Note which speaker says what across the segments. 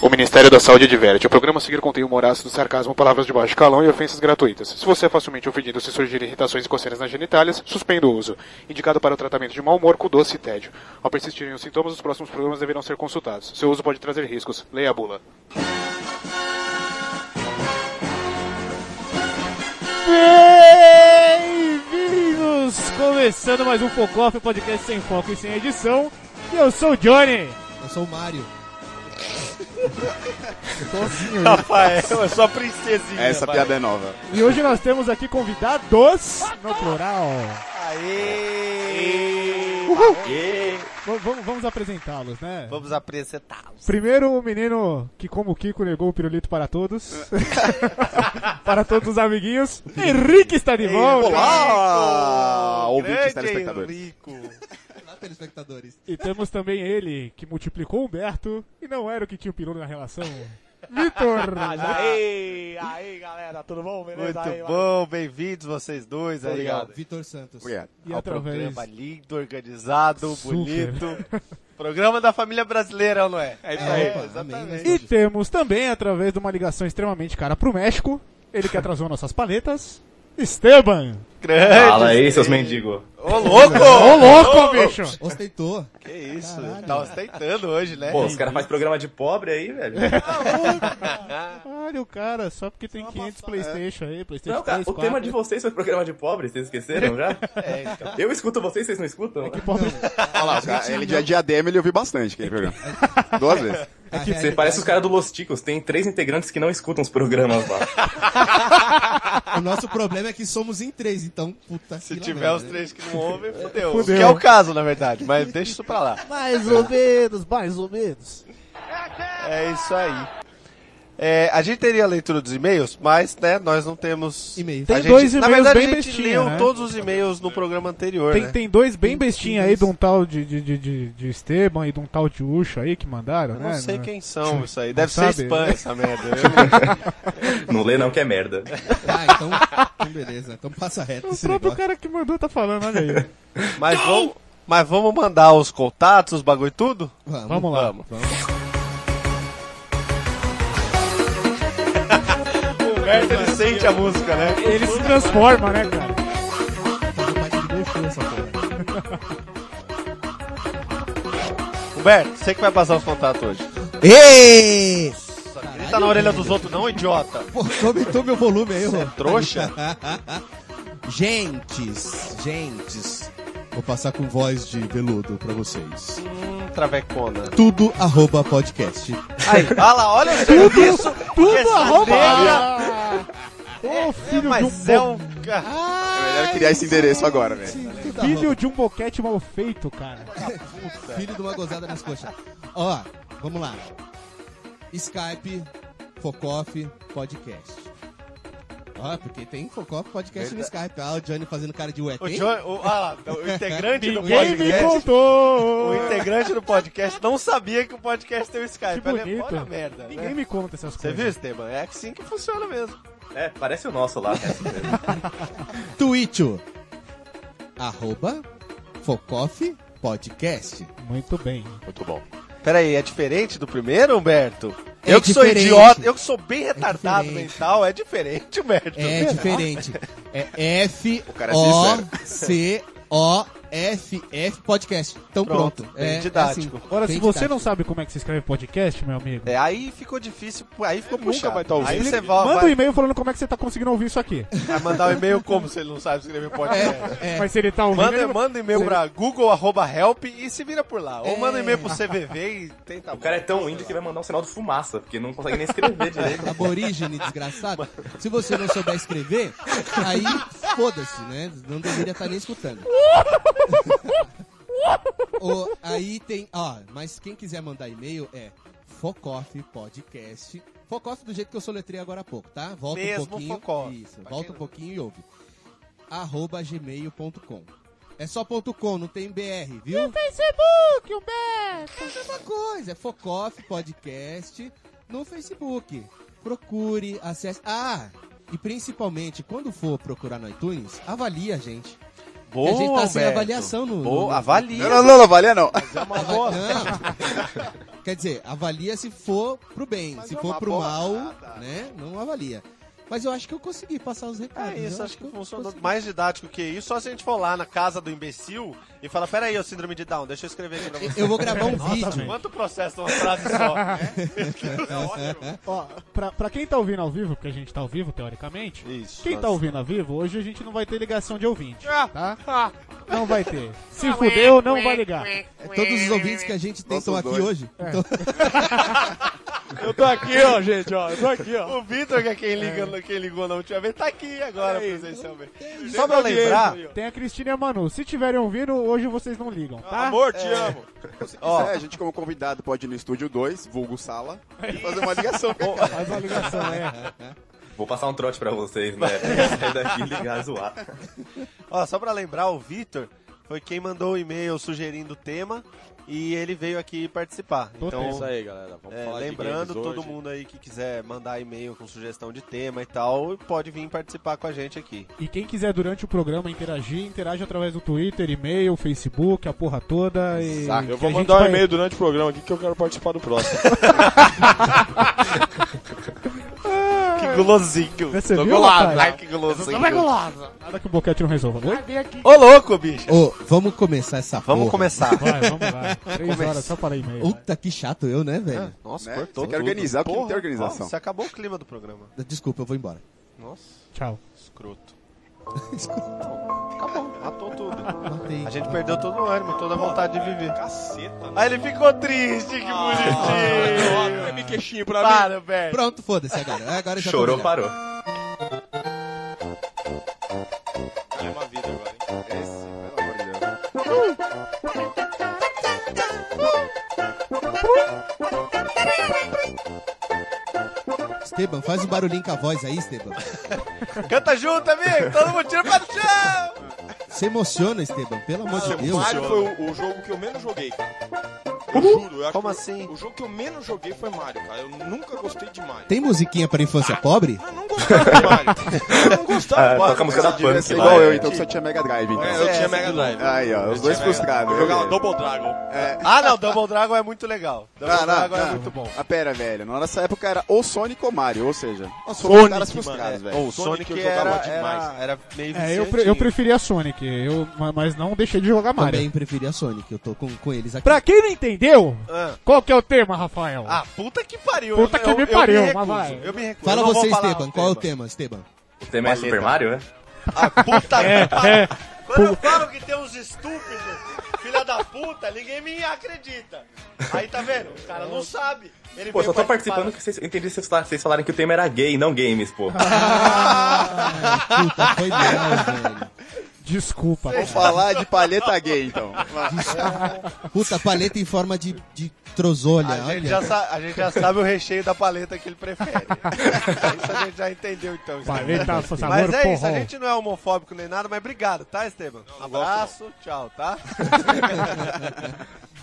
Speaker 1: O Ministério da Saúde adverte. O programa a seguir contém humor ácido, sarcasmo, palavras de baixo calão e ofensas gratuitas. Se você é facilmente ofendido se surgirem irritações e coceiras nas genitálias, suspenda o uso. Indicado para o tratamento de mau humor com doce e tédio. Ao persistirem os sintomas, os próximos programas deverão ser consultados. Seu uso pode trazer riscos. Leia a bula.
Speaker 2: Bem-vindos! Começando mais um Focoff, podcast sem foco e sem edição. E eu sou o Johnny.
Speaker 3: Eu sou o Mário.
Speaker 4: Rafael, é só princesinha.
Speaker 5: Essa
Speaker 4: Rafael.
Speaker 5: piada é nova.
Speaker 2: E hoje nós temos aqui convidados no plural.
Speaker 4: Aê!
Speaker 2: Uhul.
Speaker 4: Aê!
Speaker 2: V- vamos vamos apresentá-los, né?
Speaker 4: Vamos apresentá-los.
Speaker 2: Primeiro, o menino que, como o Kiko, negou o pirulito para todos. para todos os amiguinhos. Henrique está de volta.
Speaker 4: Ah,
Speaker 5: Olá! Ouvintes,
Speaker 4: um Grande
Speaker 5: telespectadores.
Speaker 4: Henrico.
Speaker 3: Olá, telespectadores.
Speaker 2: E temos também ele, que multiplicou o Humberto e não era o que tinha o pirulo na relação. Ah, Vitor!
Speaker 4: Aê! Aê, galera, tudo bom? Beleza?
Speaker 6: Muito
Speaker 4: Aê,
Speaker 6: bom, bem-vindos vocês dois aí
Speaker 4: Obrigado.
Speaker 6: ao,
Speaker 5: Tá
Speaker 3: Vitor Santos.
Speaker 5: Obrigado.
Speaker 2: E
Speaker 6: ao
Speaker 2: através.
Speaker 6: programa lindo, organizado,
Speaker 2: Super.
Speaker 6: bonito. programa da família brasileira, não é?
Speaker 4: É isso
Speaker 3: É,
Speaker 4: aí.
Speaker 3: opa,
Speaker 4: exatamente.
Speaker 3: amém, né?
Speaker 2: E temos também, através de uma ligação extremamente cara pro México, ele que atrasou nossas paletas, Esteban!
Speaker 6: Grande.
Speaker 5: Fala aí, seus mendigos.
Speaker 6: Ô louco!
Speaker 2: Ô louco, bicho!
Speaker 3: Ostentou.
Speaker 6: Que isso?
Speaker 3: Caralho.
Speaker 6: Tá ostentando hoje, né?
Speaker 5: Pô, os caras fazem programa de pobre aí, velho.
Speaker 2: Olha o cara, só porque tem 500 Playstation aí, Playstation
Speaker 5: Não, cara,
Speaker 2: 3,
Speaker 5: o tema
Speaker 2: 4.
Speaker 5: de vocês foi programa de pobre, vocês esqueceram já?
Speaker 6: É, então.
Speaker 5: Eu escuto vocês, vocês não escutam?
Speaker 2: Pobre-
Speaker 5: Olha lá, o cara, ele de diadema, ele ouviu bastante aquele programa. Duas vezes.
Speaker 3: A
Speaker 5: Você
Speaker 3: realidade-
Speaker 5: parece os caras do Los Ticos, tem três integrantes que não escutam os programas lá.
Speaker 3: O nosso problema é que somos em três, então, puta
Speaker 6: Se
Speaker 3: que lá
Speaker 6: tiver
Speaker 3: merda,
Speaker 6: os
Speaker 3: né?
Speaker 6: três que não ouvem, fudeu.
Speaker 2: Fudeu.
Speaker 6: Que é o caso, na verdade, mas deixa isso pra lá.
Speaker 2: Mais ou menos, mais ou menos.
Speaker 6: É isso aí. É, a gente teria a leitura dos e-mails, mas né, nós não temos.
Speaker 3: E-mails.
Speaker 2: Tem
Speaker 6: A gente-
Speaker 2: dois
Speaker 6: Na
Speaker 2: e-mails
Speaker 6: verdade,
Speaker 2: bem
Speaker 6: a gente
Speaker 2: bestinha,
Speaker 6: leu
Speaker 2: né?
Speaker 6: todos os e-mails no programa anterior. né?
Speaker 2: Tem, tem dois bem bestinha aí de um tal de, de, de, de, de Esteban e de um tal de Ucho aí que mandaram,
Speaker 6: Eu
Speaker 2: né?
Speaker 6: não sei quem são isso aí. Deve
Speaker 2: sabe? né?
Speaker 6: ser spam essa merda. Eu-
Speaker 5: Não lê não, que é merda.
Speaker 3: Ah, então, então beleza. Então passa
Speaker 6: é
Speaker 3: reto
Speaker 2: O
Speaker 3: esse
Speaker 2: próprio
Speaker 3: negócio.
Speaker 2: cara que mandou tá falando, olha aí.
Speaker 6: mas, vamos, mas vamos mandar os contatos, os bagulho e tudo?
Speaker 2: Vamos lá.
Speaker 6: Vamos.
Speaker 4: O
Speaker 6: Humberto, ele sente a música, né?
Speaker 2: Ele se transforma, né, cara?
Speaker 3: Tá no bate de dois shows, essa porra.
Speaker 6: Humberto, você que vai passar os contatos hoje.
Speaker 3: Ei!
Speaker 6: Ele tá na orelha dos outros, não, idiota.
Speaker 3: Pô, aumentou meu volume aí, ô.
Speaker 6: Trouxa.
Speaker 3: Gentes, gentes. Vou passar com voz de veludo pra vocês.
Speaker 6: Hum, travecona.
Speaker 3: Tudo arroba podcast.
Speaker 5: É
Speaker 6: Aí, olha lá, olha o serviço. que
Speaker 2: Tudo
Speaker 6: essa
Speaker 2: arroba!
Speaker 6: nega-
Speaker 2: Ô, filho de um
Speaker 6: Mas é um... ca-
Speaker 5: Melhor criar esse endereço agora, velho.
Speaker 3: Tudo
Speaker 2: bo- filho de um boquete mal feito, cara.
Speaker 3: Filho de uma gozada nas coxas. Ó, vamos lá. Skype, Focoff, podcast. Ó, porque tem Focoff podcast no Skype. Ah, o Johnny fazendo cara de ué.
Speaker 6: O
Speaker 3: Tem?
Speaker 6: John, o, olha lá, o integrante do
Speaker 2: Ninguém me
Speaker 6: podcast... O
Speaker 2: contou!
Speaker 6: integrante do podcast não sabia que o podcast tem o Skype.
Speaker 2: Que
Speaker 6: É, Olha-
Speaker 2: bonito.
Speaker 6: Olha a merda, né?
Speaker 2: Ninguém me conta essas
Speaker 6: Você
Speaker 2: coisas.
Speaker 6: viu, Esteban? É assim que funciona mesmo.
Speaker 5: É, parece o nosso lá.
Speaker 3: Twitch. Arroba, Focoff podcast.
Speaker 2: Muito bem.
Speaker 5: Muito bom.
Speaker 6: Peraí, é diferente do primeiro, Humberto?
Speaker 3: É
Speaker 6: eu que
Speaker 3: diferente.
Speaker 6: sou idiota, eu que sou
Speaker 2: É
Speaker 6: bem retardado
Speaker 3: diferente.
Speaker 6: mental, é diferente, Humberto.
Speaker 3: É diferente. É F,
Speaker 5: cara é
Speaker 3: O, C, O, F, F podcast. Então pronto.
Speaker 6: Pronto, bem
Speaker 3: É
Speaker 6: didático.
Speaker 3: assim.
Speaker 2: Agora,
Speaker 3: Bem
Speaker 2: se você
Speaker 3: didático.
Speaker 2: não sabe como é que se escreve podcast, meu amigo,
Speaker 6: É, aí ficou difícil, aí ficou
Speaker 5: Nunca
Speaker 6: puxado.
Speaker 5: vai tá ouvindo.
Speaker 6: Aí você vai,
Speaker 2: manda um
Speaker 6: vai,
Speaker 2: e-mail falando como é que você tá conseguindo ouvir isso aqui.
Speaker 6: vai mandar um e-mail como se ele não sabe escrever podcast.
Speaker 3: É,
Speaker 2: Mas se ele tá ouvindo...
Speaker 6: Manda,
Speaker 2: ele-
Speaker 6: manda e-mail pra google.help e se vira por lá. Ou manda
Speaker 3: É.
Speaker 6: e-mail pro CVV e tenta...
Speaker 5: O cara é tão índio que vai mandar um sinal de fumaça, porque não consegue nem escrever direito.
Speaker 3: aborígene desgraçado, se você não souber escrever, aí foda-se, né? Não deveria estar nem escutando. Ô, aí tem, ó, mas quem quiser mandar e-mail é Focoff Podcast. Focoff do jeito que eu soletrei agora há pouco, tá? Volta
Speaker 6: Mesmo
Speaker 3: um pouquinho.
Speaker 6: Focoff.
Speaker 3: Isso,
Speaker 6: Pra
Speaker 3: volta
Speaker 6: quem
Speaker 3: um pouquinho e ouve. Arroba gmail.com. É só ponto .com, não tem BR, viu?
Speaker 2: Facebook, Humberto!
Speaker 3: É a mesma coisa, é Focoff Podcast no Facebook. Procure, acesse. Ah! E principalmente, quando for procurar no iTunes, avalie a gente.
Speaker 6: Boa,
Speaker 3: a gente tá sem
Speaker 6: Humberto.
Speaker 3: avaliação no.
Speaker 6: Boa,
Speaker 3: no-
Speaker 6: avalia.
Speaker 5: não, não, não, valia não.
Speaker 6: É uma
Speaker 3: Ava-
Speaker 6: bosta.
Speaker 3: Não. Quer dizer, avalia se for pro bem.
Speaker 6: Mas
Speaker 3: se
Speaker 6: é
Speaker 3: for
Speaker 6: uma
Speaker 3: pro
Speaker 6: boa
Speaker 3: mal,
Speaker 6: nada.
Speaker 3: né? Não avalia. Mas eu acho que eu consegui passar os recados.
Speaker 6: É isso,
Speaker 3: Ah, Eu
Speaker 6: acho que
Speaker 3: eu
Speaker 6: funcionou
Speaker 3: consegui.
Speaker 6: mais didático que isso. Só se a gente for lá na casa do imbecil e falar: peraí, ô síndrome de Down, deixa eu escrever aqui pra você.
Speaker 3: Eu vou gravar um
Speaker 2: Nossa,
Speaker 3: vídeo.
Speaker 2: velho.
Speaker 6: Quanto processo uma frase só? é ótimo.
Speaker 2: Ó, pra, pra quem tá ouvindo ao vivo, porque a gente tá ao vivo, teoricamente.
Speaker 6: Isso.
Speaker 2: Quem tá
Speaker 6: nossa.
Speaker 2: ouvindo ao vivo, hoje a gente não vai ter ligação de ouvinte.
Speaker 7: Tá? Ah,
Speaker 2: Não vai ter. Se fudeu, não vai ligar.
Speaker 3: É, Todos os ouvintes que a gente tem
Speaker 4: Nossos
Speaker 3: estão aqui
Speaker 4: dois.
Speaker 3: hoje. Então,
Speaker 7: eu tô aqui, ó, gente, ó. Eu tô aqui, ó.
Speaker 6: O Vitor, que é quem, liga, quem ligou na última vez, tá aqui agora
Speaker 7: Aí,
Speaker 6: presencialmente.
Speaker 3: é isso.
Speaker 6: Só pra
Speaker 7: Audiência
Speaker 6: lembrar,
Speaker 7: aí, ó.
Speaker 2: Tem a Cristina e a Manu. Se tiverem ouvindo, hoje vocês não ligam, tá?
Speaker 7: Amor, te amo.
Speaker 6: ó,
Speaker 4: É, a gente como convidado pode ir no estúdio 2, vulgo sala, e fazer uma ligação.
Speaker 2: Faz uma ligação, é.
Speaker 5: Vou passar um trote pra vocês, né? Sair daqui e ligar, zoar.
Speaker 6: ó, só pra lembrar, o Vitor foi quem mandou o e-mail sugerindo o tema e ele veio aqui participar.
Speaker 2: Tô
Speaker 6: então,
Speaker 2: tenso.
Speaker 1: Isso aí, galera. Vamos
Speaker 6: é,
Speaker 1: falar de
Speaker 6: lembrando,
Speaker 1: games
Speaker 6: todo
Speaker 1: hoje.
Speaker 6: mundo aí que quiser mandar e-mail com sugestão de tema e tal, pode vir participar com a gente aqui.
Speaker 2: E quem quiser durante o programa interagir, interage através do Twitter, e-mail, Facebook, a porra toda. E
Speaker 6: Saca,
Speaker 1: Eu
Speaker 2: que a
Speaker 1: vou
Speaker 2: gente
Speaker 1: mandar um
Speaker 2: vai-
Speaker 1: e-mail durante o programa aqui que eu quero participar do próximo.
Speaker 6: Que gulosinho.
Speaker 2: Você
Speaker 6: Tô
Speaker 2: viu,
Speaker 6: gulado,
Speaker 2: rapaz?
Speaker 6: ai, que gulosinho.
Speaker 2: Nada que o Boquete não resolva. Oi?
Speaker 6: Ô, louco, bicho.
Speaker 3: Ô, vamos começar essa
Speaker 6: Vamos
Speaker 3: porra.
Speaker 6: começar.
Speaker 2: Vai, Ah, vamos lá. Três horas só para e-mail. vai.
Speaker 3: Puta, que chato eu, né, velho?
Speaker 6: Nossa,
Speaker 4: Né?
Speaker 6: cortou
Speaker 4: Você quer
Speaker 6: tudo.
Speaker 4: organizar, porque não
Speaker 6: Porra,
Speaker 4: tem
Speaker 6: ó,
Speaker 4: organização.
Speaker 6: Você acabou o clima do programa.
Speaker 4: É.
Speaker 3: Desculpa, eu vou embora.
Speaker 6: Nossa,
Speaker 2: Tchau.
Speaker 6: escroto.
Speaker 3: Desculpa.
Speaker 6: Acabou, matou tudo.
Speaker 3: Matei.
Speaker 6: A gente perdeu todo o ânimo, toda a vontade de viver.
Speaker 1: Caceta, né?
Speaker 6: Ah, ele ficou triste, que bonitinho.
Speaker 1: me queixinho pra mim.
Speaker 6: Para, velho.
Speaker 3: É. Pronto, foda-se agora. agora já tá
Speaker 5: Chorou,
Speaker 3: melhor.
Speaker 5: parou.
Speaker 1: É uma vida agora, hein?
Speaker 4: Esse, pelo amor de Deus.
Speaker 3: Esteban, faz um barulhinho com a voz aí, Esteban.
Speaker 6: Canta junto, amigo. Todo mundo tira para o chão.
Speaker 3: Se emociona, Esteban, pelo amor de
Speaker 1: Cara,
Speaker 3: Deus.
Speaker 1: o Mario foi o, o jogo que eu menos joguei, cara. Eu juro, eu acho
Speaker 6: Como
Speaker 1: que
Speaker 6: assim?
Speaker 1: O jogo que eu menos joguei foi Mario, cara. Eu nunca gostei de Mario.
Speaker 3: Tem musiquinha pra infância pobre?
Speaker 1: Eu não gostava de Mario. Eu não
Speaker 5: Ah,
Speaker 1: gostava de Mario.
Speaker 5: toca a música da
Speaker 4: Devia
Speaker 5: Punk
Speaker 4: ser
Speaker 5: lá.
Speaker 4: igual eu,
Speaker 5: é.
Speaker 4: então, que só tinha Mega Drive. Então.
Speaker 1: É, eu tinha Mega Drive.
Speaker 4: Aí, ó,
Speaker 1: Eu tinha
Speaker 4: os dois
Speaker 1: Mega Drive.
Speaker 4: frustrados.
Speaker 1: Eu jogava Double Dragon.
Speaker 6: Ah, não, Double Dragon é muito legal. Double
Speaker 4: Ah, não,
Speaker 6: Dragon é
Speaker 4: não.
Speaker 6: muito bom.
Speaker 4: Ah, pera, velho. Na nossa época era ou Sonic ou Mario, ou seja,
Speaker 6: é
Speaker 4: nós
Speaker 1: Sonic,
Speaker 4: fomos caras frustrados,
Speaker 1: mano,
Speaker 4: velho.
Speaker 6: Ou o
Speaker 1: Sonic
Speaker 6: Sonic,
Speaker 1: eu
Speaker 6: era,
Speaker 1: jogava demais.
Speaker 6: era, era
Speaker 2: É, eu,
Speaker 6: meio
Speaker 2: pre eu
Speaker 6: viciantinho.
Speaker 2: preferia Sonic, eu, ma- mas não deixei de jogar Mario.
Speaker 3: Também preferia a Sonic, eu tô com, com eles aqui.
Speaker 2: Pra quem não entendeu,
Speaker 6: Ah.
Speaker 2: qual que é o tema, Rafael?
Speaker 6: Ah, puta que pariu.
Speaker 2: Puta que
Speaker 6: eu,
Speaker 2: me
Speaker 6: eu
Speaker 2: pariu,
Speaker 6: recuso,
Speaker 2: mas vai.
Speaker 6: Eu me recuso.
Speaker 3: Fala
Speaker 6: eu não vou
Speaker 3: você,
Speaker 6: falar
Speaker 3: Esteban, qual é o tema, Esteban?
Speaker 5: O tema é Super Mario, é?
Speaker 6: Ah, puta
Speaker 2: é,
Speaker 6: que pariu.
Speaker 2: é.
Speaker 6: Quando eu falo que tem uns estúpidos, filha da puta, ninguém me acredita. Aí tá vendo? O cara não sabe. Ele
Speaker 5: Pô,
Speaker 6: veio
Speaker 5: só tô participando que vocês... eu Entendi vocês fala- vocês falarem que o tema era gay, não games, pô.
Speaker 3: Puta, foi mal, velho.
Speaker 2: Desculpa.
Speaker 4: Vamos falar de palheta gay, então.
Speaker 3: Puta, paleta em forma de, de trosolha,
Speaker 6: A
Speaker 3: olha.
Speaker 6: gente, já sa- a gente já sabe o recheio da paleta que ele prefere. isso a gente já entendeu, então. Esteban.
Speaker 2: Paleta, sabor,
Speaker 6: Mas é isso, a
Speaker 2: porró.
Speaker 6: gente não é homofóbico nem nada, mas obrigado, tá, Esteban? Abraço, tchau, tá?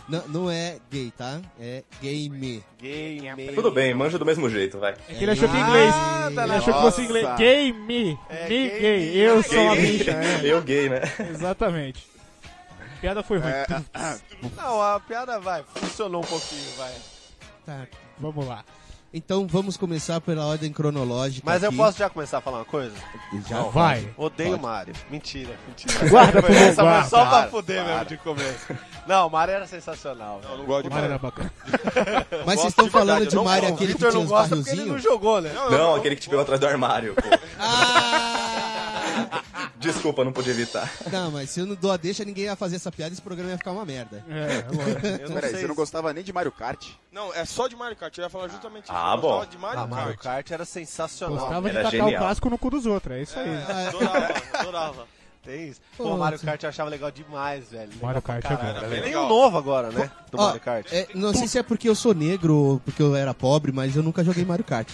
Speaker 3: Não, não é gay, tá? É game.
Speaker 6: Game.
Speaker 5: Tudo bem, manja do mesmo jeito, vai.
Speaker 2: É que ele achou que em inglês.
Speaker 6: Nada,
Speaker 2: Ele
Speaker 6: né?
Speaker 2: achou que fosse em inglês.
Speaker 4: Nossa.
Speaker 2: Game, me,
Speaker 6: É,
Speaker 2: me,
Speaker 6: gay,
Speaker 2: gay.
Speaker 6: me.
Speaker 2: Eu sou uma
Speaker 5: Gay,
Speaker 2: bicha. é.
Speaker 5: Eu gay, né?
Speaker 2: Exatamente. A piada foi
Speaker 6: É.
Speaker 2: ruim.
Speaker 6: Não, a piada vai, funcionou um pouquinho, vai.
Speaker 3: Tá.
Speaker 2: Vamos lá.
Speaker 3: Então vamos começar pela ordem cronológica.
Speaker 6: Mas eu
Speaker 3: aqui.
Speaker 6: posso já começar a falar uma coisa?
Speaker 3: Já
Speaker 2: Vai.
Speaker 6: Odeio
Speaker 3: Pode.
Speaker 6: Mario. Mentira, mentira.
Speaker 2: Guarda pro
Speaker 6: Essa foi
Speaker 2: guarda.
Speaker 6: só pra fuder mesmo de começo. Não, o Mario era sensacional.
Speaker 1: Eu não gosto de
Speaker 2: Mario era
Speaker 1: Mario.
Speaker 2: bacana.
Speaker 1: gosto
Speaker 3: Mas vocês estão
Speaker 1: de verdade,
Speaker 3: falando
Speaker 1: eu
Speaker 3: de
Speaker 1: não
Speaker 3: Mario
Speaker 1: gosto.
Speaker 6: O
Speaker 3: aquele que
Speaker 6: Victor
Speaker 3: tinha
Speaker 6: não
Speaker 3: os
Speaker 6: gosta porque ele não
Speaker 3: barrilzinhos?
Speaker 6: jogou, né?
Speaker 5: Não, aquele que te pegou atrás do armário, pô.
Speaker 3: Ah!
Speaker 5: Desculpa, não pude evitar.
Speaker 3: Não, mas se eu não dou a deixa, ninguém ia fazer essa piada e esse programa ia ficar uma merda.
Speaker 2: É, lógico.
Speaker 6: Eu
Speaker 4: Peraí, você
Speaker 6: se-
Speaker 4: não gostava nem de Mario Kart?
Speaker 1: Não, é só de Mario Kart. Eu ia falar justamente isso.
Speaker 5: Ah,
Speaker 1: eu gostava
Speaker 5: bom.
Speaker 1: de
Speaker 6: Ah,
Speaker 1: Mario
Speaker 6: Mario
Speaker 1: Kart.
Speaker 6: Kart era sensacional. né?
Speaker 2: Gostava de
Speaker 5: Era
Speaker 2: tacar o
Speaker 5: genial.
Speaker 2: clássico no cu dos outros, é isso aí.
Speaker 1: Adorava, adorava.
Speaker 6: Tem isso.
Speaker 3: Pô,
Speaker 6: Pô, Mario
Speaker 3: sim.
Speaker 6: Kart eu achava legal demais, velho. Legal
Speaker 2: Mario
Speaker 6: pra
Speaker 2: Kart é
Speaker 6: caralho.
Speaker 2: bom.
Speaker 1: Era bem
Speaker 6: Tem
Speaker 1: legal.
Speaker 6: um novo agora, né? Do
Speaker 3: Ó,
Speaker 6: Mario Kart.
Speaker 3: é, não sei se é porque eu sou negro ou porque eu era pobre, mas eu nunca joguei Mario Kart.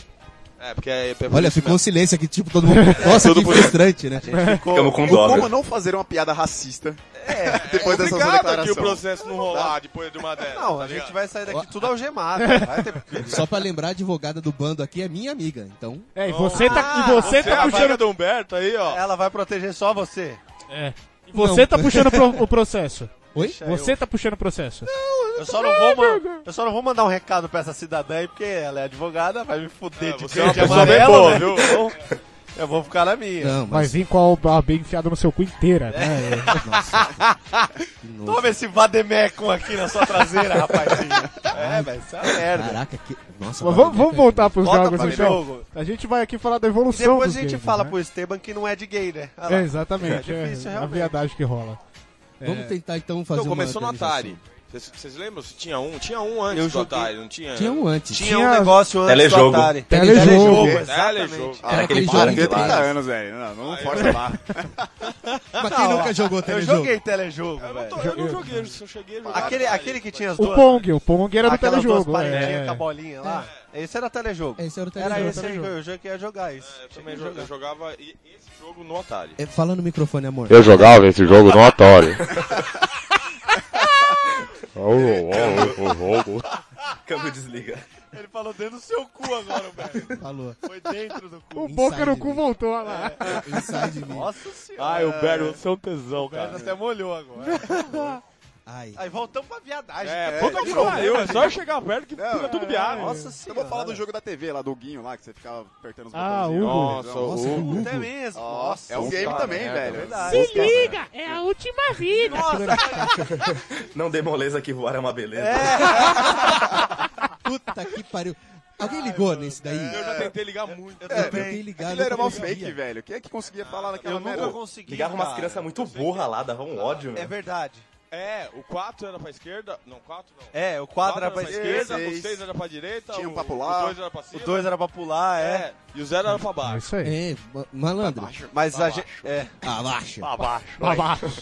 Speaker 1: É, porque é. é
Speaker 3: Olha, ficou
Speaker 6: né?
Speaker 3: um silêncio aqui, tipo, todo mundo. Nossa, que frustrante, né?
Speaker 5: Ficamos com
Speaker 4: Ou como
Speaker 5: dó.
Speaker 4: não fazer uma piada racista
Speaker 1: depois
Speaker 4: depois dessa sua
Speaker 1: obrigado aqui o
Speaker 4: declaração?
Speaker 1: processo não rolar depois de uma dessas.
Speaker 6: Não,
Speaker 1: tá
Speaker 6: a gente
Speaker 1: ligado?
Speaker 6: vai sair daqui tudo algemado. Vai ter
Speaker 3: Só pra lembrar, a advogada do bando aqui é minha amiga, então.
Speaker 2: É, e você tá,
Speaker 6: Ah,
Speaker 2: e você
Speaker 1: Você é
Speaker 2: tá
Speaker 1: a
Speaker 2: puxando.
Speaker 1: vaga do Humberto aí, ó.
Speaker 6: Ela vai proteger só você.
Speaker 2: É. E você
Speaker 3: Não.
Speaker 2: tá puxando pro- o processo.
Speaker 3: Oi?
Speaker 6: Deixa
Speaker 2: Você tá puxando o processo.
Speaker 6: eu- Eu só, É, não vou man- eu só não vou mandar um recado pra essa cidadã aí, porque ela é advogada, vai me foder de
Speaker 8: Você é uma
Speaker 6: verde e
Speaker 8: pessoa bem
Speaker 6: amarelo,
Speaker 8: boa,
Speaker 6: né?
Speaker 8: viu?
Speaker 6: Então, eu vou ficar na minha.
Speaker 3: Não,
Speaker 2: Mas
Speaker 3: mas.
Speaker 2: vim com a AB enfiada no seu cu inteira, né?
Speaker 3: É, nossa. Que nojo.
Speaker 6: Toma esse vademecum aqui na sua traseira, rapazinho. É, velho, isso é uma merda.
Speaker 3: Caraca, que. Nossa.
Speaker 2: Mas vamos, vamos voltar pros
Speaker 6: Volta
Speaker 2: jogos,
Speaker 6: pra
Speaker 2: então.
Speaker 6: jogo.
Speaker 2: A gente vai aqui falar da evolução
Speaker 6: Depois
Speaker 2: dos
Speaker 6: a gente
Speaker 2: games,
Speaker 6: fala
Speaker 2: né?
Speaker 6: pro Esteban que não é de gay, né? Olha lá.
Speaker 2: É, exatamente. É
Speaker 6: É difícil,
Speaker 2: a
Speaker 6: realmente.
Speaker 2: viadagem que rola. É.
Speaker 3: Vamos tentar então fazer
Speaker 8: Então,
Speaker 3: uma
Speaker 8: começou no
Speaker 3: organização.
Speaker 8: Atari. Vocês- Vocês lembram? se Tinha um? Tinha um antes
Speaker 6: Eu
Speaker 8: do
Speaker 6: joguei.
Speaker 8: Atari, não tinha?
Speaker 3: Tinha um antes.
Speaker 6: Tinha um
Speaker 2: Tinha
Speaker 6: negócio antes
Speaker 5: telejogo.
Speaker 6: do Atari.
Speaker 2: Telejogo.
Speaker 8: Telejogo.
Speaker 4: Ah,
Speaker 3: aquele
Speaker 4: aquele
Speaker 3: jogo
Speaker 4: para
Speaker 3: de
Speaker 4: de 30
Speaker 3: vários.
Speaker 4: anos, velho. Não, não força lá.
Speaker 3: Mas quem nunca jogou
Speaker 6: Eu
Speaker 3: telejogo?
Speaker 6: joguei telejogo,
Speaker 8: Eu não,
Speaker 6: velho.
Speaker 8: tô, eu não joguei, eu só cheguei a jogar.
Speaker 6: Aquele,
Speaker 8: Atari.
Speaker 6: aquele que tinha as
Speaker 2: O
Speaker 6: duas...
Speaker 2: Pong, o Pong era do
Speaker 6: aquelas duas
Speaker 2: telejogo.
Speaker 6: paredinhas
Speaker 2: é.
Speaker 6: com a bolinha lá. É. Esse era telejogo.
Speaker 3: Esse era o
Speaker 6: Era
Speaker 3: telejogo.
Speaker 6: esse aí que eu joguei que ia jogar isso.
Speaker 8: Eu também jo- eu jogava e- esse jogo no Atari.
Speaker 3: É, Fala no microfone, amor.
Speaker 9: Eu jogava esse jogo no Atari. Oh, oh, oh, oh, oh.
Speaker 5: Câmbio desliga.
Speaker 6: Ele falou dentro do seu cu agora, velho.
Speaker 3: Falou.
Speaker 6: Foi dentro do cu.
Speaker 2: O boca no
Speaker 3: Inside
Speaker 2: cu
Speaker 3: me. É,
Speaker 2: voltou olha lá.
Speaker 3: Inside me.
Speaker 6: Nossa senhora.
Speaker 8: Ai, o Barry, você é um tesão,
Speaker 6: O Beto até molhou agora.
Speaker 3: Ai.
Speaker 6: Aí voltamos pra viadagem. Puta
Speaker 8: É, puta
Speaker 6: que
Speaker 8: que
Speaker 6: pariu.
Speaker 8: pariu, é só chegar perto que fica tudo viado.
Speaker 6: Nossa
Speaker 4: é. Eu
Speaker 6: senhora.
Speaker 4: vou falar do jogo da TV lá, do Guinho lá, que você ficava apertando os
Speaker 2: Ah,
Speaker 4: botões.
Speaker 2: Hugo.
Speaker 8: Nossa,
Speaker 3: Nossa,
Speaker 8: o...
Speaker 3: Hugo.
Speaker 6: Até mesmo.
Speaker 4: Nossa, é um
Speaker 8: puta
Speaker 4: game também,
Speaker 8: merda,
Speaker 4: velho.
Speaker 6: verdade.
Speaker 4: Puta merda.
Speaker 10: é a última vida.
Speaker 6: Nossa,
Speaker 5: Não dê moleza que voar é uma beleza.
Speaker 3: Puta que pariu. Alguém ligou nesse daí?
Speaker 8: Eu já tentei ligar muito.
Speaker 6: eu
Speaker 3: Eu
Speaker 6: também. É
Speaker 3: tentei ligar.
Speaker 4: Aquilo era
Speaker 3: não
Speaker 4: mal
Speaker 3: conseguia.
Speaker 4: fake, velho. Quem é que conseguia falar naquela
Speaker 6: Eu nunca
Speaker 4: merda?
Speaker 6: consegui.
Speaker 5: Ligava umas
Speaker 6: cara.
Speaker 5: crianças muito burra lá, dava um ódio,
Speaker 6: É
Speaker 5: meu.
Speaker 6: verdade.
Speaker 8: É, o 4 era pra esquerda. Não, 4 não.
Speaker 6: É, o
Speaker 8: O 4
Speaker 6: quadro
Speaker 8: era
Speaker 6: era pra esquerda,
Speaker 8: o
Speaker 4: seis.
Speaker 8: 6 era pra direita,
Speaker 4: Tinha um
Speaker 8: o-
Speaker 4: pra pular.
Speaker 8: o 2 era pra
Speaker 6: o
Speaker 8: cima.
Speaker 6: 2 era pra pular, é.
Speaker 8: é. E o 0 era pra
Speaker 2: É
Speaker 8: baixo.
Speaker 2: isso aí.
Speaker 3: É, ma- malandro.
Speaker 6: Mas a gente. É.
Speaker 3: Abaixa.
Speaker 8: baixo.
Speaker 2: Abaixo.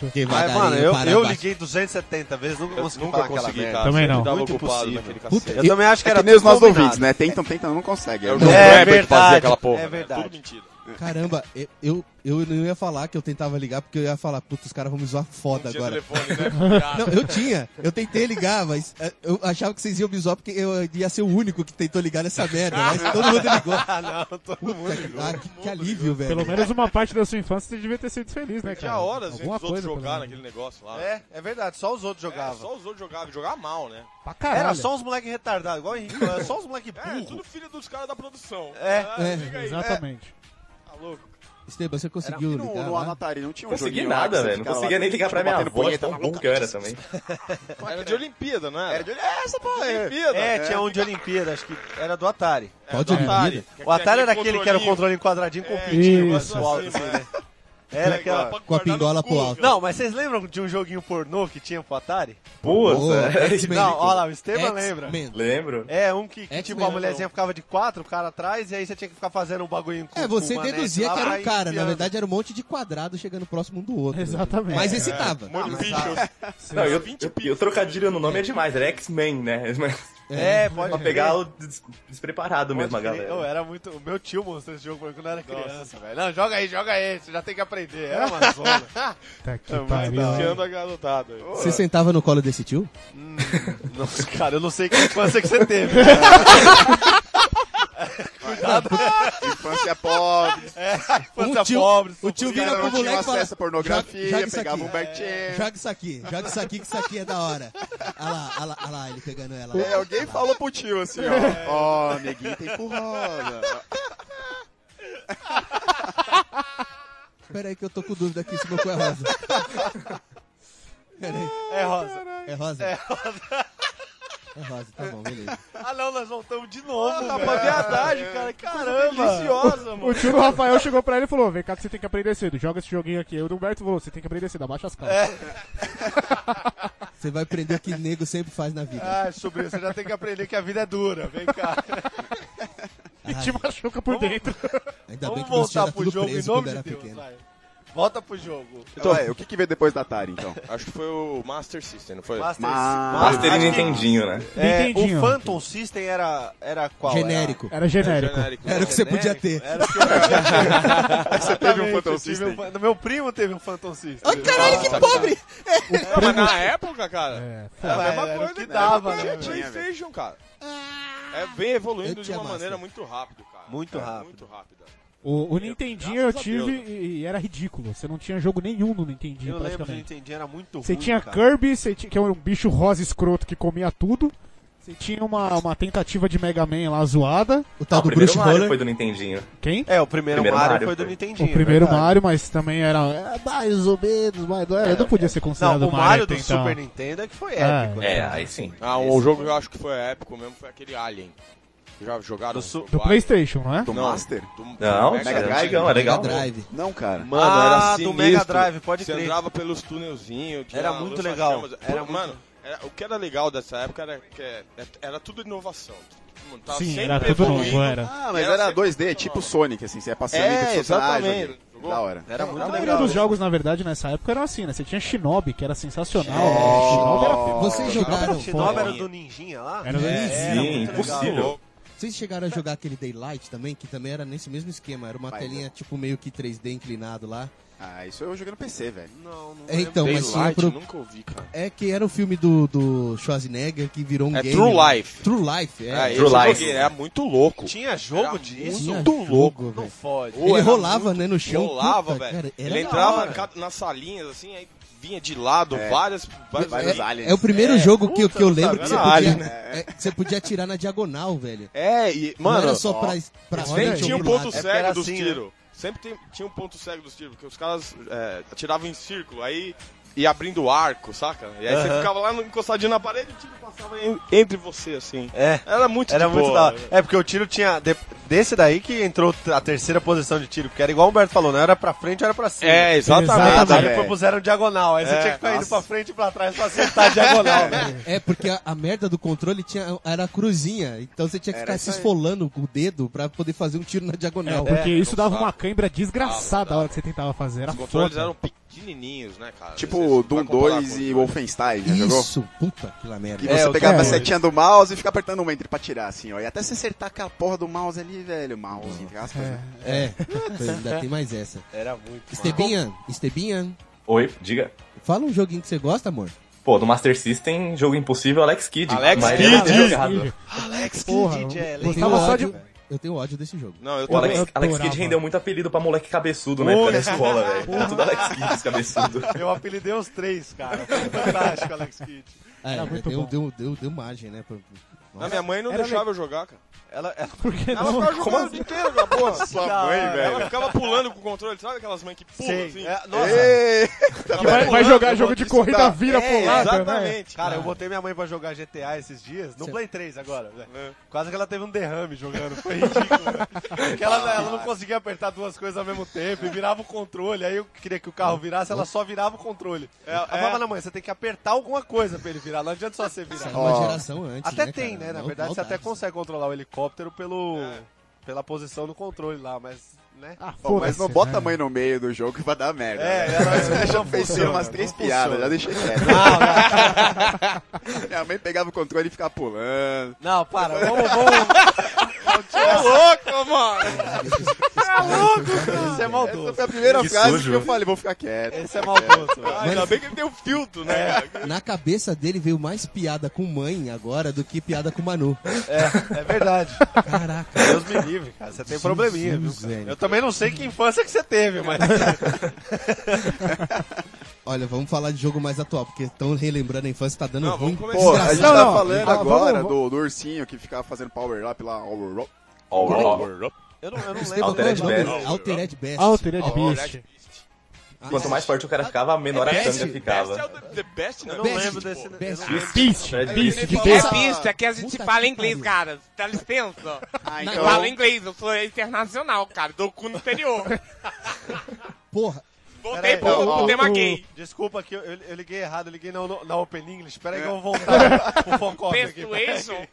Speaker 6: Mas,
Speaker 3: Devagarinho,
Speaker 6: mano, eu,
Speaker 3: para
Speaker 6: eu
Speaker 3: baixo.
Speaker 6: liguei 270 vezes, nunca
Speaker 8: Eu
Speaker 6: consegui
Speaker 8: nunca
Speaker 6: falar aquela
Speaker 8: consegui,
Speaker 6: merda.
Speaker 8: cara.
Speaker 2: Também não.
Speaker 8: Eu tava
Speaker 6: Muito
Speaker 8: ocupado né?
Speaker 6: impossível.
Speaker 8: naquele
Speaker 3: Puta,
Speaker 6: Eu
Speaker 8: cacete.
Speaker 6: também acho que
Speaker 4: É
Speaker 6: era
Speaker 4: que nem os
Speaker 6: tudo
Speaker 4: nossos
Speaker 6: combinado.
Speaker 4: ouvintes, né? Tentam, tentam, não conseguem.
Speaker 8: É o
Speaker 4: Não,
Speaker 8: João
Speaker 6: É
Speaker 8: Kleber que
Speaker 6: verdade,
Speaker 8: fazia aquela porra.
Speaker 6: é
Speaker 8: né?
Speaker 6: verdade.
Speaker 8: Tudo mentira.
Speaker 3: Caramba, eu, eu, eu não ia falar que eu tentava ligar, porque eu ia falar, putz, os caras vão me zoar foda
Speaker 8: Não tinha
Speaker 3: agora.
Speaker 8: telefone, né?
Speaker 3: Não, eu tinha. Eu tentei ligar, mas eh, eu achava que vocês iam me zoar porque eu ia ser o único que tentou ligar nessa merda. Mas todo mundo ligou.
Speaker 6: Ah, não, todo mundo.
Speaker 3: Ah, que, que alívio, velho.
Speaker 2: Pelo menos uma parte da sua infância você devia ter sido feliz, né, cara?
Speaker 8: Tinha horas entre
Speaker 2: Alguma
Speaker 8: os outros
Speaker 2: coisa, pelo
Speaker 8: jogaram
Speaker 2: menos.
Speaker 8: aquele negócio lá.
Speaker 6: É, é verdade, só os outros
Speaker 8: É,
Speaker 6: jogavam.
Speaker 8: só os outros jogavam. Jogava mal, né?
Speaker 2: Pra caralho.
Speaker 6: Era só uns moleque retardado, igual o Henrique, falou, era só uns moleque
Speaker 8: É,
Speaker 6: burro.
Speaker 8: tudo filho dos caras da produção.
Speaker 6: É,
Speaker 3: é.
Speaker 8: Fica aí,
Speaker 2: Exatamente.
Speaker 8: tá louco.
Speaker 3: Esteban, você conseguiu
Speaker 4: No,
Speaker 3: ligar?
Speaker 4: no
Speaker 3: lá?
Speaker 4: Anatari não tinha um
Speaker 5: Não consegui
Speaker 4: joguinho lá que
Speaker 5: nada,
Speaker 4: você
Speaker 5: velho. Não
Speaker 4: ficava lá,
Speaker 5: conseguia nem ligar pra minha
Speaker 4: batendo
Speaker 5: avó, de
Speaker 4: punheta
Speaker 5: tão
Speaker 4: na
Speaker 5: bom
Speaker 4: boca.
Speaker 5: que eu era também.
Speaker 8: Era de Olimpíada, não era?
Speaker 4: Era de olho. É, essa porra aí.
Speaker 8: Olimpíada.
Speaker 6: É, tinha um de Olimpíada, acho que era do Atari.
Speaker 3: Qual
Speaker 8: É,
Speaker 3: de
Speaker 8: do Atari.
Speaker 3: Olimpíada?
Speaker 6: O Atari era aquele que era o
Speaker 8: controlinho.
Speaker 6: controle quadradinho com o
Speaker 8: É,
Speaker 6: pintinho,
Speaker 2: isso.
Speaker 6: mas do alto, assim, né? Era aquela...
Speaker 3: Com a pingola pro alto.
Speaker 6: Não, mas vocês lembram de um joguinho pornô que tinha pro Atari?
Speaker 3: Ô,
Speaker 5: Puta, era
Speaker 3: X-Men.
Speaker 6: Não, olha lá, o Esteban lembra.
Speaker 3: X-Men.
Speaker 5: Lembro.
Speaker 6: É, um que, que, tipo, a
Speaker 3: X-Men,
Speaker 6: mulherzinha ficava de quatro, o cara atrás, e aí você tinha que ficar fazendo um bagulho com
Speaker 3: É, você
Speaker 6: com o
Speaker 3: deduzia
Speaker 6: manete
Speaker 3: que
Speaker 6: lá
Speaker 3: era
Speaker 6: pra
Speaker 3: um cara. Na
Speaker 6: enfiando.
Speaker 3: verdade, era um monte de quadrado chegando próximo um do outro.
Speaker 6: né?
Speaker 2: Exatamente.
Speaker 3: Mas excitava.
Speaker 8: Muito bicho.
Speaker 5: Não, e o- e o trocadilho no nome é demais, era X-Men, né? Mas
Speaker 6: É, pode
Speaker 5: pra pegar o des- despreparado mesmo a
Speaker 6: Pode é. crer. Eu
Speaker 5: galera.
Speaker 6: era muito. O meu tio mostrou esse jogo pra mim quando eu era criança, velho. Não, joga aí, joga aí, você já tem que aprender. Era uma zona.
Speaker 2: Tá
Speaker 6: É
Speaker 2: que pariu.
Speaker 8: Tirando a garotada.
Speaker 3: Você sentava no colo desse tio?
Speaker 6: Nossa, cara, eu não sei que infância que você teve.
Speaker 4: Infância pobre.
Speaker 6: Infância
Speaker 3: tio-
Speaker 6: pobre,
Speaker 3: o tio vira
Speaker 4: Não
Speaker 3: pro
Speaker 4: tinha
Speaker 3: moleque e fala...
Speaker 4: acesso à pornografia,
Speaker 3: joga- joga isso
Speaker 4: pegava
Speaker 3: aqui.
Speaker 4: um Bertinho.
Speaker 3: Joga isso aqui, joga isso aqui, que isso aqui é da hora. Olha lá, olha lá, olha lá ele pegando ela.
Speaker 4: É, alguém falou pro tio assim,
Speaker 3: É.
Speaker 4: ó. Ó, neguinho tem currosa.
Speaker 3: Pera aí que eu tô com dúvida aqui se meu cu é rosa. Pera aí,
Speaker 6: É rosa.
Speaker 3: é rosa? É rosa. É rosa, tá bom, beleza.
Speaker 6: Ah não, nós voltamos de novo.
Speaker 8: Tá
Speaker 6: velho.
Speaker 8: pra viadagem, cara. Que Caramba. Deliciosa, mano.
Speaker 2: O tio do Rafael chegou pra ele e falou: Vem cá que você tem que aprender cedo, joga esse joguinho aqui. Eu do Humberto falou: Você tem que aprender cedo, abaixa as
Speaker 6: É.
Speaker 2: calças.
Speaker 3: Você vai aprender o que nego sempre faz na vida.
Speaker 6: Ah, sobrinho, você já tem que aprender que a vida é dura. Vem cá.
Speaker 2: e te machuca por dentro.
Speaker 3: Ainda bem
Speaker 6: Vamos
Speaker 3: que meus tios
Speaker 6: voltar
Speaker 3: era
Speaker 6: pro
Speaker 3: tudo
Speaker 6: jogo em
Speaker 3: preso quando
Speaker 6: nome
Speaker 3: era
Speaker 6: de Deus.
Speaker 3: pequeno.
Speaker 6: vai. Volta pro jogo.
Speaker 8: Então,
Speaker 4: Ué, o que que veio depois da Atari, então?
Speaker 8: Acho que foi o Master System, não foi?
Speaker 6: Master,
Speaker 4: Mas-
Speaker 5: Master e
Speaker 6: acho que-
Speaker 5: Nintendinho, né?
Speaker 6: É,
Speaker 2: Nintendinho.
Speaker 6: o Phantom System era, era qual?
Speaker 3: Genérico.
Speaker 2: Era genérico.
Speaker 6: é
Speaker 8: Genérico.
Speaker 3: Era o que você podia ter.
Speaker 6: Era o que eu Exatamente,
Speaker 4: Você teve um
Speaker 6: eu
Speaker 4: Phantom
Speaker 6: tive
Speaker 4: System?
Speaker 6: um Phan- meu primo teve um Phantom System.
Speaker 3: Ai, caralho, que pobre!
Speaker 8: Não, mas na época, cara,
Speaker 2: É,
Speaker 8: era a mesma
Speaker 6: Era o
Speaker 8: coisa
Speaker 6: que
Speaker 8: né?
Speaker 6: dava,
Speaker 8: Porque
Speaker 6: né,
Speaker 8: tinha Playstation, cara. É, vem
Speaker 3: Eu
Speaker 8: evoluindo de
Speaker 3: Ah. tinha
Speaker 8: uma
Speaker 3: Master.
Speaker 8: maneira muito rápido, cara.
Speaker 6: Muito
Speaker 8: É,
Speaker 6: rápido.
Speaker 8: Muito rápida.
Speaker 2: O, o Nintendinho eu tive e, e era ridículo. Você não tinha jogo nenhum no Nintendinho,
Speaker 6: Eu lembro do
Speaker 2: praticamente.
Speaker 6: Nintendinho, era muito ruim.
Speaker 2: Você tinha
Speaker 6: cara.
Speaker 2: Kirby, você ti- que era um bicho rosa escroto que comia tudo. Você tinha uma, uma tentativa de Mega Man lá zoada.
Speaker 3: O tal
Speaker 5: o
Speaker 3: do
Speaker 5: primeiro
Speaker 3: Bruce
Speaker 5: Mario
Speaker 3: Roller.
Speaker 5: foi do Nintendinho.
Speaker 2: Quem?
Speaker 6: É, o primeiro,
Speaker 5: Primeiro
Speaker 6: Mario,
Speaker 5: Mario
Speaker 6: foi do
Speaker 5: foi.
Speaker 6: Nintendinho. né,
Speaker 2: o primeiro
Speaker 6: verdade.
Speaker 2: Mario, mas também era é, mais ou menos, mais ou menos. Não podia ser considerado
Speaker 6: Não, o Mario do
Speaker 2: então.
Speaker 6: Super Nintendo é que foi
Speaker 2: É.
Speaker 6: épico.
Speaker 5: É, aí sim.
Speaker 8: Ah, o jogo que eu acho que foi épico mesmo foi aquele Alien. Já jogaram?
Speaker 6: Do su-
Speaker 8: jogo
Speaker 2: Do
Speaker 8: Alien?
Speaker 2: Playstation, não é?
Speaker 4: Do
Speaker 8: Não,
Speaker 4: Master?
Speaker 8: do-
Speaker 5: Não,
Speaker 8: do Mega
Speaker 5: era
Speaker 8: Drive. é
Speaker 5: antigão, era legal.
Speaker 3: Mega
Speaker 8: né?
Speaker 3: Drive.
Speaker 4: Não, cara.
Speaker 6: Mano,
Speaker 8: Ah,
Speaker 6: era sinistro. Você
Speaker 8: Você entrava pelos túnelzinhos.
Speaker 6: tinha Era muito legal. lança-chamas. Era
Speaker 8: Era,
Speaker 6: muito-
Speaker 8: mano, era- o que era legal dessa época era que é- era tudo inovação. Mano,
Speaker 6: Tá
Speaker 8: tava
Speaker 2: Sim,
Speaker 8: sempre
Speaker 2: era tudo
Speaker 8: evoluindo.
Speaker 2: novo, é. era.
Speaker 4: Ah, mas era 2D, tipo Sonic, assim. Você ia passando
Speaker 8: É,
Speaker 4: entre os personagens.
Speaker 8: exatamente.
Speaker 4: ali. Da hora.
Speaker 6: Era
Speaker 2: A
Speaker 6: muito
Speaker 2: maioria
Speaker 6: Tá legal.
Speaker 2: dos jogos, na verdade, nessa época eram assim, né? Você tinha Shinobi, que era sensacional. né? Shinobi era...
Speaker 3: Vocês jogaram.
Speaker 6: Shinobi era do Ninjinha lá?
Speaker 2: Era do
Speaker 6: Era
Speaker 5: Sim,
Speaker 6: muito legal.
Speaker 5: impossível.
Speaker 3: Vocês chegaram a jogar aquele Daylight também, que também era nesse mesmo esquema, era uma
Speaker 4: Vai,
Speaker 3: telinha tipo meio que 3D inclinado lá.
Speaker 4: Ah, isso eu joguei no PC, velho.
Speaker 8: Não, não
Speaker 3: É, então, mas tinha
Speaker 8: Daylight,
Speaker 3: pro-
Speaker 8: nunca ouvi, cara.
Speaker 3: É que era o filme do, do Schwarzenegger que virou um
Speaker 8: É
Speaker 3: game.
Speaker 8: True
Speaker 3: né?
Speaker 8: Life.
Speaker 3: True Life, é.
Speaker 8: É,
Speaker 5: True
Speaker 8: esse eu
Speaker 5: Life.
Speaker 8: joguei, Era muito louco.
Speaker 6: Tinha jogo
Speaker 8: Era
Speaker 6: disso?
Speaker 3: Tinha
Speaker 8: muito
Speaker 3: jogo,
Speaker 8: louco.
Speaker 6: Não
Speaker 3: velho.
Speaker 6: fode.
Speaker 8: Pô,
Speaker 3: Ele
Speaker 8: era
Speaker 3: rolava,
Speaker 8: muito-
Speaker 3: né, no chão.
Speaker 8: Rolava,
Speaker 3: puta,
Speaker 8: velho.
Speaker 3: cara, era
Speaker 8: Ele
Speaker 3: da
Speaker 8: entrava
Speaker 3: hora.
Speaker 8: ca- nas salinhas, assim, aí vinha de lado,
Speaker 4: É.
Speaker 8: várias... várias
Speaker 4: Vários
Speaker 8: é,
Speaker 4: aliens.
Speaker 3: É o primeiro jogo que, que eu lembro que você
Speaker 8: vendo?
Speaker 3: podia,
Speaker 8: Alien,
Speaker 3: é, que você podia atirar na diagonal, velho.
Speaker 8: e,
Speaker 3: Não
Speaker 8: mano...
Speaker 3: era só pra, pra
Speaker 2: Olha
Speaker 8: Sempre
Speaker 2: aí.
Speaker 3: frente
Speaker 8: tinha
Speaker 3: ou
Speaker 8: um
Speaker 3: pro
Speaker 8: ponto
Speaker 3: lado.
Speaker 6: É porque
Speaker 8: cego
Speaker 6: era
Speaker 8: dos
Speaker 6: assim, né?
Speaker 8: tiros. Sempre tem- tinha um ponto cego dos tiros, porque os caras é, atiravam em círculo, aí ia abrindo o arco, saca? E aí você ficava lá no- encostadinho na parede e o tiro passava en- entre você, assim.
Speaker 6: É.
Speaker 8: Era muito
Speaker 6: Era
Speaker 8: de
Speaker 6: muito
Speaker 8: boa. né?
Speaker 6: da hora. É porque o tiro tinha. de- desse daí que entrou a terceira posição de tiro, porque era igual o Humberto falou, não era pra frente, era pra cima.
Speaker 8: É, exatamente.
Speaker 6: Aí
Speaker 4: velho.
Speaker 6: propuseram diagonal, aí você
Speaker 8: É,
Speaker 6: tinha que ficar indo
Speaker 4: nossa.
Speaker 6: pra frente e pra trás pra acertar a diagonal. né?
Speaker 3: É, porque a, a merda do controle tinha, era a cruzinha, então você tinha que ficar se esfolando com o dedo pra poder fazer um tiro na
Speaker 2: É,
Speaker 3: diagonal.
Speaker 2: porque isso dava
Speaker 8: sabe.
Speaker 2: uma cãibra desgraçada a hora que você tentava fazer. Era
Speaker 8: Os controles
Speaker 2: foda.
Speaker 8: eram pequenininhos, né, cara?
Speaker 4: Tipo
Speaker 8: Vocês-
Speaker 4: Doom
Speaker 8: vai comparar
Speaker 4: 2 e
Speaker 8: com-
Speaker 4: Wolfenstein, já jogou?
Speaker 3: Isso, puta que lá merda.
Speaker 4: Que
Speaker 6: É,
Speaker 4: você
Speaker 6: eu
Speaker 4: pegava a
Speaker 2: também.
Speaker 4: setinha do mouse e ficava apertando uma entre pra tirar, assim, ó. E até você acertar aquela porra do mouse ali, velho. Mouse, entre aspas. né?
Speaker 3: É, ainda tem mais essa.
Speaker 6: Era muito.
Speaker 3: Estebinha, Estebinha,
Speaker 5: Oi, diga.
Speaker 3: fala um joguinho que você gosta, amor.
Speaker 5: Pô, do Master System, jogo impossível, Alex Kidd.
Speaker 8: Alex
Speaker 5: Mas
Speaker 8: Kidd!
Speaker 5: era muito errado.
Speaker 6: Alex
Speaker 2: Porra,
Speaker 6: Kidd, é
Speaker 2: eu
Speaker 6: legal.
Speaker 2: gostava só de...
Speaker 3: Eu tenho ódio desse jogo.
Speaker 8: Não, eu
Speaker 5: O
Speaker 8: também.
Speaker 5: Alex, Alex Kidd rendeu muito apelido pra moleque cabeçudo, né? Pra da escola, velho. Era tudo Alex Kidd, esse cabeçudo.
Speaker 6: Eu apelidei os três, cara. Foi fantástico, Alex Kidd.
Speaker 3: Ah,
Speaker 2: Era
Speaker 3: é,
Speaker 2: muito
Speaker 3: deu,
Speaker 2: bom.
Speaker 3: deu, deu, deu margem, né? pra-
Speaker 8: Não, minha mãe não
Speaker 2: Era
Speaker 8: deixava eu jogar, cara.
Speaker 6: Ela, ela-
Speaker 2: Por que
Speaker 8: Ela
Speaker 2: não?
Speaker 8: ficava jogando o dia inteiro, na porra.
Speaker 4: Sua
Speaker 6: Da
Speaker 4: mãe,
Speaker 6: hora.
Speaker 4: velho.
Speaker 8: Ela ficava pulando com o controle, sabe aquelas mães que pulam
Speaker 6: Sim.
Speaker 8: assim?
Speaker 6: É,
Speaker 2: Ah.
Speaker 6: nossa.
Speaker 2: Que vai, vai jogar jogo de corrida,
Speaker 4: dá.
Speaker 2: vira
Speaker 6: É,
Speaker 2: pro lado, né?
Speaker 8: Exatamente.
Speaker 6: Cara, eu botei minha mãe pra jogar GTA esses dias, no Play 3 agora. né?
Speaker 8: É.
Speaker 6: Quase que ela teve um derrame jogando, foi ridículo. né? Porque ela, ela não conseguia apertar duas coisas ao mesmo tempo e virava o controle. Aí eu queria que o carro virasse, ela só virava o controle. ela falava, não, mãe, você tem que apertar alguma coisa pra ele virar, não adianta só você
Speaker 3: Isso
Speaker 6: virar.
Speaker 3: era uma geração antes,
Speaker 6: Até
Speaker 3: né,
Speaker 6: tem,
Speaker 3: cara?
Speaker 6: né? Na
Speaker 3: Mal-
Speaker 6: verdade, você até
Speaker 3: maldades.
Speaker 6: consegue controlar o helicóptero pelo, pela posição do controle lá, mas, né?
Speaker 2: Ah,
Speaker 4: Pô, mas
Speaker 2: foda-se,
Speaker 4: não bota a
Speaker 2: né?
Speaker 4: mãe no meio do jogo que vai dar merda.
Speaker 6: É,
Speaker 4: velho.
Speaker 6: ela-
Speaker 4: eu já
Speaker 6: não
Speaker 4: pensei
Speaker 6: funciona,
Speaker 4: umas
Speaker 6: não
Speaker 4: três
Speaker 6: funciona.
Speaker 4: piadas, já deixei quieto. Minha mãe pegava o controle e ficava pulando.
Speaker 6: Não, para, vamos, vamos.
Speaker 8: É louco, mano.
Speaker 6: Isso é
Speaker 4: Essa
Speaker 6: maldoso.
Speaker 4: foi a primeira
Speaker 5: Que
Speaker 4: frase
Speaker 5: sujo.
Speaker 4: que eu falei, vou ficar quieto. É,
Speaker 6: Esse é maldoso. velho.
Speaker 8: Ainda bem que ele tem um filtro, né, cara?
Speaker 3: Na cabeça dele veio mais piada com mãe agora do que piada com Manu.
Speaker 6: É, é verdade.
Speaker 3: Caraca.
Speaker 6: Deus me livre, cara. Você tem probleminha, viu?
Speaker 3: Jesus,
Speaker 6: cara?
Speaker 3: velho.
Speaker 6: Eu também não sei que infância que você teve, mas.
Speaker 3: Olha, vamos falar de jogo mais atual, porque estão relembrando a infância, tá dando
Speaker 8: Não,
Speaker 3: ruim.
Speaker 8: vamos começar.
Speaker 4: Pô, a gente
Speaker 2: Não,
Speaker 4: tá
Speaker 2: não.
Speaker 4: falando
Speaker 2: Ah,
Speaker 4: agora
Speaker 2: vamos-
Speaker 4: do, do ursinho que ficava fazendo power up lá. Power up.
Speaker 5: Ó, ó, ó.
Speaker 6: Eu não, eu não
Speaker 3: Qual
Speaker 6: lembro.
Speaker 3: é o
Speaker 5: Altered
Speaker 3: nome?
Speaker 5: Beast.
Speaker 3: Altered Best.
Speaker 2: Altered Beast.
Speaker 3: Ah,
Speaker 5: Quanto mais forte o cara ficava, menor a
Speaker 8: Best,
Speaker 5: sangue
Speaker 8: Best é
Speaker 5: ficava.
Speaker 8: o the, the best, né?
Speaker 6: Eu não
Speaker 3: Best,
Speaker 6: lembro desse. eu
Speaker 3: Best.
Speaker 6: não lembro.
Speaker 5: Beast.
Speaker 2: Beast,
Speaker 5: Altered
Speaker 2: Beast,
Speaker 5: Beast.
Speaker 2: de
Speaker 3: É
Speaker 2: besta.
Speaker 3: bicho, aqui a gente fala inglês, cara.
Speaker 4: Ah,
Speaker 3: Não,
Speaker 4: então...
Speaker 3: fala
Speaker 11: inglês, eu sou internacional, cara. Dou cu no interior.
Speaker 3: Porra,
Speaker 6: Peraí,
Speaker 4: pro-
Speaker 6: ó,
Speaker 4: pro
Speaker 6: ó,
Speaker 11: tema
Speaker 2: o-
Speaker 11: gay.
Speaker 6: Desculpa que eu, eu- eu liguei errado, eu liguei na, na Open English. Peraí que eu vou voltar pro Focop aqui.
Speaker 11: Persuasion?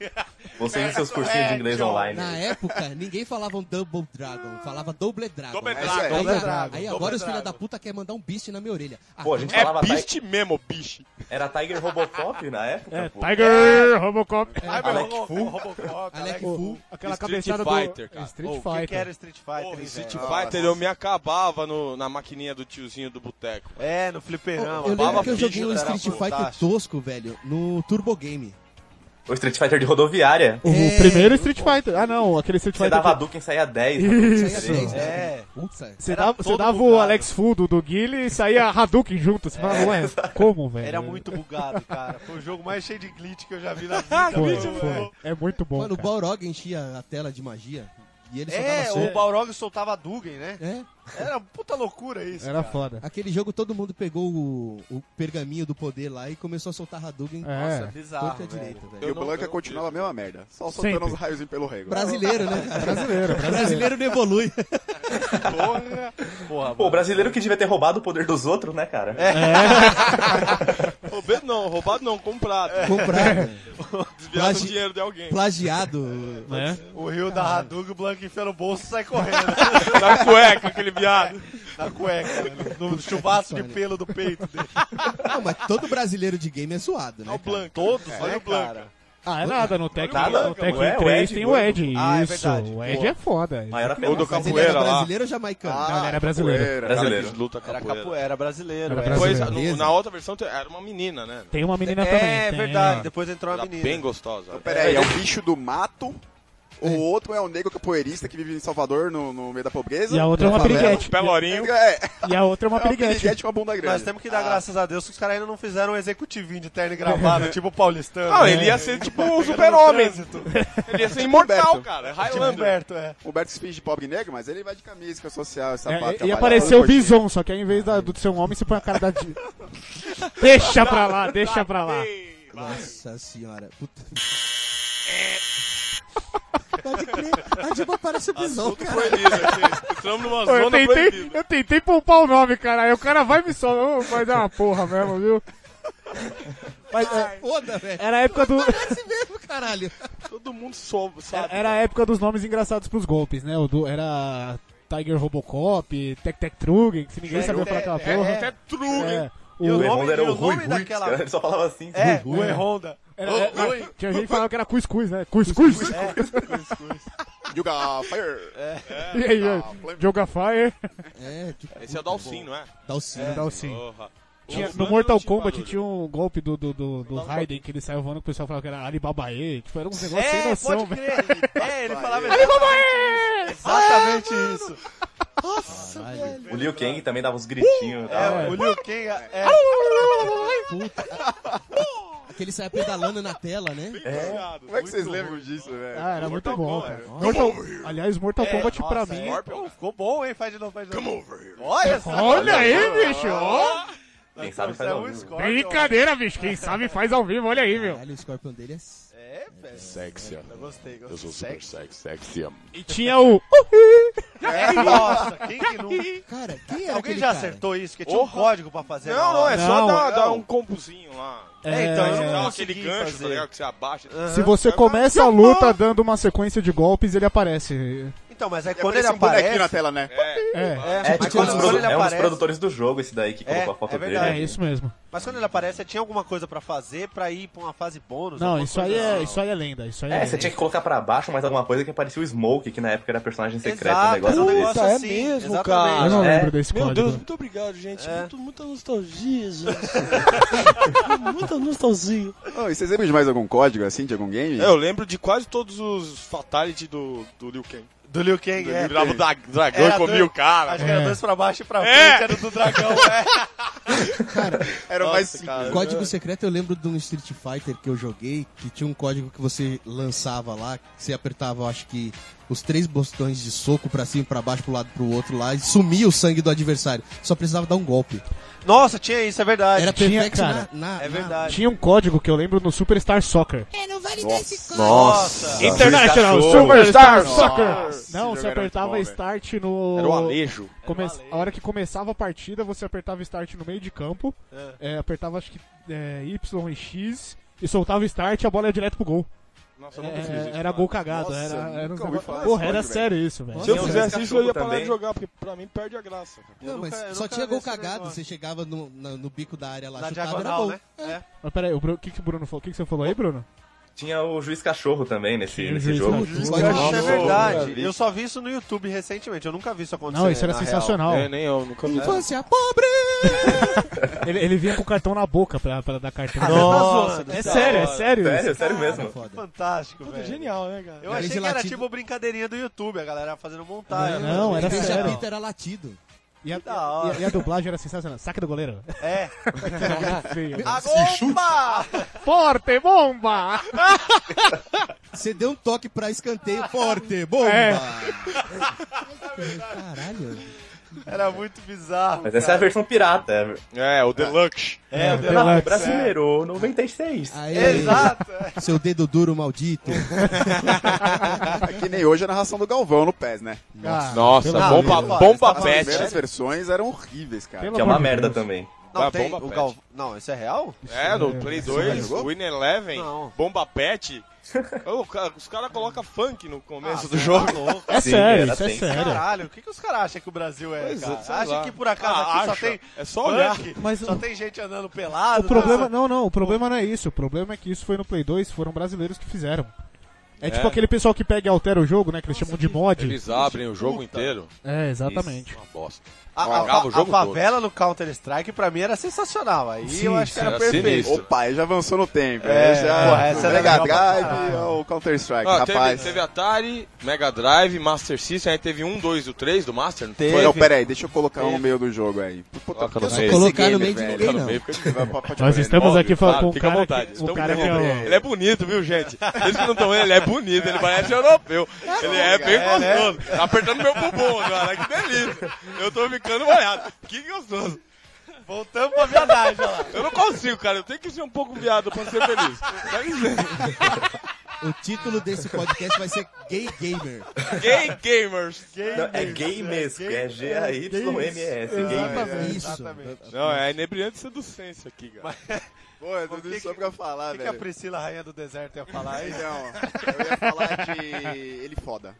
Speaker 5: Você e seus cursinhos de inglês online. né?
Speaker 3: na época, ninguém falava um Double Dragon, falava Double Dragon.
Speaker 8: Double
Speaker 3: Aí-
Speaker 8: Dragon.
Speaker 3: Aí,
Speaker 6: Double Dragon,
Speaker 3: aí
Speaker 6: Double
Speaker 3: agora os filhos
Speaker 6: Dragon.
Speaker 3: da puta querem mandar um beast na minha orelha. Ah,
Speaker 5: Pô, a gente
Speaker 8: É
Speaker 5: falava
Speaker 8: Beast mesmo, bicho.
Speaker 5: Era Tiger Robocop na época,
Speaker 2: É,
Speaker 5: pô.
Speaker 2: Tiger, Robocop.
Speaker 6: Ai, meu
Speaker 5: Alec
Speaker 6: Robo- Robocop,
Speaker 3: Alec
Speaker 6: Alec
Speaker 3: Fu.
Speaker 6: Fu.
Speaker 2: Aquela
Speaker 8: Street
Speaker 2: cabeçada
Speaker 8: Fighter,
Speaker 2: do...
Speaker 8: cara.
Speaker 6: Ô,
Speaker 2: Street
Speaker 6: O que, que era
Speaker 2: Fistreet Fighter.
Speaker 6: Street Fighter?
Speaker 8: Porra,
Speaker 6: hein,
Speaker 8: Street
Speaker 6: velho?
Speaker 8: Fighter, eu me acabava no, na maquininha do tiozinho do boteco.
Speaker 6: É, no fliperama.
Speaker 3: Eu lembro
Speaker 8: Baba
Speaker 3: que eu joguei
Speaker 8: Fish
Speaker 3: um
Speaker 8: era
Speaker 3: Street Fighter
Speaker 6: fantástico.
Speaker 3: tosco, velho, no Turbo Game. É,
Speaker 5: O Street Fighter de rodoviária.
Speaker 2: O primeiro Street Fighter. Ah, não, aquele Street
Speaker 5: Você
Speaker 2: Fighter.
Speaker 5: dava
Speaker 2: que-
Speaker 5: Hadouken, saía 10.
Speaker 2: Isso.
Speaker 5: Hadouken, saía 10.
Speaker 2: É.
Speaker 3: Putz, é.
Speaker 2: Você
Speaker 5: Era
Speaker 2: dava, você
Speaker 5: todo
Speaker 2: dava o
Speaker 5: bugado.
Speaker 2: Alex Fudo do Guile e saía Hadouken junto. Você falava, ué, como, velho?
Speaker 6: Era muito bugado, cara. Foi o jogo mais cheio de glitch que eu já vi na
Speaker 2: Ah,
Speaker 6: vida.
Speaker 2: foi,
Speaker 6: mano.
Speaker 2: foi. É muito bom.
Speaker 3: Mano, o
Speaker 2: cara.
Speaker 3: Balrog enchia a tela de magia e ele soltava
Speaker 6: É, o
Speaker 3: soco.
Speaker 6: Balrog soltava Dugan, né?
Speaker 3: É.
Speaker 6: Era uma puta loucura isso.
Speaker 2: Era
Speaker 6: cara.
Speaker 2: foda.
Speaker 3: Aquele jogo todo mundo pegou o, o pergaminho do poder lá e começou a soltar Hadouken.
Speaker 2: É.
Speaker 3: Nossa,
Speaker 6: bizarro,
Speaker 3: torta à
Speaker 6: velho.
Speaker 3: direita, velho.
Speaker 4: E o Blanca continuava a mesma merda. Só soltando
Speaker 2: Sempre.
Speaker 4: os raios em pelo rego.
Speaker 3: Brasileiro, né? cara?
Speaker 2: Brasileiro, brasileiro.
Speaker 3: brasileiro não evolui.
Speaker 6: Porra,
Speaker 5: Pô, o brasileiro que devia ter roubado o poder dos outros, né, cara?
Speaker 6: É.
Speaker 8: Roubado não, roubado não, comprado.
Speaker 3: É. Comprado,
Speaker 8: Desviado
Speaker 3: Plagi-
Speaker 8: o dinheiro de alguém.
Speaker 3: plagiado.
Speaker 2: né?
Speaker 6: O rio da Hadouken, o Blanco enfia no bolso e sai correndo. né?
Speaker 8: Na cueca, aquele viado.
Speaker 6: na cueca, né? no, no chuvaço de pelo do peito dele.
Speaker 3: Não, mas todo brasileiro de game é zoado, né?
Speaker 8: Olha o
Speaker 3: cara?
Speaker 8: Blanca. Todos, olha o Blanca.
Speaker 2: Ah, é nada, no Tekken,
Speaker 5: Nada,
Speaker 2: no Tekken
Speaker 5: ué, o
Speaker 2: 3
Speaker 5: Ed,
Speaker 2: tem o
Speaker 5: doido.
Speaker 2: Ed,
Speaker 6: Ah, é
Speaker 2: isso.
Speaker 6: verdade,
Speaker 2: o Ed
Speaker 6: boa.
Speaker 2: é foda.
Speaker 5: Maior assim.
Speaker 8: Ou do
Speaker 5: apelação.
Speaker 3: Mas ele era
Speaker 8: capoeira lá.
Speaker 3: brasileiro ou jamaicano?
Speaker 6: Ah.
Speaker 2: Não, ele era brasileiro.
Speaker 4: é.
Speaker 5: Brasileiro.
Speaker 8: Cara que luta
Speaker 6: Era
Speaker 8: capoeira.
Speaker 6: capoeira, era brasileiro.
Speaker 2: Era
Speaker 6: é.
Speaker 2: brasileiro.
Speaker 8: Depois,
Speaker 3: Beleza.
Speaker 8: no- na outra versão te- era uma menina, né?
Speaker 2: Tem uma menina também.
Speaker 6: É
Speaker 2: tem,
Speaker 6: verdade,
Speaker 2: ó.
Speaker 6: depois entrou
Speaker 8: Era
Speaker 6: uma
Speaker 8: bem
Speaker 6: menina.
Speaker 8: gostosa.
Speaker 4: Peraí, é o bicho do mato? O outro é o negro capoeirista que vive em Salvador, no, no meio da pobreza?
Speaker 2: E a outra é uma
Speaker 4: Favela.
Speaker 2: piriguete.
Speaker 8: Pelourinho.
Speaker 4: É, é
Speaker 2: E a outra é uma
Speaker 4: uma
Speaker 2: piriguete.
Speaker 4: piriguete com a bunda grande.
Speaker 6: Nós temos que dar graças a Deus que os caras ainda não fizeram um executivinho de terno e gravado, tipo o paulistano.
Speaker 8: Ah,
Speaker 6: né?
Speaker 8: ele ia ser tipo um
Speaker 6: Pegando
Speaker 8: super-homem.
Speaker 6: no trânsito.
Speaker 8: Ele ia ser
Speaker 4: Humberto.
Speaker 8: imortal, cara.
Speaker 6: Tipo
Speaker 8: Highlander.
Speaker 6: Humberto, é.
Speaker 4: O Humberto se finge de pobre negro, mas ele vai de camisa, com a social,
Speaker 2: É,
Speaker 4: sapato.
Speaker 2: e- e
Speaker 4: trabalhador,
Speaker 2: apareceu o
Speaker 4: gordinho.
Speaker 2: Bison, só que ao invés da, do ser um homem, você põe a cara da. Di- deixa pra lá, deixa pra lá.
Speaker 3: Nossa senhora. Puta. Pode crer. A Dilma parece o Bison,
Speaker 8: Tudo
Speaker 3: cara.
Speaker 8: proibido aqui. Entramos numa
Speaker 2: Pô, eu,
Speaker 8: zona
Speaker 2: tentei,
Speaker 6: Tá
Speaker 8: proibida.
Speaker 2: eu tentei poupar o nome, cara. Aí o cara vai me só. ô, Vai dar uma porra mesmo, viu? Mas, é,
Speaker 3: Foda, velho.
Speaker 2: era a época do.
Speaker 3: Parece mesmo, caralho.
Speaker 8: Todo mundo soube, sabe?
Speaker 2: Era a época dos nomes engraçados pros golpes, né? O do, era Tiger Robocop, Tec Tec Trugen, que ninguém sabia falar aquela
Speaker 8: É,
Speaker 2: porra.
Speaker 8: é, é true, hein?
Speaker 2: É, o-
Speaker 6: E o
Speaker 5: O
Speaker 6: nome-
Speaker 5: Erronda era
Speaker 6: e
Speaker 5: o
Speaker 6: o
Speaker 5: Rui
Speaker 6: nome
Speaker 5: Rui,
Speaker 6: daquela-
Speaker 5: cara. Ele só falava assim.
Speaker 6: É,
Speaker 5: Rui,
Speaker 6: o
Speaker 5: Rui.
Speaker 6: E-Honda.
Speaker 2: era- era- tinha gente que falava que era cuscuz, né? Cuscuz!
Speaker 4: Yuga assim. Fire! É.
Speaker 2: E aí, Joga Fire.
Speaker 3: É, tipo,
Speaker 8: Esse é o Dalsin, não é?
Speaker 3: dá o sino.
Speaker 2: Dá o sim.
Speaker 8: Porra.
Speaker 2: Tinha-
Speaker 8: Os
Speaker 2: no
Speaker 8: manos
Speaker 2: Mortal
Speaker 8: É, não tinham
Speaker 2: Kombat
Speaker 8: barulho.
Speaker 2: tinha um golpe do, do, do, do Raiden que ele saiu voando que o pessoal falava que era Alibabae. Tipo, era um negócio sem
Speaker 6: É,
Speaker 2: noção,
Speaker 6: pode
Speaker 2: velho.
Speaker 6: crer. É, ele "Ah, falava
Speaker 2: Alibabae!
Speaker 6: exatamente isso.
Speaker 5: O Liu Kang também dava uns gritinhos.
Speaker 6: É,
Speaker 5: dava-
Speaker 6: o Liu Kang é...
Speaker 3: Puta. Aquele sai pedalando na tela, né?
Speaker 8: Obrigado.
Speaker 4: Como é que vocês lembram disso, velho?
Speaker 2: Ah, era muito
Speaker 8: Mortal
Speaker 2: bom,
Speaker 8: Kombat.
Speaker 2: cara. Mortal- aliás, Mortal Kombat
Speaker 6: Nossa,
Speaker 2: pra
Speaker 6: é,
Speaker 2: mim.
Speaker 6: pô, ficou bom, hein? Faz de novo, faz de novo.
Speaker 4: over here.
Speaker 6: Olha só.
Speaker 2: Olha aí, bicho! ó.
Speaker 5: Quem sabe faz
Speaker 6: é
Speaker 5: ao
Speaker 6: um
Speaker 5: vivo.
Speaker 6: Scorpion.
Speaker 2: Brincadeira, bicho! Quem sabe faz ao vivo, olha aí, meu.
Speaker 3: Caralho, o Scorpion dele é...
Speaker 6: É, velho.
Speaker 12: Sexy.
Speaker 6: Eu gostei, gostei.
Speaker 12: sexy, sexy.
Speaker 2: E tinha o.
Speaker 6: É, nossa, quem que não...
Speaker 3: Cara, quem
Speaker 6: Alguém
Speaker 3: era aquele
Speaker 6: já
Speaker 3: cara?
Speaker 6: acertou isso? Que tinha um código pra fazer.
Speaker 8: Não,
Speaker 6: na
Speaker 8: não,
Speaker 6: hora.
Speaker 8: é só
Speaker 2: Não,
Speaker 8: dar,
Speaker 2: não.
Speaker 8: dar um combozinho lá.
Speaker 6: É, então, eu não
Speaker 8: Dá
Speaker 6: consegui
Speaker 8: aquele gancho,
Speaker 6: fazer.
Speaker 8: tá ligado? Que você abaixa.
Speaker 2: Se
Speaker 8: É
Speaker 2: você começa a luta dando uma sequência de golpes, ele aparece.
Speaker 6: Então, mas aí
Speaker 4: E
Speaker 6: quando ele
Speaker 4: aparecia um bonequinho na
Speaker 6: aparece...
Speaker 4: tela, né?
Speaker 2: É,
Speaker 5: É,
Speaker 6: mas quando,
Speaker 5: tipo, um dos
Speaker 6: quando
Speaker 5: produ-
Speaker 6: ele
Speaker 5: é um dos
Speaker 6: aparece...
Speaker 5: produtores do jogo esse daí que
Speaker 6: É,
Speaker 5: colocou a foto
Speaker 6: é
Speaker 5: dele.
Speaker 6: verdade.
Speaker 2: é isso mesmo.
Speaker 6: Mas quando ele aparece, tinha alguma coisa pra fazer pra ir pra uma fase bônus?
Speaker 2: Não,
Speaker 6: alguma
Speaker 2: isso aí
Speaker 6: coisa
Speaker 2: é,
Speaker 6: assim.
Speaker 2: isso aí é lenda. Isso aí é,
Speaker 5: É, você
Speaker 2: lenda.
Speaker 5: tinha que colocar pra baixo mais alguma coisa que aparecia o Smoke, que na época era personagem secreto.
Speaker 6: Exato,
Speaker 5: um negócio
Speaker 6: um
Speaker 5: desse.
Speaker 6: negócio
Speaker 13: Puta, é
Speaker 6: assim,
Speaker 13: mesmo,
Speaker 6: exatamente.
Speaker 13: cara.
Speaker 2: Eu não
Speaker 5: É.
Speaker 2: lembro desse
Speaker 13: Meu
Speaker 2: código.
Speaker 13: Deus, muito obrigado, gente.
Speaker 8: É.
Speaker 13: Muito, muita nostalgia, gente. muita nostalgia.
Speaker 4: Ô, e vocês lembram de mais algum código, assim, de algum game?
Speaker 8: É, eu lembro de quase todos os fatality do, do Liu Kang.
Speaker 6: Do Liu Kang,
Speaker 8: Ele
Speaker 6: é.
Speaker 8: virava o dra- dragão
Speaker 6: Era
Speaker 8: e comia
Speaker 6: doido.
Speaker 8: o cara.
Speaker 6: Acho que era dois pra baixo e pra frente,
Speaker 8: É.
Speaker 6: era do dragão, é.
Speaker 4: Era o mais simples.
Speaker 8: cara.
Speaker 3: Código secreto, eu lembro de um Street Fighter que eu joguei, que tinha um código que você lançava lá, que você apertava, eu acho que, os três botões de soco pra cima, pra baixo, pro lado, pro outro lá, e sumia o sangue do adversário. Só precisava dar um golpe.
Speaker 6: Nossa, tinha isso, é verdade.
Speaker 3: Era
Speaker 2: tinha,
Speaker 3: perfect
Speaker 2: cara.
Speaker 3: na, na-
Speaker 6: É
Speaker 3: na-
Speaker 6: verdade.
Speaker 2: Tinha um código que eu lembro no Superstar Soccer.
Speaker 6: Nossa.
Speaker 2: International
Speaker 5: Cachorro.
Speaker 2: Superstar Soccer!
Speaker 4: Nossa,
Speaker 2: Não,
Speaker 4: esse
Speaker 2: você
Speaker 4: jogo era
Speaker 2: apertava
Speaker 4: muito bom,
Speaker 2: start no.
Speaker 8: Era o Alejo.
Speaker 2: Come- A hora que começava a partida, você apertava start no meio de campo, é, apertava acho que é, Y e X e soltava start e a bola ia direto pro gol.
Speaker 8: Nossa, eu nunca fiz
Speaker 2: É,
Speaker 8: isso.
Speaker 2: era gol cagado,
Speaker 4: Nossa,
Speaker 2: era, era um
Speaker 4: nunca ouvi
Speaker 2: negócio-
Speaker 4: falar
Speaker 2: Porra,
Speaker 4: desse
Speaker 2: era
Speaker 4: código,
Speaker 2: sério isso, velho.
Speaker 8: Se eu
Speaker 5: Tinha um
Speaker 8: fizesse
Speaker 5: Zé
Speaker 8: isso, eu
Speaker 5: Cachorro
Speaker 8: ia parar de
Speaker 5: também.
Speaker 8: jogar, porque pra mim perde a graça. cara.
Speaker 3: Não, mas
Speaker 6: nunca- eu
Speaker 3: só
Speaker 6: nunca
Speaker 3: tinha
Speaker 6: vi
Speaker 3: gol
Speaker 6: esse
Speaker 3: cagado,
Speaker 6: negócio.
Speaker 3: você chegava no, na- no bico da área lá,
Speaker 6: Na
Speaker 2: Ah,
Speaker 3: chutava, era
Speaker 6: diagonal,
Speaker 3: gol.
Speaker 6: né? É.
Speaker 2: Mas peraí, o Bru- o que, que o Bruno falou? O que, que você falou aí, Bruno?
Speaker 5: Tinha o juiz cachorro também nesse,
Speaker 2: Tinha o
Speaker 5: nesse
Speaker 2: juiz
Speaker 5: jogo.
Speaker 2: cachorro.
Speaker 6: Isso é verdade. Eu só vi isso no YouTube recentemente. Eu nunca vi isso acontecer.
Speaker 2: Não, isso era
Speaker 6: na
Speaker 2: sensacional.
Speaker 8: É, né?
Speaker 6: real. É.
Speaker 3: Infância pobre!
Speaker 2: Ele, ele vinha com o cartão na boca pra, pra dar cartão.
Speaker 6: Ah, você Nossa, tá zoando,
Speaker 2: é
Speaker 6: tá
Speaker 2: sério, é
Speaker 6: zoando.
Speaker 2: sério isso.
Speaker 5: Sério,
Speaker 6: Ah,
Speaker 5: sério mesmo.
Speaker 6: Que É Fantástico,
Speaker 14: Puta,
Speaker 6: velho.
Speaker 14: genial, né, cara?
Speaker 6: Eu
Speaker 3: Era
Speaker 6: achei que era
Speaker 3: gelatido.
Speaker 6: tipo bandeirinha do YouTube, a galera fazendo montagem.
Speaker 2: Não, era
Speaker 3: Beija
Speaker 2: sério.
Speaker 3: Pito era latido.
Speaker 2: E a,
Speaker 6: da hora.
Speaker 2: e a- e a dublagem era sensacional. Saca do goleiro.
Speaker 6: É.
Speaker 2: Feio.
Speaker 6: Agomba!
Speaker 2: Forte bomba!
Speaker 3: Você deu um toque pra escanteio forte, bomba!
Speaker 2: É.
Speaker 3: Caralho.
Speaker 6: Era muito bizarro.
Speaker 5: Mas essa é a versão pirata. É,
Speaker 8: É, o Deluxe.
Speaker 6: É,
Speaker 2: É,
Speaker 5: Não,
Speaker 2: Deluxe.
Speaker 5: brasileiro, 96.
Speaker 6: Ah,
Speaker 3: Aí,
Speaker 8: é
Speaker 6: Exato.
Speaker 3: Seu dedo duro maldito.
Speaker 4: É Que nem hoje a narração do Galvão no PES, né?
Speaker 2: Ah,
Speaker 15: Nossa,
Speaker 6: Pelo amor
Speaker 15: bomba,
Speaker 6: de Deus.
Speaker 8: Ah,
Speaker 15: bomba
Speaker 6: Tava
Speaker 4: As
Speaker 15: pet.
Speaker 8: é.
Speaker 4: primeiras versões eram horríveis, cara.
Speaker 2: Pelo
Speaker 5: Que é
Speaker 2: amor
Speaker 5: uma
Speaker 2: de
Speaker 5: merda
Speaker 2: Deus.
Speaker 5: também.
Speaker 6: Não,
Speaker 8: Vai,
Speaker 6: tem
Speaker 8: bomba
Speaker 6: o
Speaker 8: pet.
Speaker 6: Galvão. Não, isso é real?
Speaker 8: É, no Play 2,
Speaker 4: jogou?
Speaker 8: Win Eleven,
Speaker 6: Não.
Speaker 8: Bomba Pet. Ô, cara, os caras colocam funk no começo do jogo.
Speaker 2: É
Speaker 5: Sim,
Speaker 2: sério,
Speaker 5: era
Speaker 2: isso é
Speaker 5: tenso.
Speaker 2: sério.
Speaker 6: tá Caralho, o que, que os caras acham que o Brasil é,
Speaker 8: Pois é,
Speaker 6: cara?
Speaker 8: sei
Speaker 6: acha
Speaker 8: lá.
Speaker 6: que por acaso
Speaker 8: Ah,
Speaker 6: aqui só
Speaker 8: acha.
Speaker 6: tem
Speaker 8: É só olhar.
Speaker 6: punk,
Speaker 2: Mas
Speaker 6: só
Speaker 2: o-
Speaker 6: tem gente andando pelado.
Speaker 2: O problema,
Speaker 6: tá?
Speaker 2: não, não, o problema não é isso. O problema é que isso foi no Play 2, foram brasileiros que fizeram. É, tipo
Speaker 8: É.
Speaker 2: aquele pessoal que pega e altera o jogo, né? Que eles chamam de mod.
Speaker 8: Eles abrem o jogo inteiro.
Speaker 2: É, exatamente.
Speaker 8: Uma bosta.
Speaker 6: A, a,
Speaker 8: Cagava
Speaker 6: a-
Speaker 8: Ah, o jogo
Speaker 6: a favela no Counter Strike pra mim era sensacional. Aí eu
Speaker 2: Sim,
Speaker 6: acho que
Speaker 8: sim.
Speaker 6: era,
Speaker 8: Era
Speaker 6: perfeito.
Speaker 8: Tá sinistro.
Speaker 4: Opa, aí já avançou no tempo.
Speaker 6: É,
Speaker 4: É, já...
Speaker 6: porra, essa é
Speaker 4: Mega
Speaker 6: legal pra
Speaker 4: Drive
Speaker 6: caralho.
Speaker 4: ou Counter-Strike,
Speaker 8: Ah, teve-
Speaker 4: rapaz.
Speaker 8: Teve, Atari, Mega Drive, Master System, aí teve um, dois e o três do Master, não
Speaker 6: Teve.
Speaker 8: foi? é
Speaker 4: Não, pera aí, deixa eu colocar um no meio do jogo aí. Puta,
Speaker 8: Coloca
Speaker 4: por que eu
Speaker 8: no
Speaker 4: sou
Speaker 8: meio.
Speaker 4: esse
Speaker 3: Colocar
Speaker 4: gamer,
Speaker 3: no meio de
Speaker 4: velho?
Speaker 3: ninguém, não.
Speaker 8: fica de-
Speaker 4: Vai, pode- pode
Speaker 2: Nós
Speaker 4: ver,
Speaker 2: estamos
Speaker 8: Mole,
Speaker 2: aqui falando
Speaker 8: claro,
Speaker 2: com um
Speaker 8: fica à
Speaker 2: cara,
Speaker 8: vontade,
Speaker 2: que, o
Speaker 8: estamos
Speaker 2: cara que
Speaker 8: com
Speaker 2: é o...
Speaker 8: Ele é bonito, viu, gente? Eles que não estão vendo, ele é bonito, ele parece europeu. Ele é bem gostoso. Tá apertando meu bumbum agora, que delícia. Eu tô ficando molhado. Que gostoso.
Speaker 6: Voltamos pra verdade, olha lá.
Speaker 8: Eu não consigo, cara. Eu tenho que ser um pouco viado pra ser feliz. Tá dizendo?
Speaker 3: O título desse podcast vai ser Gay Gamer.
Speaker 8: Gay gamers.
Speaker 5: Não, é games, é
Speaker 6: É
Speaker 5: G-A-Y-M-S. Games.
Speaker 3: Isso.
Speaker 8: Não, é a inebriante seducência aqui, cara.
Speaker 4: Pô, é tudo isso só pra falar,
Speaker 6: O que, que a
Speaker 4: velho.
Speaker 6: Priscila, rainha do deserto, ia falar aí?
Speaker 4: Então, eu ia falar de... Ele foda.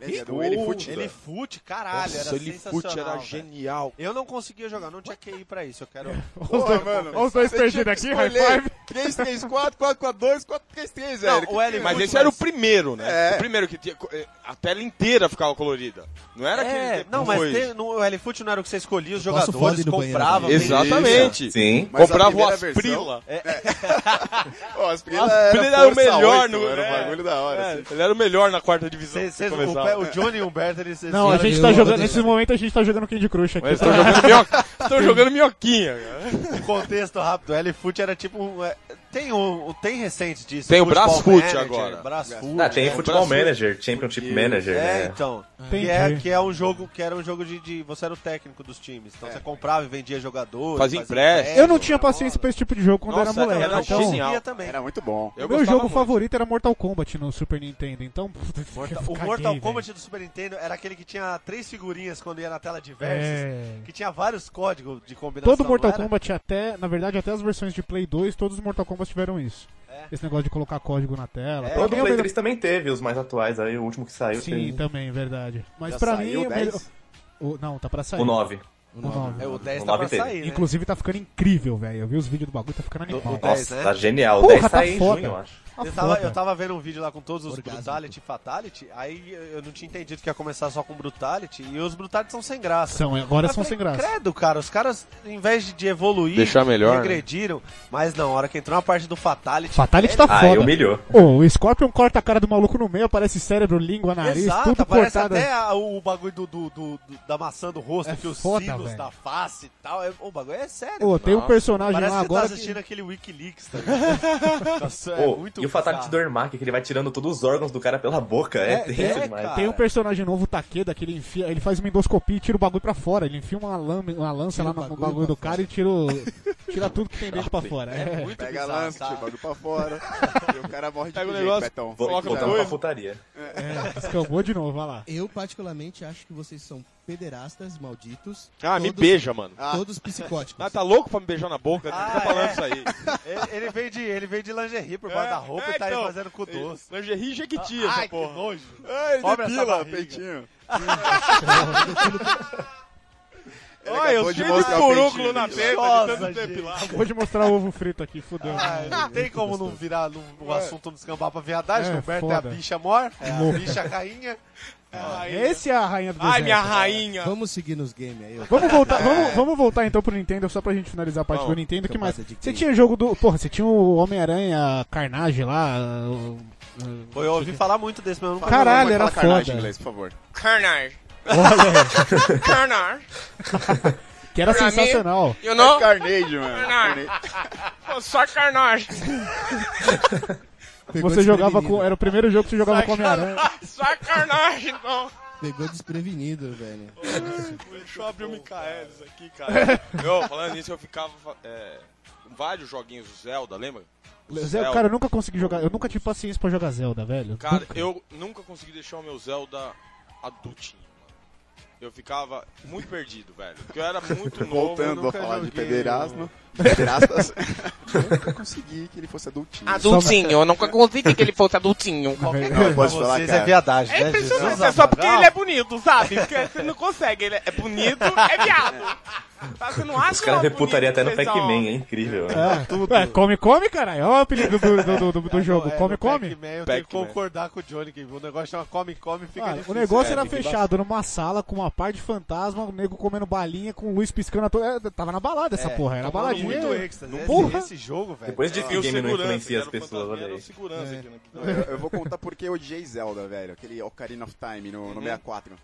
Speaker 4: Lembra do Ele é Fute?
Speaker 6: Ele fute, caralho, era sensacional. velho.
Speaker 8: genial.
Speaker 6: Eu não conseguia jogar, não tinha QI pra isso, eu quero...
Speaker 2: Os dois, olha os dois perdidos aqui, high five.
Speaker 4: 3, 3, 4, 4, 4, 2, 4, 3, 3,
Speaker 6: Não,
Speaker 4: velho.
Speaker 6: o L
Speaker 8: Mas
Speaker 6: fute,
Speaker 8: esse era o primeiro, né?
Speaker 4: É.
Speaker 8: O primeiro que tinha. eh, A tela inteira ficava colorida. Não era
Speaker 6: É,
Speaker 8: que.
Speaker 6: não, mas
Speaker 8: depois.
Speaker 6: tem- no, o LFoot não era o que você escolhia, os
Speaker 3: Posso
Speaker 6: jogadores
Speaker 3: foda ir no banheiro,
Speaker 6: compravam.
Speaker 3: né?
Speaker 6: tem-
Speaker 8: Exatamente.
Speaker 5: Sim.
Speaker 4: Mas a
Speaker 8: Comprava
Speaker 4: primeira
Speaker 8: umas
Speaker 4: versão-
Speaker 8: prila.
Speaker 4: Ó, as
Speaker 8: As
Speaker 4: pilhas era,
Speaker 8: pilhas era o
Speaker 4: força
Speaker 8: melhor
Speaker 4: oito,
Speaker 8: no-
Speaker 4: Era um
Speaker 8: é.
Speaker 4: bagulho da hora, assim.
Speaker 8: Ele era o melhor na quarta divisão.
Speaker 6: Cês- cês-
Speaker 8: que
Speaker 6: o,
Speaker 8: começava.
Speaker 6: pé- o Johnny e o Humberto, eles... eles-
Speaker 2: Não, a gente tá jogando, nesse momento a gente tá jogando Candy Crush aqui.
Speaker 8: Mas estão jogando, minhoca, estão jogando minhoquinha, cara.
Speaker 6: Um contexto rápido, o LFoot era tipo... um, é, Tem, um, tem recente disso.
Speaker 8: Tem o
Speaker 6: Football
Speaker 8: Brasfoot
Speaker 6: Manager,
Speaker 8: agora.
Speaker 6: Brasfoot.
Speaker 5: Ah, tem
Speaker 6: né?
Speaker 5: Futebol
Speaker 8: Brasil.
Speaker 5: Manager, Championship Manager,
Speaker 6: É,
Speaker 5: né?
Speaker 6: então.
Speaker 2: Entendi.
Speaker 6: Que é, que é um jogo que era um jogo de, de- Você era o técnico dos times. Então você comprava e vendia jogadores.
Speaker 8: Fazia empréstimo.
Speaker 2: Eu não tinha paciência pra esse tipo de jogo quando
Speaker 8: Nossa,
Speaker 2: era moleque.
Speaker 6: é
Speaker 8: era
Speaker 6: um
Speaker 2: então,
Speaker 8: genial.
Speaker 6: também.
Speaker 4: Era muito bom.
Speaker 8: Eu
Speaker 2: meu
Speaker 8: gostava
Speaker 2: jogo
Speaker 8: muito.
Speaker 2: favorito era Mortal Kombat no Super Nintendo. Então, puta,
Speaker 6: Mortal-
Speaker 2: eu
Speaker 6: o
Speaker 2: caguei,
Speaker 6: Mortal
Speaker 2: velho.
Speaker 6: Kombat do Super Nintendo era aquele que tinha três figurinhas quando ia na tela de versus,
Speaker 2: É.
Speaker 6: que tinha vários códigos de combinação.
Speaker 2: Todo Mortal
Speaker 6: não era?
Speaker 2: Kombat até, na verdade, até as versões de Play 2, todos os Mortal Kombat tiveram isso.
Speaker 6: É.
Speaker 2: Esse negócio de colocar código na tela.
Speaker 6: É,
Speaker 2: Pra
Speaker 5: Todo
Speaker 2: mim,
Speaker 5: Play
Speaker 2: o melhor-
Speaker 5: 3 também teve, os mais atuais, aí o último que saiu
Speaker 2: Sim, tá
Speaker 5: teve
Speaker 2: também, verdade. Mas
Speaker 4: Já
Speaker 2: pra mim,
Speaker 4: saiu
Speaker 2: o
Speaker 4: 10?
Speaker 2: melhor- o- não, tá pra sair.
Speaker 5: o 9.
Speaker 2: O nove.
Speaker 6: É, o 10
Speaker 5: O
Speaker 6: tá pra
Speaker 5: nove teve.
Speaker 6: sair, né?
Speaker 2: Inclusive tá ficando incrível, velho. Eu vi os vídeos do bagulho, tá ficando
Speaker 6: Do-
Speaker 2: animal.
Speaker 6: do dez.
Speaker 5: Nossa,
Speaker 6: né?
Speaker 5: tá genial. O
Speaker 2: Porra,
Speaker 5: 10
Speaker 2: tá
Speaker 5: sai em
Speaker 2: foda.
Speaker 5: junho, eu acho.
Speaker 2: Tá
Speaker 6: Eu tava,
Speaker 2: foda.
Speaker 6: eu tava vendo um vídeo lá com todos os
Speaker 3: Orgasmo.
Speaker 6: Brutality e Fatality, aí eu eu não tinha entendido que ia começar só com Brutality, e os Brutality são sem graça.
Speaker 2: São, agora
Speaker 6: Eu
Speaker 2: são
Speaker 6: falei,
Speaker 2: sem graça.
Speaker 6: Credo, cara, os caras, em vez de- de evoluir,
Speaker 8: Deixar melhor,
Speaker 5: né?"
Speaker 6: regrediram, mas não, a hora que entrou na parte do Fatality,
Speaker 2: Fatality tá
Speaker 5: Ah,
Speaker 2: foda.
Speaker 5: humilhou.
Speaker 2: Ô, o Scorpion corta a cara do maluco no meio, aparece cérebro, língua, nariz,
Speaker 6: Exato,
Speaker 2: tudo
Speaker 6: aparece
Speaker 2: cortado. né?
Speaker 6: até a- o bagulho do, do- do- do- da maçã do rosto,
Speaker 2: É
Speaker 6: que os
Speaker 2: foda,
Speaker 6: sinos
Speaker 2: velho.
Speaker 6: da face e tal. É, o bagulho é sério.
Speaker 2: Ô, tem um
Speaker 8: Nossa.
Speaker 2: personagem
Speaker 6: Parece
Speaker 2: lá
Speaker 6: que
Speaker 2: agora.
Speaker 6: tá assistindo aquele Wikileaks, tá ligado? Nossa, é
Speaker 5: Pô,
Speaker 6: muito
Speaker 5: e o Fatality do
Speaker 6: bizarro.
Speaker 5: Ermac, que ele vai tirando todos os órgãos do cara pela boca. É,
Speaker 2: É,
Speaker 5: tenso
Speaker 6: é,
Speaker 5: demais.
Speaker 6: cara.
Speaker 2: Tem um personagem novo, o Takeda, que ele enfia, ele faz uma endoscopia e tira o bagulho pra fora. Ele enfia uma, lama, uma lança
Speaker 3: Tira
Speaker 2: lá
Speaker 3: o
Speaker 2: no
Speaker 3: bagulho
Speaker 2: bagulho
Speaker 3: pra
Speaker 2: do cara e tira, o- tira tudo que tem dentro pra fora. É.
Speaker 6: Muito
Speaker 4: Pega a
Speaker 6: bizarro,
Speaker 4: lança,
Speaker 6: tá?
Speaker 4: tira o bagulho pra fora. e o cara morre de
Speaker 8: Pega o
Speaker 4: que
Speaker 8: negócio,
Speaker 4: jeito, Betão?
Speaker 5: Vol-
Speaker 8: Coloca
Speaker 5: Voltando pra
Speaker 8: coisa.
Speaker 5: putaria.
Speaker 2: É, descambou de novo, vai lá.
Speaker 3: Eu, particularmente, acho que vocês são pederastas, malditos.
Speaker 8: Ah, me
Speaker 3: todos-
Speaker 8: beija, mano.
Speaker 4: Ah.
Speaker 3: Todos psicóticos.
Speaker 8: Ah, tá louco pra me beijar na boca? Não
Speaker 6: Ah,
Speaker 8: tá falando
Speaker 6: é.
Speaker 8: isso aí.
Speaker 6: Ele, ele veio de, ele veio de lingerie por baixo da roupa
Speaker 8: é,
Speaker 6: e tá aí
Speaker 8: então.
Speaker 6: fazendo cu doce. Ah,
Speaker 8: Lingerie jequitia, essa
Speaker 6: Ai, que
Speaker 8: porra.
Speaker 6: nojo.
Speaker 4: Ai,
Speaker 6: Cobre essa
Speaker 4: depila,
Speaker 6: barriga.
Speaker 4: peitinho.
Speaker 2: Ele
Speaker 8: Olha, eu
Speaker 2: acabou de
Speaker 8: cheio de
Speaker 2: mostrar o
Speaker 8: furúnculo
Speaker 2: peitinho
Speaker 8: na
Speaker 16: Tá
Speaker 2: dele.
Speaker 8: perna de
Speaker 16: Nossa,
Speaker 8: tanto depilar.
Speaker 2: Vou te mostrar o ovo frito aqui, fudeu.
Speaker 16: Ah, não tem como não virar no, no
Speaker 8: É.
Speaker 16: assunto do escambar pra viadagem.
Speaker 2: É,
Speaker 16: É, Humberto
Speaker 2: foda.
Speaker 16: é a bicha mor, é a
Speaker 2: Louca.
Speaker 16: bicha rainha. É a rainha.
Speaker 2: Esse é a rainha do deserto.
Speaker 8: Ah.
Speaker 3: Vamos seguir nos games aí.
Speaker 2: Vamos voltar, vamos, vamos voltar então pro Nintendo, só pra gente finalizar a parte
Speaker 3: Vamos.
Speaker 2: do Nintendo. que mais?
Speaker 3: Camada de
Speaker 2: Você tinha jogo do. Porra, você tinha o Homem-Aranha Carnage lá. o- o-
Speaker 16: Pô, eu ouvi falar muito desse, mas eu nunca
Speaker 2: Caralho,
Speaker 16: Fala
Speaker 2: era
Speaker 16: Carnage
Speaker 2: foda.
Speaker 16: em inglês, por favor.
Speaker 17: Carnage.
Speaker 2: Olha aí.
Speaker 17: Carnage.
Speaker 2: Que era
Speaker 17: Pra mim,
Speaker 2: sensacional.
Speaker 17: You know?
Speaker 4: É Carnage, mano.
Speaker 17: Carnage. Pô, Só Carnage.
Speaker 2: Você jogava com. Era o primeiro jogo que você jogava com Homem-Aranha.
Speaker 17: Só Carnage, então.
Speaker 3: Pegou desprevenido, velho.
Speaker 8: Deixa eu abrir o Micaelis aqui, cara. Meu, falando nisso, eu ficava é, com vários joguinhos do Zelda, lembra? O
Speaker 2: Zelda. Cara, eu nunca consegui jogar. Eu nunca tive paciência pra jogar Zelda, velho.
Speaker 8: Cara,
Speaker 2: Nunca.
Speaker 8: eu nunca consegui deixar o meu Zelda adultinho, mano. Eu ficava muito perdido, velho. Porque eu era muito novo.
Speaker 4: Voltando
Speaker 8: eu nunca
Speaker 4: a falar de
Speaker 8: joguei
Speaker 4: pederasmo.
Speaker 8: o-
Speaker 4: Pederastas. Eu nunca consegui que ele fosse adultinho.
Speaker 17: Adultinho, eu nunca consegui que ele fosse adultinho.
Speaker 4: Não, eu posso falar, cara.
Speaker 17: É,
Speaker 8: né,
Speaker 17: pessoal, é só porque ele é bonito, sabe? Porque você não consegue, ele é bonito, é viado. Sabe, Você não acha
Speaker 5: Os caras
Speaker 17: uma
Speaker 5: reputaria até no
Speaker 17: bonita expressão.
Speaker 5: Pac-Man, é incrível.
Speaker 2: É, Ué, come, come, caralho. Olha o apelido do, do, do, do- do jogo.
Speaker 16: É,
Speaker 2: come,
Speaker 16: no
Speaker 2: come.
Speaker 16: Pac-Man, eu tenho que concordar com o Johnny, que o negócio chama come, come, fica
Speaker 2: Ah, o
Speaker 16: difícil.
Speaker 2: negócio
Speaker 16: É,
Speaker 2: era
Speaker 16: tem que
Speaker 2: fechado numa sala com uma par de fantasma, o nego comendo balinha com luz piscando a to... é, Tava na balada essa
Speaker 16: É,
Speaker 2: porra, era
Speaker 16: tomando
Speaker 2: baladinha.
Speaker 16: muito êxtase, esse-
Speaker 2: Porra.
Speaker 16: esse jogo, velho.
Speaker 5: Depois de
Speaker 4: Ah,
Speaker 5: que o né,
Speaker 4: e o
Speaker 5: game não
Speaker 4: segurança, que
Speaker 5: influencia
Speaker 4: era
Speaker 5: as
Speaker 4: o
Speaker 5: pessoas, olha aí.
Speaker 4: segurança
Speaker 17: É.
Speaker 4: aqui
Speaker 8: né,
Speaker 4: no- eu, eu vou contar porque eu odiei Zelda, velho. Aquele Ocarina of Time no, no
Speaker 8: Uhum.
Speaker 4: 64.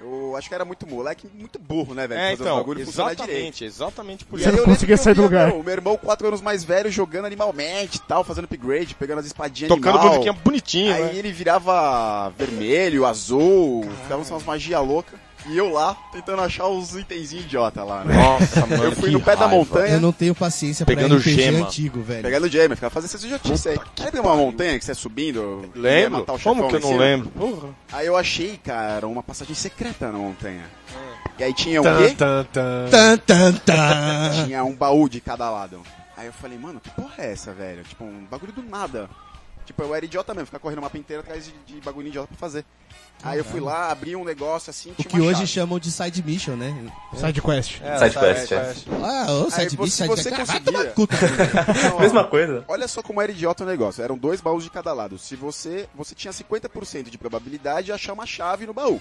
Speaker 4: Eu acho que era muito moleque, muito burro, né, velho?
Speaker 8: É,
Speaker 4: fazer os
Speaker 8: então,
Speaker 4: bagulho funcionar direito.
Speaker 8: exatamente, exatamente por
Speaker 4: E
Speaker 8: isso.
Speaker 4: aí eu lembro que eu via, meu,
Speaker 8: Não,
Speaker 4: meu irmão, 4 anos mais velho, jogando animalmente e tal, fazendo upgrade, pegando as espadinhas
Speaker 8: Tocando
Speaker 4: animal.
Speaker 8: musiquinha bonitinha,
Speaker 4: Aí
Speaker 8: né?
Speaker 4: ele virava vermelho, azul, ficava umas magia louca. E eu lá, tentando achar os itenzinhos idiota lá, né?
Speaker 3: Nossa, mano,
Speaker 4: Eu fui
Speaker 3: que
Speaker 4: no pé da
Speaker 3: raiva.
Speaker 4: montanha.
Speaker 3: Eu não tenho paciência pra
Speaker 4: É. Pegando
Speaker 3: RPG
Speaker 4: gema.
Speaker 3: antigo, velho.
Speaker 4: Pegando o gema, ficava fazendo essas idiotices aí. Aí tem uma montanha que você é subindo. ia
Speaker 8: Lembro.
Speaker 4: matar o
Speaker 8: Como
Speaker 4: chefão
Speaker 8: que eu
Speaker 4: lá em
Speaker 8: não
Speaker 4: cima.
Speaker 8: lembro?
Speaker 4: Aí eu achei, cara, uma passagem secreta na montanha.
Speaker 8: Ah.
Speaker 4: E aí tinha o
Speaker 8: Tá.
Speaker 16: Tan,
Speaker 4: quê?
Speaker 16: tan, tan. Tan, tan, tan.
Speaker 4: tinha um baú de cada lado. Aí eu falei, mano, que porra é essa, velho? Tipo, um bagulho do nada. Tipo, eu era idiota mesmo, ficar correndo uma inteira atrás de, de bagulho idiota pra fazer. Aí eu fui lá, abri um negócio assim,
Speaker 3: O
Speaker 4: tinha
Speaker 3: que
Speaker 4: uma
Speaker 3: hoje
Speaker 4: chave.
Speaker 3: chamam de side mission, né?
Speaker 2: Side quest.
Speaker 4: É,
Speaker 5: Side quest,
Speaker 4: side
Speaker 5: é.
Speaker 4: quest.
Speaker 3: Ah, ô,
Speaker 4: Aí
Speaker 3: side mission,
Speaker 4: você-
Speaker 3: side
Speaker 4: você
Speaker 3: quest. Ah,
Speaker 4: conseguia.
Speaker 3: toma no cu, cara.
Speaker 5: Mesma coisa.
Speaker 4: Olha só como era idiota o negócio. Eram dois baús de cada lado. Se você. Você tinha 50% de probabilidade de achar uma chave no baú.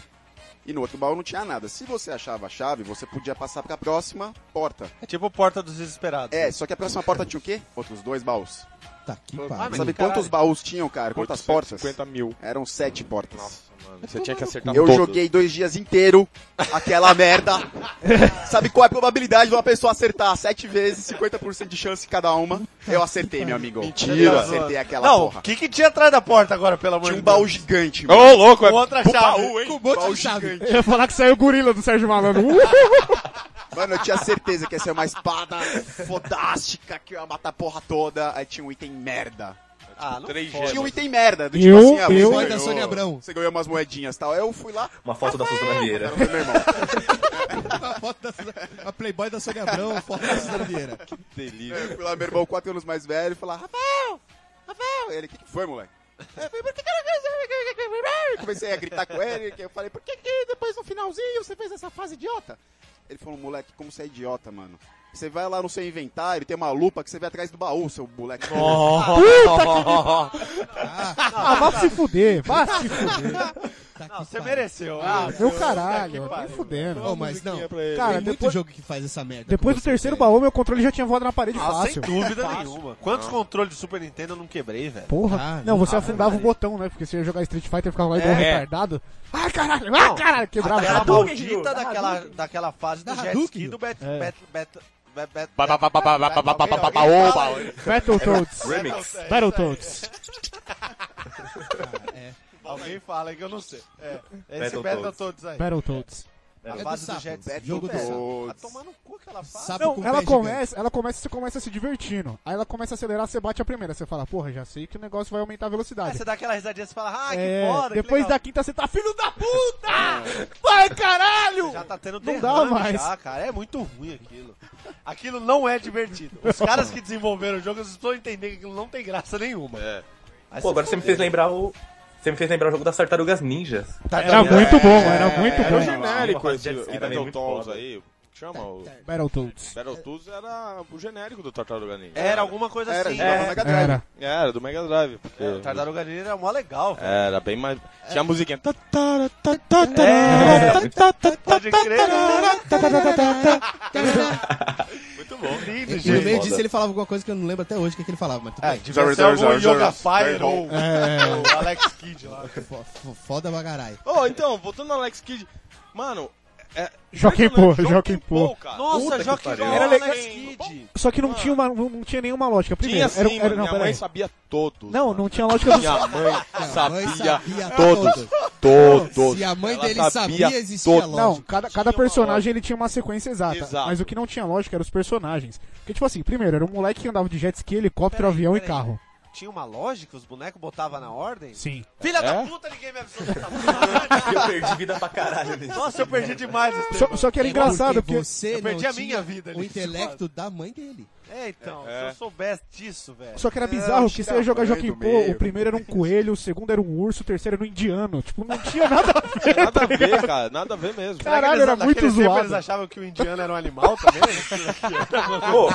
Speaker 4: E no outro baú não tinha nada. Se você achava a chave, você podia passar pra próxima porta.
Speaker 16: É tipo Porta dos Desesperados.
Speaker 4: É, só que a próxima porta tinha o quê? Outros dois baús.
Speaker 3: Tá, que
Speaker 16: pariu.
Speaker 4: Sabe
Speaker 16: Caralho.
Speaker 4: quantos baús tinham, cara? Quantas portas?
Speaker 8: 850 mil.
Speaker 4: Eram sete portas.
Speaker 8: Você tinha que
Speaker 16: Tá
Speaker 8: acertar
Speaker 4: Eu
Speaker 8: todas.
Speaker 4: joguei dois dias inteiro aquela merda. Sabe qual é a probabilidade de uma pessoa acertar? Sete vezes, 50% de chance cada uma. Eu acertei, meu amigo. Eu acertei aquela
Speaker 16: não,
Speaker 4: porra.
Speaker 16: O que, que tinha atrás da porta agora, pelo amor de
Speaker 4: Tinha um
Speaker 16: Deus?
Speaker 4: baú gigante,
Speaker 16: Ô,
Speaker 4: mano.
Speaker 16: louco, é-
Speaker 4: Com outra
Speaker 16: Pô,
Speaker 4: chave.
Speaker 16: baú, hein?
Speaker 4: Com um monte de chave.
Speaker 2: Eu ia falar que saiu o gorila do Sérgio Malandro. Uh! Uhul.
Speaker 4: Mano, eu tinha certeza que ia ser uma espada fodástica que eu ia matar a porra toda. Aí tinha um item merda.
Speaker 16: Ah,
Speaker 4: não
Speaker 8: Três
Speaker 4: Tinha um
Speaker 8: gemas.
Speaker 4: item merda, do
Speaker 2: Eu-
Speaker 4: tipo assim, ah,
Speaker 2: eu-
Speaker 4: você,
Speaker 2: da
Speaker 4: ganhou,
Speaker 2: um Sônia Abrão.
Speaker 4: você ganhou umas moedinhas e tal. Aí eu fui lá,
Speaker 5: Uma foto da Suzana Vieira.
Speaker 4: meu irmão.
Speaker 3: A foto da Sônia- a Playboy da Sônia Abrão, a foto da Sônia Vieira.
Speaker 4: Eu fui lá, meu irmão, quatro anos mais velho, e falar, Rafael! Rafael! Ele, o que, que foi, moleque? Eu falei, por que que ela fez isso?" Eu Comecei a gritar com ele, que eu falei, por que, que depois no finalzinho você fez essa fase idiota? Ele falou, moleque, como você é idiota, mano. Você vai lá no seu inventário, tem uma lupa que você vê atrás do baú, seu moleque.
Speaker 2: Puta Ah, vá se fuder, vá se fuder.
Speaker 16: Não,
Speaker 6: é
Speaker 16: você mereceu.
Speaker 2: Ah, meu caralho,
Speaker 16: Puta
Speaker 2: tá
Speaker 16: que pariu.
Speaker 2: fudendo.
Speaker 3: Ô, mas não,
Speaker 2: Cara,
Speaker 3: tem muito
Speaker 2: depois-
Speaker 3: jogo que faz essa merda.
Speaker 2: Depois do terceiro baú, meu controle já tinha voado na parede
Speaker 16: Ah,
Speaker 2: fácil.
Speaker 16: sem dúvida
Speaker 2: Fácil.
Speaker 16: nenhuma. Quantos controles do Super Nintendo eu não quebrei, velho?
Speaker 2: Porra. não, você
Speaker 16: Ah,
Speaker 2: afundava o
Speaker 16: Maria.
Speaker 2: botão, né? Porque você ia jogar Street Fighter e ficava lá igual um
Speaker 16: É.
Speaker 2: retardado. Ai, caralho, ai, caralho, quebrava.
Speaker 16: A tela
Speaker 2: Hadouken, Gil,
Speaker 16: maldita daquela, daquela fase
Speaker 2: Da
Speaker 16: do jet
Speaker 2: Hadouken,
Speaker 16: ski do Bet...
Speaker 2: É.
Speaker 16: Bet... Bet... Bet... Bet...
Speaker 17: Ba- ba- ba- ba- ba- ba- ba- ba- ba- ba- ba- oba.
Speaker 2: Battletoads.
Speaker 16: Remix.
Speaker 2: Battletoads.
Speaker 16: Alguém fala aí que eu não sei. É, esse
Speaker 2: Battletoads.
Speaker 16: Battletoads aí.
Speaker 2: Battletoads.
Speaker 16: A
Speaker 2: É
Speaker 16: fase
Speaker 2: do
Speaker 16: do
Speaker 2: sapo,
Speaker 16: jet ski.
Speaker 2: jogo do
Speaker 16: É,
Speaker 2: sapo.
Speaker 16: Vai tomar no cu aquela fase.
Speaker 2: Não, Então,
Speaker 3: é
Speaker 2: ela começa, ela começa, você começa se divertindo. Aí ela começa a acelerar, você bate a primeira. Você fala, porra, já sei que o negócio vai aumentar a
Speaker 16: Aí
Speaker 2: velocidade.
Speaker 16: você dá aquela risadinha e você fala, ah, que
Speaker 2: É,
Speaker 16: foda,
Speaker 2: depois
Speaker 16: que
Speaker 2: da quinta você tá filho da puta! Vai, caralho!
Speaker 16: Já tá tendo
Speaker 2: Não
Speaker 16: derrame
Speaker 2: dá mais.
Speaker 16: já, cara. É muito ruim aquilo. Aquilo não é divertido. Os caras que desenvolveram o jogo, eles precisam entender que aquilo não tem graça nenhuma. É.
Speaker 5: Pô, agora você me fez lembrar o. Você me fez lembrar o jogo das tartarugas ninjas.
Speaker 16: Era muito bom, era
Speaker 5: é
Speaker 8: É, era genérico esse Battletoads aí. que chama?
Speaker 2: Tá,
Speaker 8: O...
Speaker 2: Battletoads.
Speaker 8: Battletoads era o genérico do Tartaruga Ninja.
Speaker 6: Era alguma coisa
Speaker 8: Era,
Speaker 6: assim.
Speaker 8: Era, do
Speaker 6: É.
Speaker 8: Mega Drive.
Speaker 6: Era.
Speaker 8: Era, do Mega Drive. Porque...
Speaker 6: O Tartaruga Ninja era mó legal, velho.
Speaker 8: Era bem mais... Tinha a musiquinha...
Speaker 6: É. Pode crer. né?
Speaker 8: Muito bom.
Speaker 3: E no
Speaker 6: é
Speaker 3: meio disso ele falava alguma coisa que eu não lembro até hoje o que, é que ele falava, mas tudo bem.
Speaker 6: devia ser algum Yoga Fire ou
Speaker 3: É.
Speaker 6: ou Alex Kidd lá.
Speaker 3: Fo- fo- Foda bagarai.
Speaker 8: Ô, então, voltando ao Alex Kidd... Mano... É...
Speaker 2: Joaquim Pô, Joaquim Pô.
Speaker 8: cara.
Speaker 6: Nossa,
Speaker 8: Puta
Speaker 6: Joaquim
Speaker 8: que
Speaker 6: Pô,
Speaker 8: pariu.
Speaker 6: Alex
Speaker 8: Kidd.
Speaker 2: Só que não tinha, uma, não não tinha nenhuma lógica.
Speaker 8: Tinha
Speaker 2: Primeiro,
Speaker 8: sim,
Speaker 2: era, um-
Speaker 8: mano.
Speaker 2: era, não,
Speaker 8: Minha
Speaker 2: peraí.
Speaker 8: mãe sabia todos.
Speaker 2: Não, não tinha lógica dos...
Speaker 8: Minha mãe sabia,
Speaker 3: sabia
Speaker 8: todos. Todos.
Speaker 3: Se a mãe
Speaker 8: Ela
Speaker 3: dele sabia, existia
Speaker 8: todos.
Speaker 2: Não, cada, cada personagem ele tinha uma sequência exata. Mas o que não tinha lógica eram os personagens. Porque, tipo assim, primeiro, era um moleque que andava de jet ski, helicóptero, avião e carro.
Speaker 6: Tinha uma lógica, os bonecos botavam na ordem?
Speaker 2: Sim.
Speaker 6: Filha
Speaker 2: É?
Speaker 6: da puta, ninguém me avisou dessa porra.
Speaker 5: Eu perdi vida pra caralho nisso.
Speaker 6: Nossa, eu perdi demais.
Speaker 2: Só, só que era engraçado porque...
Speaker 3: você
Speaker 6: Eu perdi
Speaker 3: não
Speaker 6: a minha
Speaker 3: tinha
Speaker 6: vida ali,
Speaker 3: O intelecto da mãe dele.
Speaker 6: É, então,
Speaker 3: É.
Speaker 6: se eu soubesse disso, velho.
Speaker 2: Só que era
Speaker 6: Eu
Speaker 2: bizarro que
Speaker 6: tirava
Speaker 2: você ia jogar
Speaker 6: no meio
Speaker 2: Joaquim
Speaker 6: do
Speaker 2: Pô,
Speaker 6: meio.
Speaker 2: o primeiro era um coelho, o segundo era um urso, o terceiro era um indiano. Tipo, não tinha nada a ver.
Speaker 8: Nada a
Speaker 2: tá ligado?
Speaker 8: ver, cara. Nada a ver mesmo.
Speaker 6: Será que
Speaker 2: Caralho,
Speaker 6: eles-
Speaker 2: era muito
Speaker 6: naquele tempo
Speaker 2: zoado.
Speaker 6: Eles achavam que o indiano era um animal também?
Speaker 5: Pô,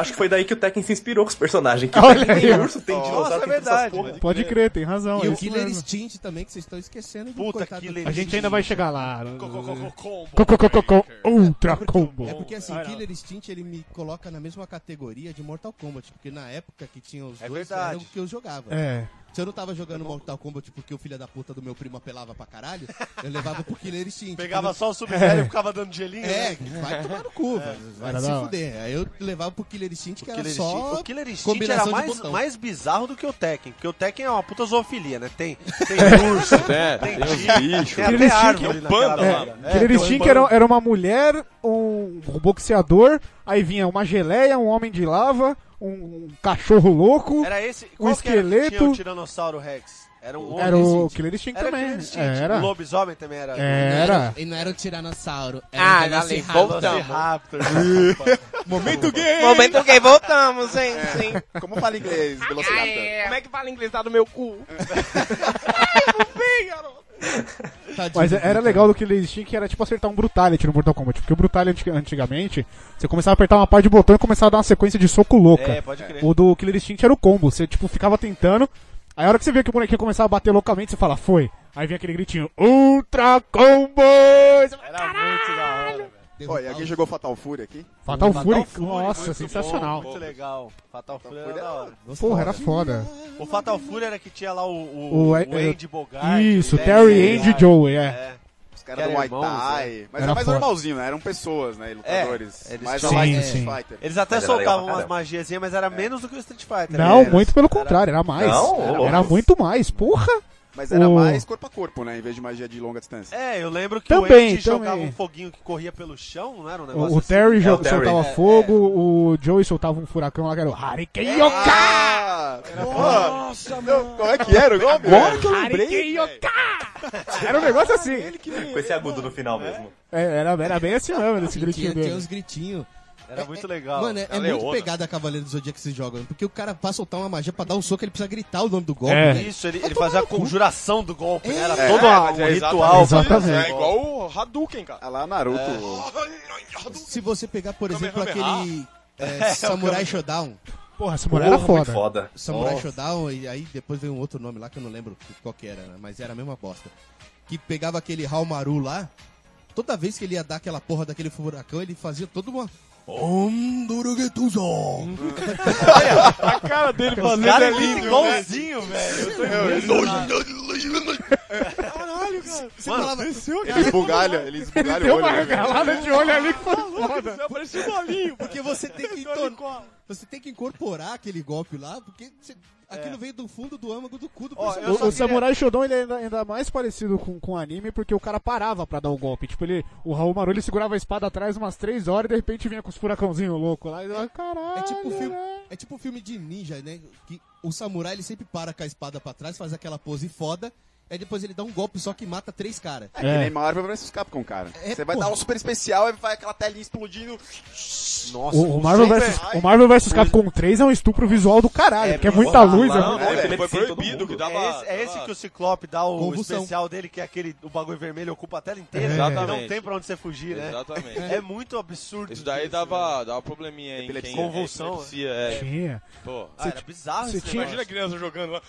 Speaker 5: acho que foi daí que o Tekken se inspirou com os personagens. Que
Speaker 2: Olha
Speaker 5: tem
Speaker 2: aí, ó.
Speaker 5: urso, tem
Speaker 6: Nossa,
Speaker 5: dinossauro,
Speaker 6: é
Speaker 5: tem todas
Speaker 6: verdade,
Speaker 5: essas porra.
Speaker 2: Pode crer, tem razão.
Speaker 3: E
Speaker 2: é
Speaker 3: o
Speaker 2: isso
Speaker 3: Killer
Speaker 2: mesmo.
Speaker 3: Instinct também, que vocês estão esquecendo.
Speaker 6: Puta,
Speaker 3: Killer
Speaker 2: A gente ainda vai chegar lá.
Speaker 6: Combo.
Speaker 2: Cococococom- Ultra Combo.
Speaker 3: É porque assim, Killer Instinct ele me coloca na mesma categoria de Mortal Kombat, porque na época que tinha os
Speaker 6: É
Speaker 3: dois
Speaker 6: verdade.
Speaker 3: era o que eu jogava.
Speaker 2: É.
Speaker 3: Se eu não tava jogando Mortal Kombat porque o filho da puta do meu primo apelava pra caralho, eu levava pro Killer Instinct.
Speaker 6: Pegava
Speaker 3: Quando-
Speaker 6: só o sub-zero e ficava dando gelinho.
Speaker 3: É,
Speaker 6: né?
Speaker 3: vai tomar no cu, velho. vai
Speaker 6: Era
Speaker 3: se
Speaker 6: da hora.
Speaker 3: fuder. Aí eu levava pro Killer Instinct, que era
Speaker 6: Killer
Speaker 3: só
Speaker 6: Instinct- O Killer Instinct
Speaker 3: combinação
Speaker 6: era
Speaker 3: de
Speaker 6: mais,
Speaker 3: botão.
Speaker 6: mais bizarro do que o Tekken, porque o Tekken é uma puta zoofilia, né? Tem, tem urso,
Speaker 8: É, tem os
Speaker 6: tigre,
Speaker 8: bichos.
Speaker 6: tem
Speaker 8: Killer
Speaker 6: até
Speaker 8: Instinct,
Speaker 6: árvore
Speaker 8: é um
Speaker 6: na
Speaker 8: panda
Speaker 6: cara,
Speaker 8: lá.
Speaker 6: velho.
Speaker 8: É,
Speaker 2: Killer
Speaker 8: tem um
Speaker 2: Instinct
Speaker 8: bando.
Speaker 2: era, era uma mulher, um boxeador, aí vinha uma geleia, um homem de lava, um cachorro louco,
Speaker 6: Era esse,
Speaker 2: um
Speaker 6: qual que era que tinha
Speaker 2: esqueleto.
Speaker 6: o Tiranossauro Rex? Era um
Speaker 2: Era o
Speaker 6: homem,
Speaker 2: Killer Instinct
Speaker 6: Era o
Speaker 2: também,
Speaker 6: Killer Instinct.
Speaker 2: era. É,
Speaker 6: O lobisomem também era.
Speaker 2: Era.
Speaker 3: E não era o Tiranossauro. um
Speaker 18: Ah,
Speaker 3: o
Speaker 18: não, ali,
Speaker 3: Velociraptor.
Speaker 18: voltamos.
Speaker 6: Velociraptor.
Speaker 3: Momento
Speaker 18: gay! Momento gay, voltamos, hein?
Speaker 6: É.
Speaker 18: Sim.
Speaker 4: Como fala inglês,
Speaker 18: Ah,
Speaker 4: Velociraptor?
Speaker 18: é. Como é que fala inglês? Tá do meu cu.
Speaker 3: tipo
Speaker 2: Mas era legal do Killer Instinct que era tipo acertar um Brutality no Mortal Kombat. Porque o Brutality anti- antigamente, você começava a apertar uma parte de botão e começava a dar uma sequência de soco louca.
Speaker 6: É, pode crer.
Speaker 2: O do Killer Instinct era o combo. Você tipo ficava tentando. Aí a hora que você via que o bonequinho começava a bater loucamente, você fala, foi. Aí vinha aquele gritinho, Ultra Combo! E você fala,
Speaker 6: muito da hora, velho.
Speaker 4: Olha, alguém jogou Fatal Fury aqui?
Speaker 2: Fatal Fury,
Speaker 6: Fury,
Speaker 2: nossa,
Speaker 6: muito
Speaker 2: sensacional.
Speaker 6: bom, Muito legal. Fatal Fury era da hora.
Speaker 2: Porra, era foda.
Speaker 6: O Fatal Fury era que tinha lá o, o,
Speaker 2: O-
Speaker 6: o
Speaker 2: é- é-
Speaker 6: Andy Bogart.
Speaker 2: Isso,
Speaker 6: o
Speaker 2: Terry
Speaker 6: Bogart.
Speaker 2: Andy Joey, é.
Speaker 4: Os caras
Speaker 6: Que
Speaker 4: do
Speaker 6: eram
Speaker 4: Muay
Speaker 6: irmãos,
Speaker 4: Thai.
Speaker 6: né?
Speaker 4: Mas
Speaker 2: Era
Speaker 4: era mais
Speaker 2: foda.
Speaker 4: normalzinho, né? Eram pessoas, né? E Lutadores.
Speaker 6: É, eles
Speaker 4: mais
Speaker 6: tinham-
Speaker 4: a light
Speaker 2: Sim,
Speaker 4: Street
Speaker 2: sim.
Speaker 4: Fighter.
Speaker 6: Eles até
Speaker 5: Mas era legal
Speaker 6: soltavam
Speaker 5: pra
Speaker 6: umas
Speaker 5: caramba.
Speaker 6: magiazinhas, mas era menos do que o Street Fighter.
Speaker 2: Não,
Speaker 6: Era-
Speaker 2: muito pelo
Speaker 6: era-
Speaker 2: contrário, era mais.
Speaker 5: Não, ô, louco.
Speaker 2: Era muito mais, porra.
Speaker 4: Mas era
Speaker 2: O-
Speaker 4: mais corpo a corpo, né? Em vez de magia de longa distância.
Speaker 6: É, eu lembro que
Speaker 2: Também,
Speaker 6: o Andy jogava
Speaker 2: também.
Speaker 6: um foguinho que corria pelo chão, não era um negócio
Speaker 2: O, o Terry
Speaker 6: assim?
Speaker 2: jo-
Speaker 5: o Terry.
Speaker 2: soltava
Speaker 6: É,
Speaker 2: fogo, o Joey soltava um furacão lá que era o Hurricane
Speaker 4: Ah! Nossa, mano. Como é que era o nome? velho?
Speaker 2: Era um negócio assim.
Speaker 5: Com esse agudo no final mesmo.
Speaker 2: É, era, era bem assim mesmo, esse gritinho
Speaker 3: Tinha, tinha
Speaker 2: dele.
Speaker 3: uns gritinhos.
Speaker 6: Era muito legal.
Speaker 3: Mano, é, é
Speaker 8: Leona.
Speaker 3: muito pegada a Cavaleiro do Zodíaco que se joga. Porque o cara, pra soltar uma magia, pra dar um soco, ele precisa gritar o nome do golpe. né?
Speaker 2: É.
Speaker 3: velho.
Speaker 6: Isso, ele, ele fazia a conjuração do golpe, né? Era
Speaker 4: É,
Speaker 6: todo uma-
Speaker 4: mas
Speaker 6: um
Speaker 4: é
Speaker 6: ritual.
Speaker 2: exatamente.
Speaker 6: pra-
Speaker 8: É igual o Hadouken, cara.
Speaker 4: Ah lá, Naruto.
Speaker 3: Se você pegar, por exemplo,
Speaker 8: Kamehameha.
Speaker 3: aquele
Speaker 6: Ah.
Speaker 3: é, Samurai Shodown.
Speaker 2: Porra, esse mulher era
Speaker 5: Porra, muito
Speaker 2: foda.
Speaker 5: foda.
Speaker 3: Samurai
Speaker 5: Nossa.
Speaker 3: Shodown, e aí depois veio um outro nome lá que eu não lembro qual que era, né? mas era a mesma bosta. Que pegava aquele Maru lá, toda vez que ele ia dar aquela porra daquele furacão, ele fazia toda uma. Om Durugetuzo!
Speaker 8: A cara dele
Speaker 6: Os caras é lindo, igualzinho, velho.
Speaker 3: Você falava.
Speaker 4: Ele esbugalha, É. ele esbugalha
Speaker 2: Deu
Speaker 4: o olho.
Speaker 2: uma
Speaker 4: né, velho?
Speaker 2: regalada de olho ali que foi
Speaker 6: é
Speaker 2: foda.
Speaker 16: é
Speaker 8: Parecia um bolinho.
Speaker 3: Porque você tem que entornar. Você tem que incorporar aquele golpe lá, porque você- aquilo veio do fundo do âmago do cu do
Speaker 6: É. Ó,
Speaker 3: personagem.
Speaker 6: eu
Speaker 2: O,
Speaker 6: só
Speaker 2: o Samurai Shodown ele é ainda, ainda mais parecido com, com o anime porque o cara parava pra dar o golpe. Tipo, ele, o Raul Maru ele segurava a espada atrás umas 3 horas e de repente vinha com os furacãozinhos loucos lá. E, eu, caralho.
Speaker 3: É tipo, filme,
Speaker 2: né?"
Speaker 3: é tipo filme de ninja, né? Que o samurai ele sempre para com a espada pra trás, faz aquela pose foda aí depois ele dá um golpe só que mata três caras.
Speaker 4: É, que nem Marvel vs Capcom, cara.
Speaker 3: É,
Speaker 4: Você vai
Speaker 3: porra.
Speaker 4: dar um super especial e vai aquela telinha explodindo. Nossa,
Speaker 2: o, o Marvel versus, o Marvel versus Capcom 3 é um estupro visual do caralho, porque é muita luz. é muito-
Speaker 16: foi
Speaker 8: proibido que dava.
Speaker 16: É esse, é esse que o Ciclope dá o
Speaker 2: Convulsão.
Speaker 16: especial dele, que é aquele. O bagulho vermelho ocupa a tela inteira.
Speaker 8: É.
Speaker 16: e Não
Speaker 8: Exatamente.
Speaker 16: tem pra onde você fugir, né?
Speaker 8: Exatamente.
Speaker 16: É muito absurdo.
Speaker 8: Isso daí dava, dava probleminha aí.
Speaker 16: Epilepsia.
Speaker 6: assim, é,
Speaker 16: Convulsão,
Speaker 8: É.
Speaker 2: Tinha.
Speaker 8: Pô,
Speaker 16: Ah, era bizarro
Speaker 8: Você
Speaker 16: esse
Speaker 8: tinha...
Speaker 16: negócio.
Speaker 8: Imagina a criança jogando lá.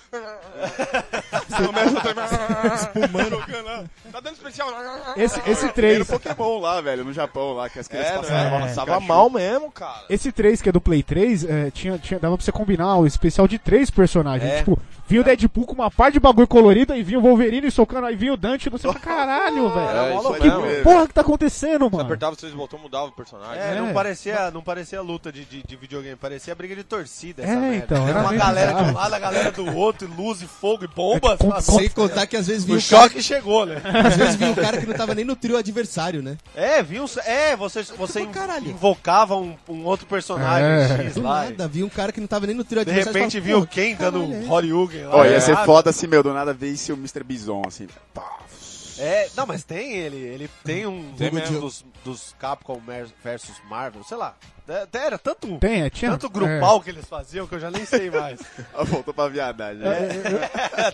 Speaker 8: Começa a tomar.
Speaker 4: Espumando.
Speaker 8: Jogando lá. Tá dando especial.
Speaker 2: Esse- esse três.
Speaker 4: Era o Pokémon lá, velho, no Japão lá, que as crianças
Speaker 8: É,
Speaker 4: passavam.
Speaker 8: né?
Speaker 4: mal,
Speaker 8: Passava
Speaker 4: Pikachu.
Speaker 8: mal mesmo, cara.
Speaker 2: Esse 3, que é do Play 3, é, tinha, tinha, dava pra você combinar o especial de três personagens.
Speaker 8: É.
Speaker 2: Tipo, vinha o Deadpool com uma par de bagulho colorido, aí vinha o Wolverine socando, aí vinha o Dante, não sei o que. Caralho,
Speaker 8: Era
Speaker 2: velho.
Speaker 8: É, isso
Speaker 2: que
Speaker 8: mesmo.
Speaker 2: porra que tá acontecendo,
Speaker 8: Você
Speaker 2: mano?
Speaker 8: apertava os três botões, mudava o personagem.
Speaker 16: É, não
Speaker 2: É.
Speaker 16: parecia, não parecia luta de, de, de videogame, parecia briga de torcida. Essa
Speaker 2: É,
Speaker 16: merda.
Speaker 2: então,
Speaker 16: Era
Speaker 2: era
Speaker 16: uma
Speaker 2: meio
Speaker 16: galera de um
Speaker 2: bizarro.
Speaker 16: lado, a galera do outro, e luz e fogo e bombas. Nossa,
Speaker 3: Sem contar que às vezes um vinha
Speaker 16: o
Speaker 3: o cara-
Speaker 16: choque chegou, né?
Speaker 3: Às vezes vinha um cara que não tava nem no trio adversário, né?
Speaker 16: É, viu? É, você, você invocava um, um outro personagem
Speaker 3: É.
Speaker 16: X
Speaker 3: Do
Speaker 16: lá.
Speaker 3: nada, vinha um cara que não tava nem no trio
Speaker 16: De
Speaker 3: adversário.
Speaker 16: repente
Speaker 3: e
Speaker 16: viu
Speaker 3: falava, "Pô,
Speaker 16: quem
Speaker 3: caralho,
Speaker 16: dando
Speaker 3: é
Speaker 16: um
Speaker 3: isso?"
Speaker 16: Holy Hogan lá.
Speaker 4: Ó, ia ser
Speaker 16: sabe?
Speaker 4: foda assim, meu, do nada vence o Mr. Bison, assim. Pá.
Speaker 16: É, não, mas tem ele. Ele tem um
Speaker 4: Tem
Speaker 16: jogo
Speaker 4: mesmo.
Speaker 16: dos, dos Capcom mer- versus Marvel, sei lá. Até era tanto,
Speaker 2: Tem, é, tinha-
Speaker 16: tanto grupal
Speaker 2: é.
Speaker 16: que eles faziam que eu já nem sei mais.
Speaker 4: Ó, Ah, Voltou pra viadagem. né?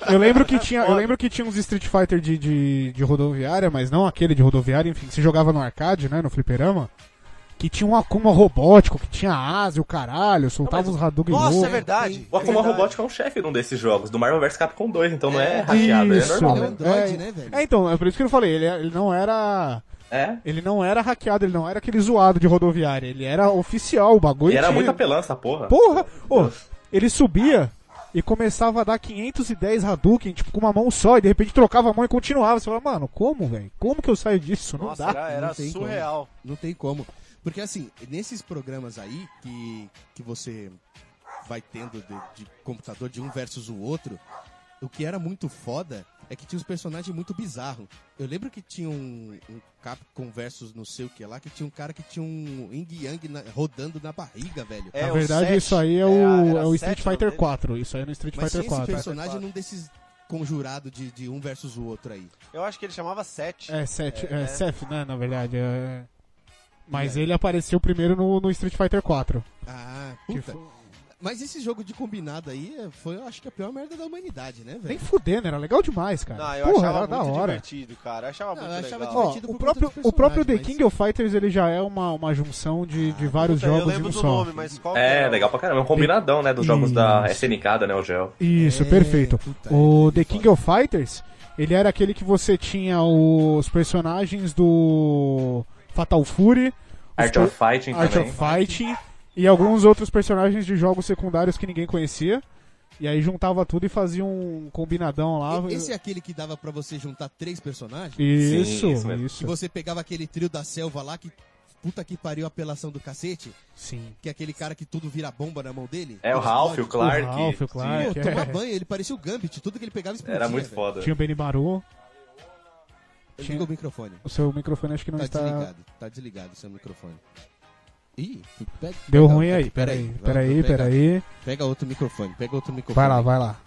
Speaker 2: É. Eu lembro que tinha, eu lembro que tinha uns Street Fighter de, de, de rodoviária, mas não aquele de rodoviária, enfim, que você jogava no arcade, né, no fliperama. Que tinha um Akuma robótico, que tinha asa e o caralho, soltava os Hadouken louco.
Speaker 16: é
Speaker 6: é
Speaker 16: verdade.
Speaker 5: O Akuma Robótico é um chefe de um desses jogos, do Marvel vs Capcom 2, então não é hackeado, é
Speaker 2: Isso.
Speaker 3: um
Speaker 5: normal. né?
Speaker 2: é, é, então, é por isso que eu falei, ele, ele não era.
Speaker 5: É?
Speaker 2: Ele não era hackeado, ele não era aquele zoado de rodoviária, ele era oficial o bagulho.
Speaker 5: E era
Speaker 2: tinha-
Speaker 5: muito apelão essa porra.
Speaker 2: Porra! Ô, ele subia e começava a dar 510 Hadouken, tipo, com uma mão só, e de repente trocava a mão e continuava. Você falava, mano, como, velho? Como que eu saio disso? Não dá.
Speaker 3: Não tem como. Não tem como. Porque assim, nesses programas aí que, que você vai tendo de, de computador de um versus o outro, o que era muito foda é que tinha uns personagens muito bizarros. Eu lembro que tinha um, um Capcom versus não sei o que lá, que tinha um cara que tinha um Ying Yang na- rodando na barriga, velho.
Speaker 5: é
Speaker 2: Na verdade, isso aí é o, é o Street Fighter
Speaker 5: né?
Speaker 2: 4. Isso aí é no Street
Speaker 3: Mas tinha
Speaker 2: Fighter
Speaker 3: esse
Speaker 2: 4.
Speaker 3: personagem num desses conjurado de, de um versus o outro aí.
Speaker 16: Eu acho que ele chamava 7.
Speaker 2: É, Seth, é,
Speaker 16: né?
Speaker 2: Seth, né, na verdade. é. Mas ele apareceu primeiro no, no Street Fighter 4.
Speaker 3: Ah,
Speaker 2: Que
Speaker 3: puta. Mas esse jogo de combinado aí é, foi, eu acho que a pior merda da humanidade, né, velho?
Speaker 2: Nem fudendo, era legal demais, cara.
Speaker 16: Não, eu
Speaker 2: Porra,
Speaker 16: achava
Speaker 2: era da
Speaker 16: muito
Speaker 2: hora.
Speaker 16: divertido, cara. Eu achava
Speaker 3: Não,
Speaker 16: muito
Speaker 3: eu achava
Speaker 16: legal.
Speaker 2: Ó,
Speaker 3: divertido
Speaker 2: o
Speaker 3: por
Speaker 2: próprio,
Speaker 3: conta dos
Speaker 2: o próprio The
Speaker 3: personagens,
Speaker 2: King of Fighters ele já é uma, uma junção de, de vários
Speaker 16: Ah, puta, eu
Speaker 2: jogos em
Speaker 16: lembro
Speaker 2: um
Speaker 16: do
Speaker 2: só.
Speaker 16: nome, mas qual que
Speaker 5: É,
Speaker 16: era?
Speaker 5: legal pra caramba. É um combinadão, né, dos jogos da SNK, da Neo Geo.
Speaker 2: Isso,
Speaker 16: É,
Speaker 2: perfeito. O The King of Fighters, ele era aquele que você tinha os personagens do Fatal Fury, os
Speaker 5: Art of Fighting
Speaker 2: Art
Speaker 5: também.
Speaker 2: of Fighting e alguns outros personagens de jogos secundários que ninguém conhecia. E aí juntava tudo e fazia um combinadão lá.
Speaker 3: E- Esse é aquele que dava pra você juntar três
Speaker 16: é-
Speaker 3: personagens?
Speaker 2: Isso, Sim, isso mesmo. isso.
Speaker 3: Que você pegava aquele trio da selva lá que puta que pariu a apelação do cacete?
Speaker 2: Sim.
Speaker 3: Que é aquele cara que tudo vira bomba na mão dele?
Speaker 5: É, o Ralph, o Clark. O Ralph, o Clark,
Speaker 3: Pô,
Speaker 5: é.
Speaker 3: tomar banho, ele parecia o Gambit, tudo que ele pegava explodia.
Speaker 5: Era muito
Speaker 3: velho.
Speaker 5: foda.
Speaker 2: Tinha o Benimaru.
Speaker 3: Liga o microfone.
Speaker 2: O seu microfone acho que não
Speaker 3: tá
Speaker 2: está.
Speaker 3: desligado, tá desligado o seu microfone. Ih, pega,
Speaker 2: Deu
Speaker 3: pega-
Speaker 2: ruim aí, peraí, peraí, peraí.
Speaker 3: Pega outro microfone, pega outro microfone.
Speaker 2: Vai lá, vai lá.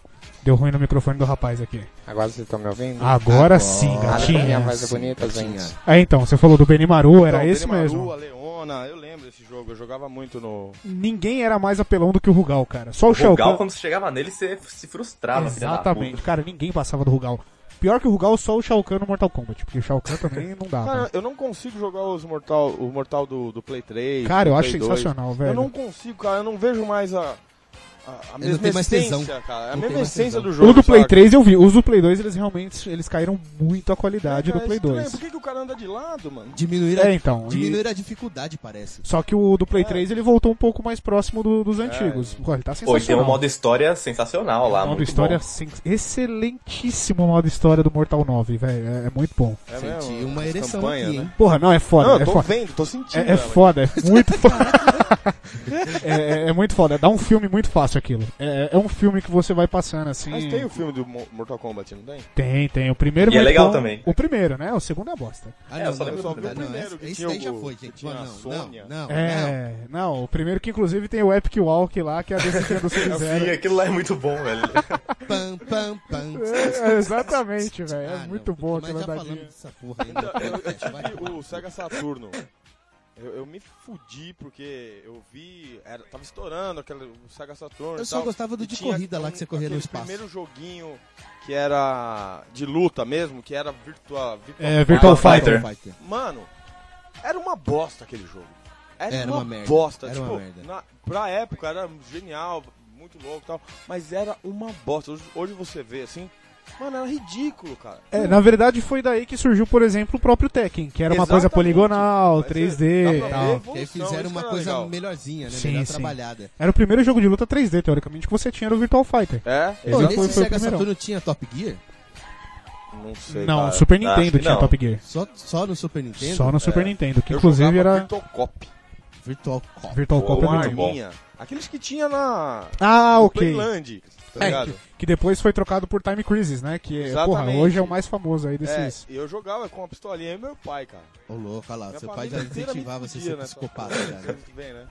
Speaker 2: Deu ruim no microfone do rapaz aqui.
Speaker 8: É.
Speaker 19: Agora vocês estão me ouvindo?
Speaker 2: Agora sim, gatinha.
Speaker 19: Minha voz é
Speaker 2: Sim,
Speaker 19: bonita,
Speaker 2: gatinha.
Speaker 19: gente.
Speaker 2: Ah, então, você falou do Benimaru, era
Speaker 8: Então,
Speaker 2: esse
Speaker 8: Benimaru,
Speaker 2: mesmo.
Speaker 8: a Leona, eu lembro desse jogo, eu jogava muito no.
Speaker 2: Ninguém era mais apelão do que o Rugal, cara. Só o,
Speaker 5: O
Speaker 2: Shao
Speaker 5: Rugal,
Speaker 2: Kahn.
Speaker 5: quando você chegava nele, você se frustrava, filha da
Speaker 2: um Exatamente,
Speaker 5: puta.
Speaker 2: cara, ninguém passava do Rugal. Pior que o Rugal, só o Shao Kahn no Mortal Kombat, porque o Shao Kahn também não dava.
Speaker 8: Cara, eu não consigo jogar os Mortal, o Mortal do, do Play 3.
Speaker 2: Cara,
Speaker 8: do
Speaker 2: eu
Speaker 8: Play
Speaker 2: acho
Speaker 8: 2.
Speaker 2: sensacional, velho.
Speaker 8: Eu não consigo, cara, eu não vejo mais a. A,
Speaker 3: não
Speaker 8: a mesma
Speaker 3: tenho mais
Speaker 8: essência,
Speaker 3: tesão.
Speaker 8: cara. É A
Speaker 3: Não tenho
Speaker 8: mesma
Speaker 3: mais
Speaker 8: essência
Speaker 3: tesão.
Speaker 8: do jogo.
Speaker 2: O do Play
Speaker 8: saca?
Speaker 2: 3 eu vi, os do Play 2 eles realmente eles caíram muito a qualidade
Speaker 8: É,
Speaker 2: do Play
Speaker 8: estranho,
Speaker 2: 2.
Speaker 8: Por que, que o cara anda de lado, mano?
Speaker 3: Diminuir,
Speaker 2: É,
Speaker 3: a,
Speaker 2: então,
Speaker 3: diminuir
Speaker 2: e-
Speaker 3: a dificuldade, parece.
Speaker 2: Só que o do
Speaker 8: É.
Speaker 2: Play 3 ele voltou um pouco mais próximo do- dos antigos. Pô, ele tá
Speaker 5: Pô, e tem um
Speaker 2: sensacional.
Speaker 5: modo história sensacional lá,
Speaker 2: O modo
Speaker 5: muito
Speaker 2: história
Speaker 5: bom.
Speaker 2: sen- excelentíssimo modo história do Mortal 9, velho. É, é muito bom.
Speaker 8: É
Speaker 3: Senti
Speaker 8: mesmo?
Speaker 3: uma
Speaker 8: As
Speaker 3: ereção
Speaker 8: campanhas,
Speaker 3: aqui,
Speaker 8: né?
Speaker 3: hein?
Speaker 2: Porra, não, é foda.
Speaker 8: Não, eu
Speaker 2: é
Speaker 8: tô
Speaker 2: foda.
Speaker 8: vendo, tô sentindo,
Speaker 2: É, é
Speaker 8: velho.
Speaker 2: foda, é muito foda. é, é muito foda, dá um filme muito fácil aquilo. É, é um filme que você vai passando assim.
Speaker 8: Mas tem o filme do Mo- Mortal Kombat, não tem?
Speaker 2: Tem, tem. O primeiro
Speaker 8: E é
Speaker 2: muito
Speaker 8: legal
Speaker 2: bom.
Speaker 8: também.
Speaker 2: O primeiro, né? O segundo é bosta.
Speaker 3: Ah,
Speaker 8: É,
Speaker 3: não,
Speaker 8: eu só
Speaker 3: não,
Speaker 8: lembro
Speaker 3: não,
Speaker 8: só do
Speaker 3: não, não,
Speaker 8: primeiro
Speaker 3: esse-
Speaker 8: que
Speaker 3: esse
Speaker 8: tinha
Speaker 3: daí já
Speaker 8: o-
Speaker 3: foi, gente.
Speaker 8: tinha
Speaker 3: Não,
Speaker 8: a
Speaker 3: não,
Speaker 8: Sônia.
Speaker 3: não, não.
Speaker 2: é, não. o primeiro que inclusive tem o Epic Walk lá, que é a descida do Sub-Zero.
Speaker 5: Sim, aquilo lá é muito bom, velho.
Speaker 3: Pam, pam, pam.
Speaker 2: É, exatamente,
Speaker 8: Ah,
Speaker 2: velho. É muito bom
Speaker 3: Mas
Speaker 2: aquela
Speaker 3: já falando
Speaker 2: dadinha.
Speaker 3: dessa porra ainda.
Speaker 8: Então, eu, eu tive o Sega Saturno. Eu, eu me fudi porque eu vi. Era, tava estourando aquele, o Sega Saturno.
Speaker 3: Eu
Speaker 8: e
Speaker 3: só
Speaker 8: tal,
Speaker 3: gostava do
Speaker 8: e
Speaker 3: de
Speaker 8: tinha um
Speaker 3: corrida lá que você corria no
Speaker 8: aquele
Speaker 3: espaço.
Speaker 8: primeiro joguinho que era de luta mesmo, que era Virtua, virtua
Speaker 2: É, Virtua
Speaker 8: tá
Speaker 2: Fighter.
Speaker 8: Mano, era uma bosta aquele jogo. Era,
Speaker 3: Era
Speaker 8: uma,
Speaker 3: uma merda,
Speaker 8: bosta.
Speaker 3: era
Speaker 8: tipo,
Speaker 3: uma merda.
Speaker 8: na- pra época era genial, muito louco e tal. Mas era uma bosta. Hoje, hoje você vê assim. Mano, era ridículo, cara.
Speaker 2: É, na verdade foi daí que surgiu, por exemplo, o próprio Tekken, que era uma coisa
Speaker 8: Exatamente.
Speaker 2: poligonal,
Speaker 8: Mas é, dá
Speaker 2: 3D
Speaker 8: pra
Speaker 2: e
Speaker 8: ver a
Speaker 2: tal.
Speaker 8: evolução,
Speaker 3: Porque
Speaker 8: isso
Speaker 3: fizeram
Speaker 8: que
Speaker 3: uma
Speaker 8: era
Speaker 3: coisa
Speaker 8: legal.
Speaker 3: melhorzinha, né?
Speaker 2: Sim,
Speaker 3: Melhor
Speaker 2: sim.
Speaker 3: trabalhada.
Speaker 2: Era o primeiro jogo de luta 3D, teoricamente, que você tinha era o Virtual Fighter.
Speaker 8: É?
Speaker 2: Ele já
Speaker 3: Pô, nesse
Speaker 2: foi- foi o
Speaker 3: Sega
Speaker 2: primeirão.
Speaker 3: Saturno tinha Top Gear?
Speaker 8: Não sei.
Speaker 2: Não,
Speaker 8: cara.
Speaker 2: Super
Speaker 8: Acho
Speaker 2: Nintendo
Speaker 8: que
Speaker 2: tinha
Speaker 8: não.
Speaker 2: Top Gear.
Speaker 3: Só, só no Super Nintendo?
Speaker 2: Só no Super Nintendo, que
Speaker 8: É. Eu
Speaker 2: inclusive
Speaker 8: jogava
Speaker 2: era
Speaker 8: Virtual Cop.
Speaker 3: Virtual Cop.
Speaker 2: Virtual Cop é
Speaker 8: Ou
Speaker 2: muito bom.
Speaker 8: Arminha. Aqueles que tinha na.
Speaker 2: Ah,
Speaker 8: no
Speaker 2: ok.
Speaker 8: Playland.
Speaker 2: É,
Speaker 8: Tá ligado?
Speaker 2: que- que depois foi trocado por Time Crisis, né? Que, é, porra,
Speaker 8: Exatamente.
Speaker 2: hoje é o mais famoso aí desses.
Speaker 8: É, eu jogava com uma pistolinha e meu pai, cara.
Speaker 3: Ô, louco, olha lá.
Speaker 8: Minha
Speaker 3: Ah, Seu pai
Speaker 8: família
Speaker 3: já
Speaker 8: inteira me
Speaker 3: incentivava você a
Speaker 8: fudia
Speaker 3: ser
Speaker 8: nessa
Speaker 3: psicopata,
Speaker 8: porra.
Speaker 3: cara.
Speaker 8: Tudo bem, né?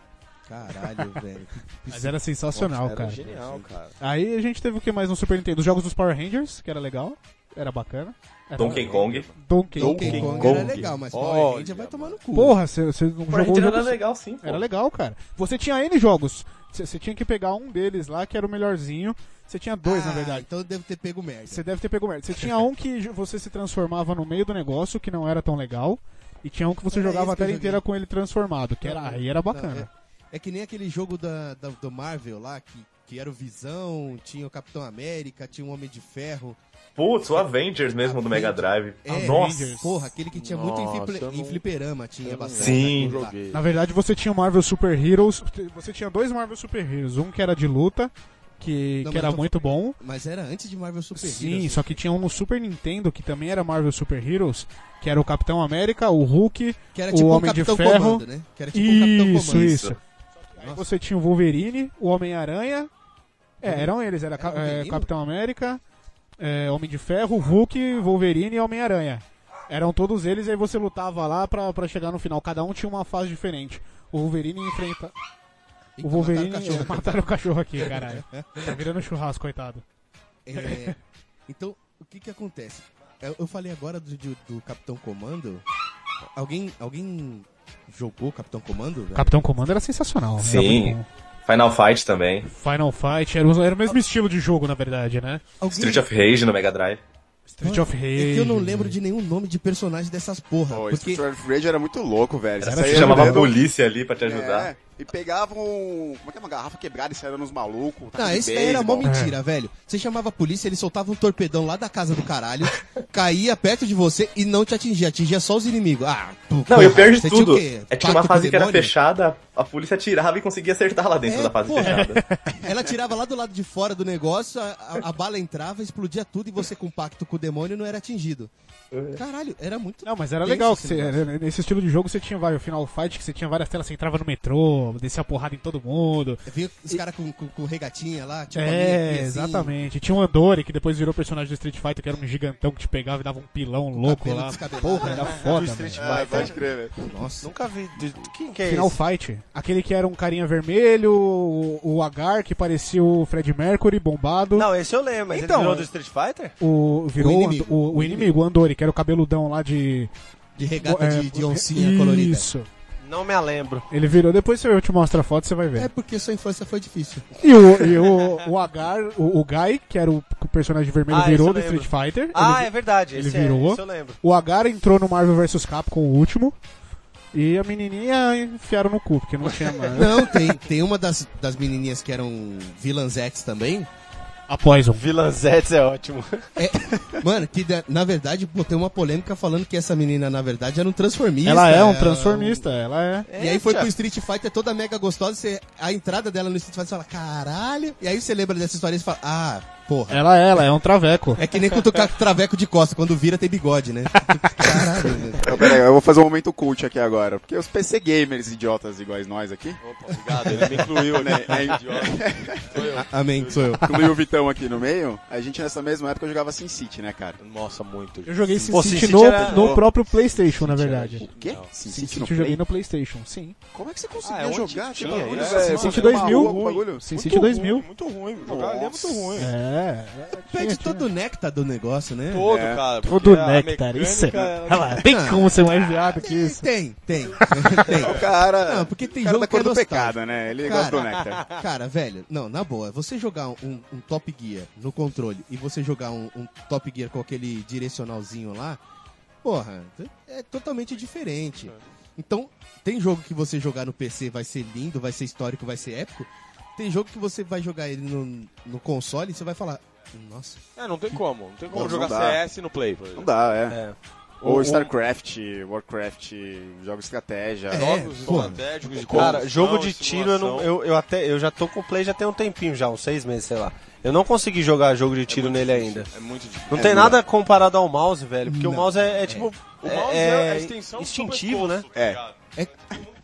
Speaker 3: Caralho, velho.
Speaker 2: Mas era sensacional,
Speaker 8: É, Nossa, era
Speaker 2: Ah, cara.
Speaker 8: genial, cara.
Speaker 2: Aí a gente teve o que mais no Super Nintendo? Os jogos dos Power Rangers, que era legal, era bacana. Era
Speaker 5: Donkey Kong.
Speaker 2: Donkey
Speaker 3: Donkey
Speaker 2: Kong.
Speaker 3: Kong era legal, mas Power
Speaker 8: Olha,
Speaker 3: Ranger vai tomar no cu.
Speaker 2: Porra, você você não
Speaker 5: Power
Speaker 2: jogou o
Speaker 5: Ranger
Speaker 2: jogo assim?
Speaker 5: era legal sim, pô.
Speaker 2: Era legal, cara. Você tinha N jogos. Você você tinha que pegar um deles lá, que era o melhorzinho. Você tinha dois, na
Speaker 3: Ah,
Speaker 2: verdade.
Speaker 3: Então eu devo ter pego merda.
Speaker 2: Você deve ter pego merda. Você tinha um que ju- você se transformava no meio do negócio, que não era tão legal. E tinha um que você
Speaker 3: Era
Speaker 2: jogava
Speaker 3: esse
Speaker 2: a
Speaker 3: que eu
Speaker 2: tela
Speaker 3: joguei.
Speaker 2: inteira com ele transformado, que era,
Speaker 3: Não,
Speaker 2: aí era
Speaker 3: não,
Speaker 2: bacana.
Speaker 3: é, é que nem aquele jogo da, da- do Marvel lá, que, que era o Visão, tinha o Capitão América, tinha o Homem de Ferro.
Speaker 5: Putz, o Avengers mesmo do Mega Drive.
Speaker 2: Ah,
Speaker 3: É,
Speaker 5: Nossa.
Speaker 3: Porra, aquele que tinha muito em, fliple- em fliperama, tinha bastante. Tá,
Speaker 5: Sim.
Speaker 3: aquilo lá.
Speaker 2: Na verdade, você tinha o Marvel Super Heroes. Você tinha dois Marvel Super Heroes. Um que era de luta, que,
Speaker 3: Não,
Speaker 2: que
Speaker 3: mas
Speaker 2: era
Speaker 3: eu tô-
Speaker 2: muito bom.
Speaker 3: Mas era antes de Marvel Super
Speaker 2: Sim,
Speaker 3: Heroes. né?
Speaker 2: só que tinha um no Super Nintendo, que também era Marvel Super Heroes, que era o Capitão América, o Hulk,
Speaker 3: Que era tipo
Speaker 2: o
Speaker 3: um
Speaker 2: Homem de
Speaker 3: Capitão
Speaker 2: Ferro.
Speaker 3: Comando, né? Que era tipo um Capitão
Speaker 2: isso,
Speaker 3: Comando.
Speaker 2: isso. Aí você tinha o Wolverine, o Homem-Aranha. É, eram eles, era, Ca-
Speaker 3: Uhum. Era o Wolverine?
Speaker 2: é, Capitão América, é, Homem de Ferro, Hulk, Wolverine e Homem-Aranha. Eram todos eles, e aí você lutava lá pra, pra chegar no final. Cada um tinha uma fase diferente. O Wolverine enfrenta.
Speaker 3: Eita,
Speaker 2: O Wolverine.
Speaker 3: mataram o cachorro.
Speaker 2: Mataram o cachorro aqui, caralho. Tá virando churrasco, coitado.
Speaker 3: É, então, o que que acontece? Eu, eu falei agora do, de- do Capitão Comando. Alguém, alguém jogou Capitão Comando? velho?
Speaker 2: Capitão Comando era sensacional. né? era
Speaker 5: Sim.
Speaker 2: muito bom.
Speaker 5: Final Fight também.
Speaker 2: Final Fight era, o- era o mesmo estilo de jogo, na verdade, né?
Speaker 3: Alguém-
Speaker 5: Street of Rage no Mega Drive.
Speaker 2: Street of Rage.
Speaker 3: É que eu não lembro de nenhum nome de personagem dessas porra.
Speaker 4: Pô, esse
Speaker 3: porque
Speaker 4: Street of Rage era muito louco, velho. Você
Speaker 5: Você
Speaker 4: saía
Speaker 5: chamava a
Speaker 4: andando-
Speaker 5: polícia ali pra te ajudar.
Speaker 4: É, e pegava um... Como é que é? Uma garrafa quebrada e saía nos malucos. tá
Speaker 3: Não, esse daí era mó
Speaker 5: É.
Speaker 3: mentira, velho. Você chamava a polícia, ele soltava um torpedão lá da casa do caralho, caía perto de você e não te atingia, atingia só os inimigos. Ah, tu,
Speaker 5: Não, e
Speaker 3: porra,
Speaker 5: o pior de
Speaker 3: você
Speaker 5: tudo
Speaker 3: o quê?
Speaker 5: é que tinha
Speaker 3: Pacto
Speaker 5: uma fase
Speaker 3: com
Speaker 5: que era
Speaker 3: demônio?
Speaker 5: fechada, a polícia tirava e conseguia acertar lá dentro
Speaker 3: É,
Speaker 5: da fase
Speaker 3: porra.
Speaker 5: fechada.
Speaker 3: Ela tirava lá do lado de fora do negócio, a, a- a bala entrava, explodia tudo e você com pacto com o demônio não era atingido.
Speaker 5: É.
Speaker 3: Caralho, era muito.
Speaker 2: Não, mas era
Speaker 3: tenso
Speaker 2: legal. Que
Speaker 3: esse
Speaker 2: você-
Speaker 3: negócio.
Speaker 2: era- nesse estilo de jogo você tinha vai, o Final Fight, que você tinha várias telas, você entrava no metrô, descia porrada em todo mundo.
Speaker 3: Viu os caras com, com, com regatinha lá, tipo a minha
Speaker 2: é,
Speaker 3: aqui, assim,
Speaker 2: exatamente. Tinha um Andori que depois virou personagem do Street Fighter, que era um gigantão que te pegava e dava um pilão louco
Speaker 3: cabelo
Speaker 2: lá.
Speaker 3: descabelado. né?
Speaker 2: Porra, era foda.
Speaker 16: Street
Speaker 2: mano.
Speaker 4: Ah, pode crer, velho.
Speaker 3: Nossa.
Speaker 16: Nunca vi. de- Quem que é
Speaker 2: Final
Speaker 16: esse?
Speaker 2: Fight. Aquele que era um carinha vermelho, o, o Agar que parecia o Fred Mercury bombado.
Speaker 16: Não, esse eu lembro, mas
Speaker 2: Então,
Speaker 16: ele virou do
Speaker 2: é-
Speaker 16: Street Fighter?
Speaker 2: O, virou
Speaker 3: O
Speaker 2: o,
Speaker 3: inimigo.
Speaker 2: o- o inimigo, o Andori, que era o cabeludão lá de.
Speaker 3: De regata
Speaker 2: é,
Speaker 3: de, de oncinha colorida.
Speaker 2: Isso.
Speaker 16: Não me lembro.
Speaker 2: Ele virou. Depois eu te mostro a foto, você vai ver.
Speaker 3: É porque sua infância foi difícil.
Speaker 2: E o, e o, o Agar, o, o Guy, que era o, que o personagem vermelho,
Speaker 16: Ah,
Speaker 2: virou
Speaker 16: esse eu
Speaker 2: do
Speaker 16: lembro.
Speaker 2: Street Fighter.
Speaker 16: Ah,
Speaker 2: Ele-
Speaker 16: é verdade.
Speaker 2: ele
Speaker 16: esse
Speaker 2: virou.
Speaker 16: É, esse eu lembro.
Speaker 2: O Agar entrou no Marvel vs Capcom, o último. E a menininha enfiaram no cu, porque não tinha mais.
Speaker 3: Não, tem, tem uma das, das menininhas que eram vilãs ex também.
Speaker 2: A Poison.
Speaker 16: Vilanzetes é ótimo.
Speaker 3: É, mano, que da- na verdade pô, tem uma polêmica falando que essa menina, na verdade, era um transformista.
Speaker 2: Ela é um
Speaker 3: um-
Speaker 2: transformista, ela é.
Speaker 3: E aí foi pro Street Fighter toda mega gostosa, você, a entrada dela no Street Fighter, você fala, caralho. E aí você lembra dessa história e você fala, ah, porra.
Speaker 2: Ela é, ela é um traveco.
Speaker 3: É que nem quando tocar traveco de costa, quando vira tem bigode, né? Caralho, né? velho.
Speaker 4: Então, pera aí, eu vou fazer um momento cult aqui agora. Porque os PC gamers idiotas iguais nós aqui.
Speaker 8: Opa, obrigado. Ele me incluiu, né? É idiota.
Speaker 3: Amém, sou eu.
Speaker 4: Incluiu o Vitão aqui no meio. A gente nessa mesma época jogava SimCity, né, cara?
Speaker 8: Nossa, muito.
Speaker 2: Eu joguei
Speaker 16: Pô,
Speaker 2: SimCity
Speaker 16: SimCity
Speaker 2: no,
Speaker 16: era-
Speaker 2: no próprio PlayStation, na verdade.
Speaker 4: O quê?
Speaker 2: SimCity
Speaker 4: SimCity
Speaker 2: eu
Speaker 4: no
Speaker 2: joguei
Speaker 4: Play?
Speaker 2: no PlayStation, sim.
Speaker 4: Como é que você
Speaker 8: Ah, é
Speaker 4: conseguia
Speaker 8: onde
Speaker 4: jogar?
Speaker 8: tinha
Speaker 4: Que bagulho,
Speaker 8: isso?
Speaker 4: velho?
Speaker 8: Sim,
Speaker 4: Você
Speaker 8: City
Speaker 4: era
Speaker 2: 2000.
Speaker 4: maluco, bagulho?
Speaker 2: SimCity 2000.
Speaker 8: Muito ruim. Jogar ali é muito ruim.
Speaker 2: É, É,
Speaker 3: Perde todo o néctar do negócio, né?
Speaker 2: Todo, É. cara, porque Todo a néctar, isso é- mecânica- Olha lá, tem como ser mais viado que isso.
Speaker 3: Tem, tem. tem.
Speaker 4: O cara-
Speaker 3: Não, porque tem
Speaker 4: o cara
Speaker 3: jogo
Speaker 4: da
Speaker 3: que é
Speaker 4: cor do
Speaker 3: nostálgico.
Speaker 4: pecado, né? Ele gosta do néctar.
Speaker 3: Cara, velho, não, na boa, você jogar um, um Top Gear no controle e você jogar um, um Top Gear com aquele direcionalzinho lá, porra, é totalmente diferente. Então, tem jogo que você jogar no PC vai ser lindo, vai ser histórico, vai ser épico. Tem jogo que você vai jogar ele no, no console e você vai falar, nossa,
Speaker 8: É, não tem como. Não tem como
Speaker 3: Não,
Speaker 8: jogar
Speaker 4: não dá.
Speaker 8: CS no Play. por exemplo.
Speaker 4: Não dá, é. Ou,
Speaker 8: Ou-
Speaker 4: StarCraft, Warcraft, jogos de estratégia.
Speaker 8: Jogos
Speaker 4: Pô,
Speaker 8: estratégicos de
Speaker 4: Cara,
Speaker 8: construção,
Speaker 6: Jogo de tiro, eu,
Speaker 8: simulação.
Speaker 6: não, eu, eu até, eu já tô com o play já tem um tempinho, já, uns seis meses, sei lá. Eu não consegui jogar jogo de tiro nele ainda.
Speaker 8: É muito difícil.
Speaker 6: Não tem nada comparado ao mouse, velho, porque o mouse é, é tipo.
Speaker 8: O
Speaker 6: é-
Speaker 8: mouse
Speaker 6: é,
Speaker 8: é a extensão do
Speaker 6: instintivo, né?
Speaker 4: É.
Speaker 3: É,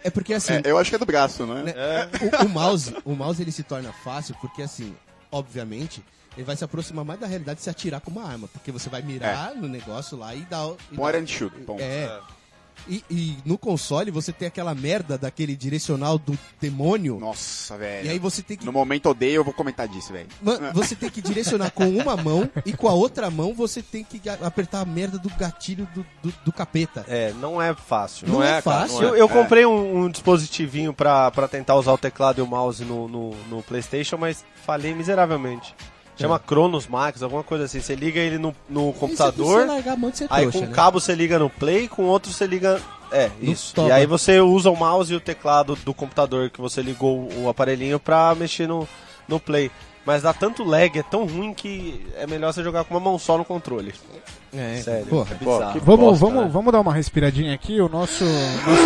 Speaker 3: é porque assim.
Speaker 4: É, eu acho que é do braço, né?
Speaker 3: né, O, o mouse, o mouse ele se torna fácil porque assim, obviamente, ele vai se aproximar mais da realidade se atirar com uma arma, porque você vai mirar no negócio lá e dar. o- E
Speaker 4: Point
Speaker 3: dar-
Speaker 4: and shoot, ponto.
Speaker 3: É.
Speaker 4: É.
Speaker 3: E, e no console você tem aquela merda daquele direcional do demônio.
Speaker 4: Nossa, velho.
Speaker 3: E aí você tem que.
Speaker 4: No momento odeio, eu vou comentar disso, velho.
Speaker 3: Mano, você tem que direcionar com uma mão e com a outra mão você tem que a- apertar a merda do gatilho do, do, do capeta.
Speaker 6: É, não é fácil.
Speaker 3: Não Não é, é cara, fácil. não é.
Speaker 6: Eu, eu
Speaker 3: É.
Speaker 6: comprei um, um dispositivinho pra, pra tentar usar o teclado e o mouse no, no, no PlayStation, mas falhei miseravelmente. Chama
Speaker 3: É.
Speaker 6: Cronos Max, alguma coisa assim. Você liga ele no, no computador.
Speaker 3: precisa largar a mão de ser
Speaker 6: aí
Speaker 3: trouxa,
Speaker 6: com um
Speaker 3: é né?
Speaker 6: cabo você liga no Play, com outro você liga. É,
Speaker 3: No
Speaker 6: isso.
Speaker 3: top.
Speaker 6: E aí você usa o mouse e o teclado do computador que você ligou o aparelhinho pra mexer no, no Play. Mas dá tanto lag, é tão ruim que é melhor você jogar com uma mão só no controle.
Speaker 3: É,
Speaker 6: sério.
Speaker 3: porra.
Speaker 6: é bizarro.
Speaker 2: vamos, vamos, vamos dar uma respiradinha aqui. O nosso. nosso-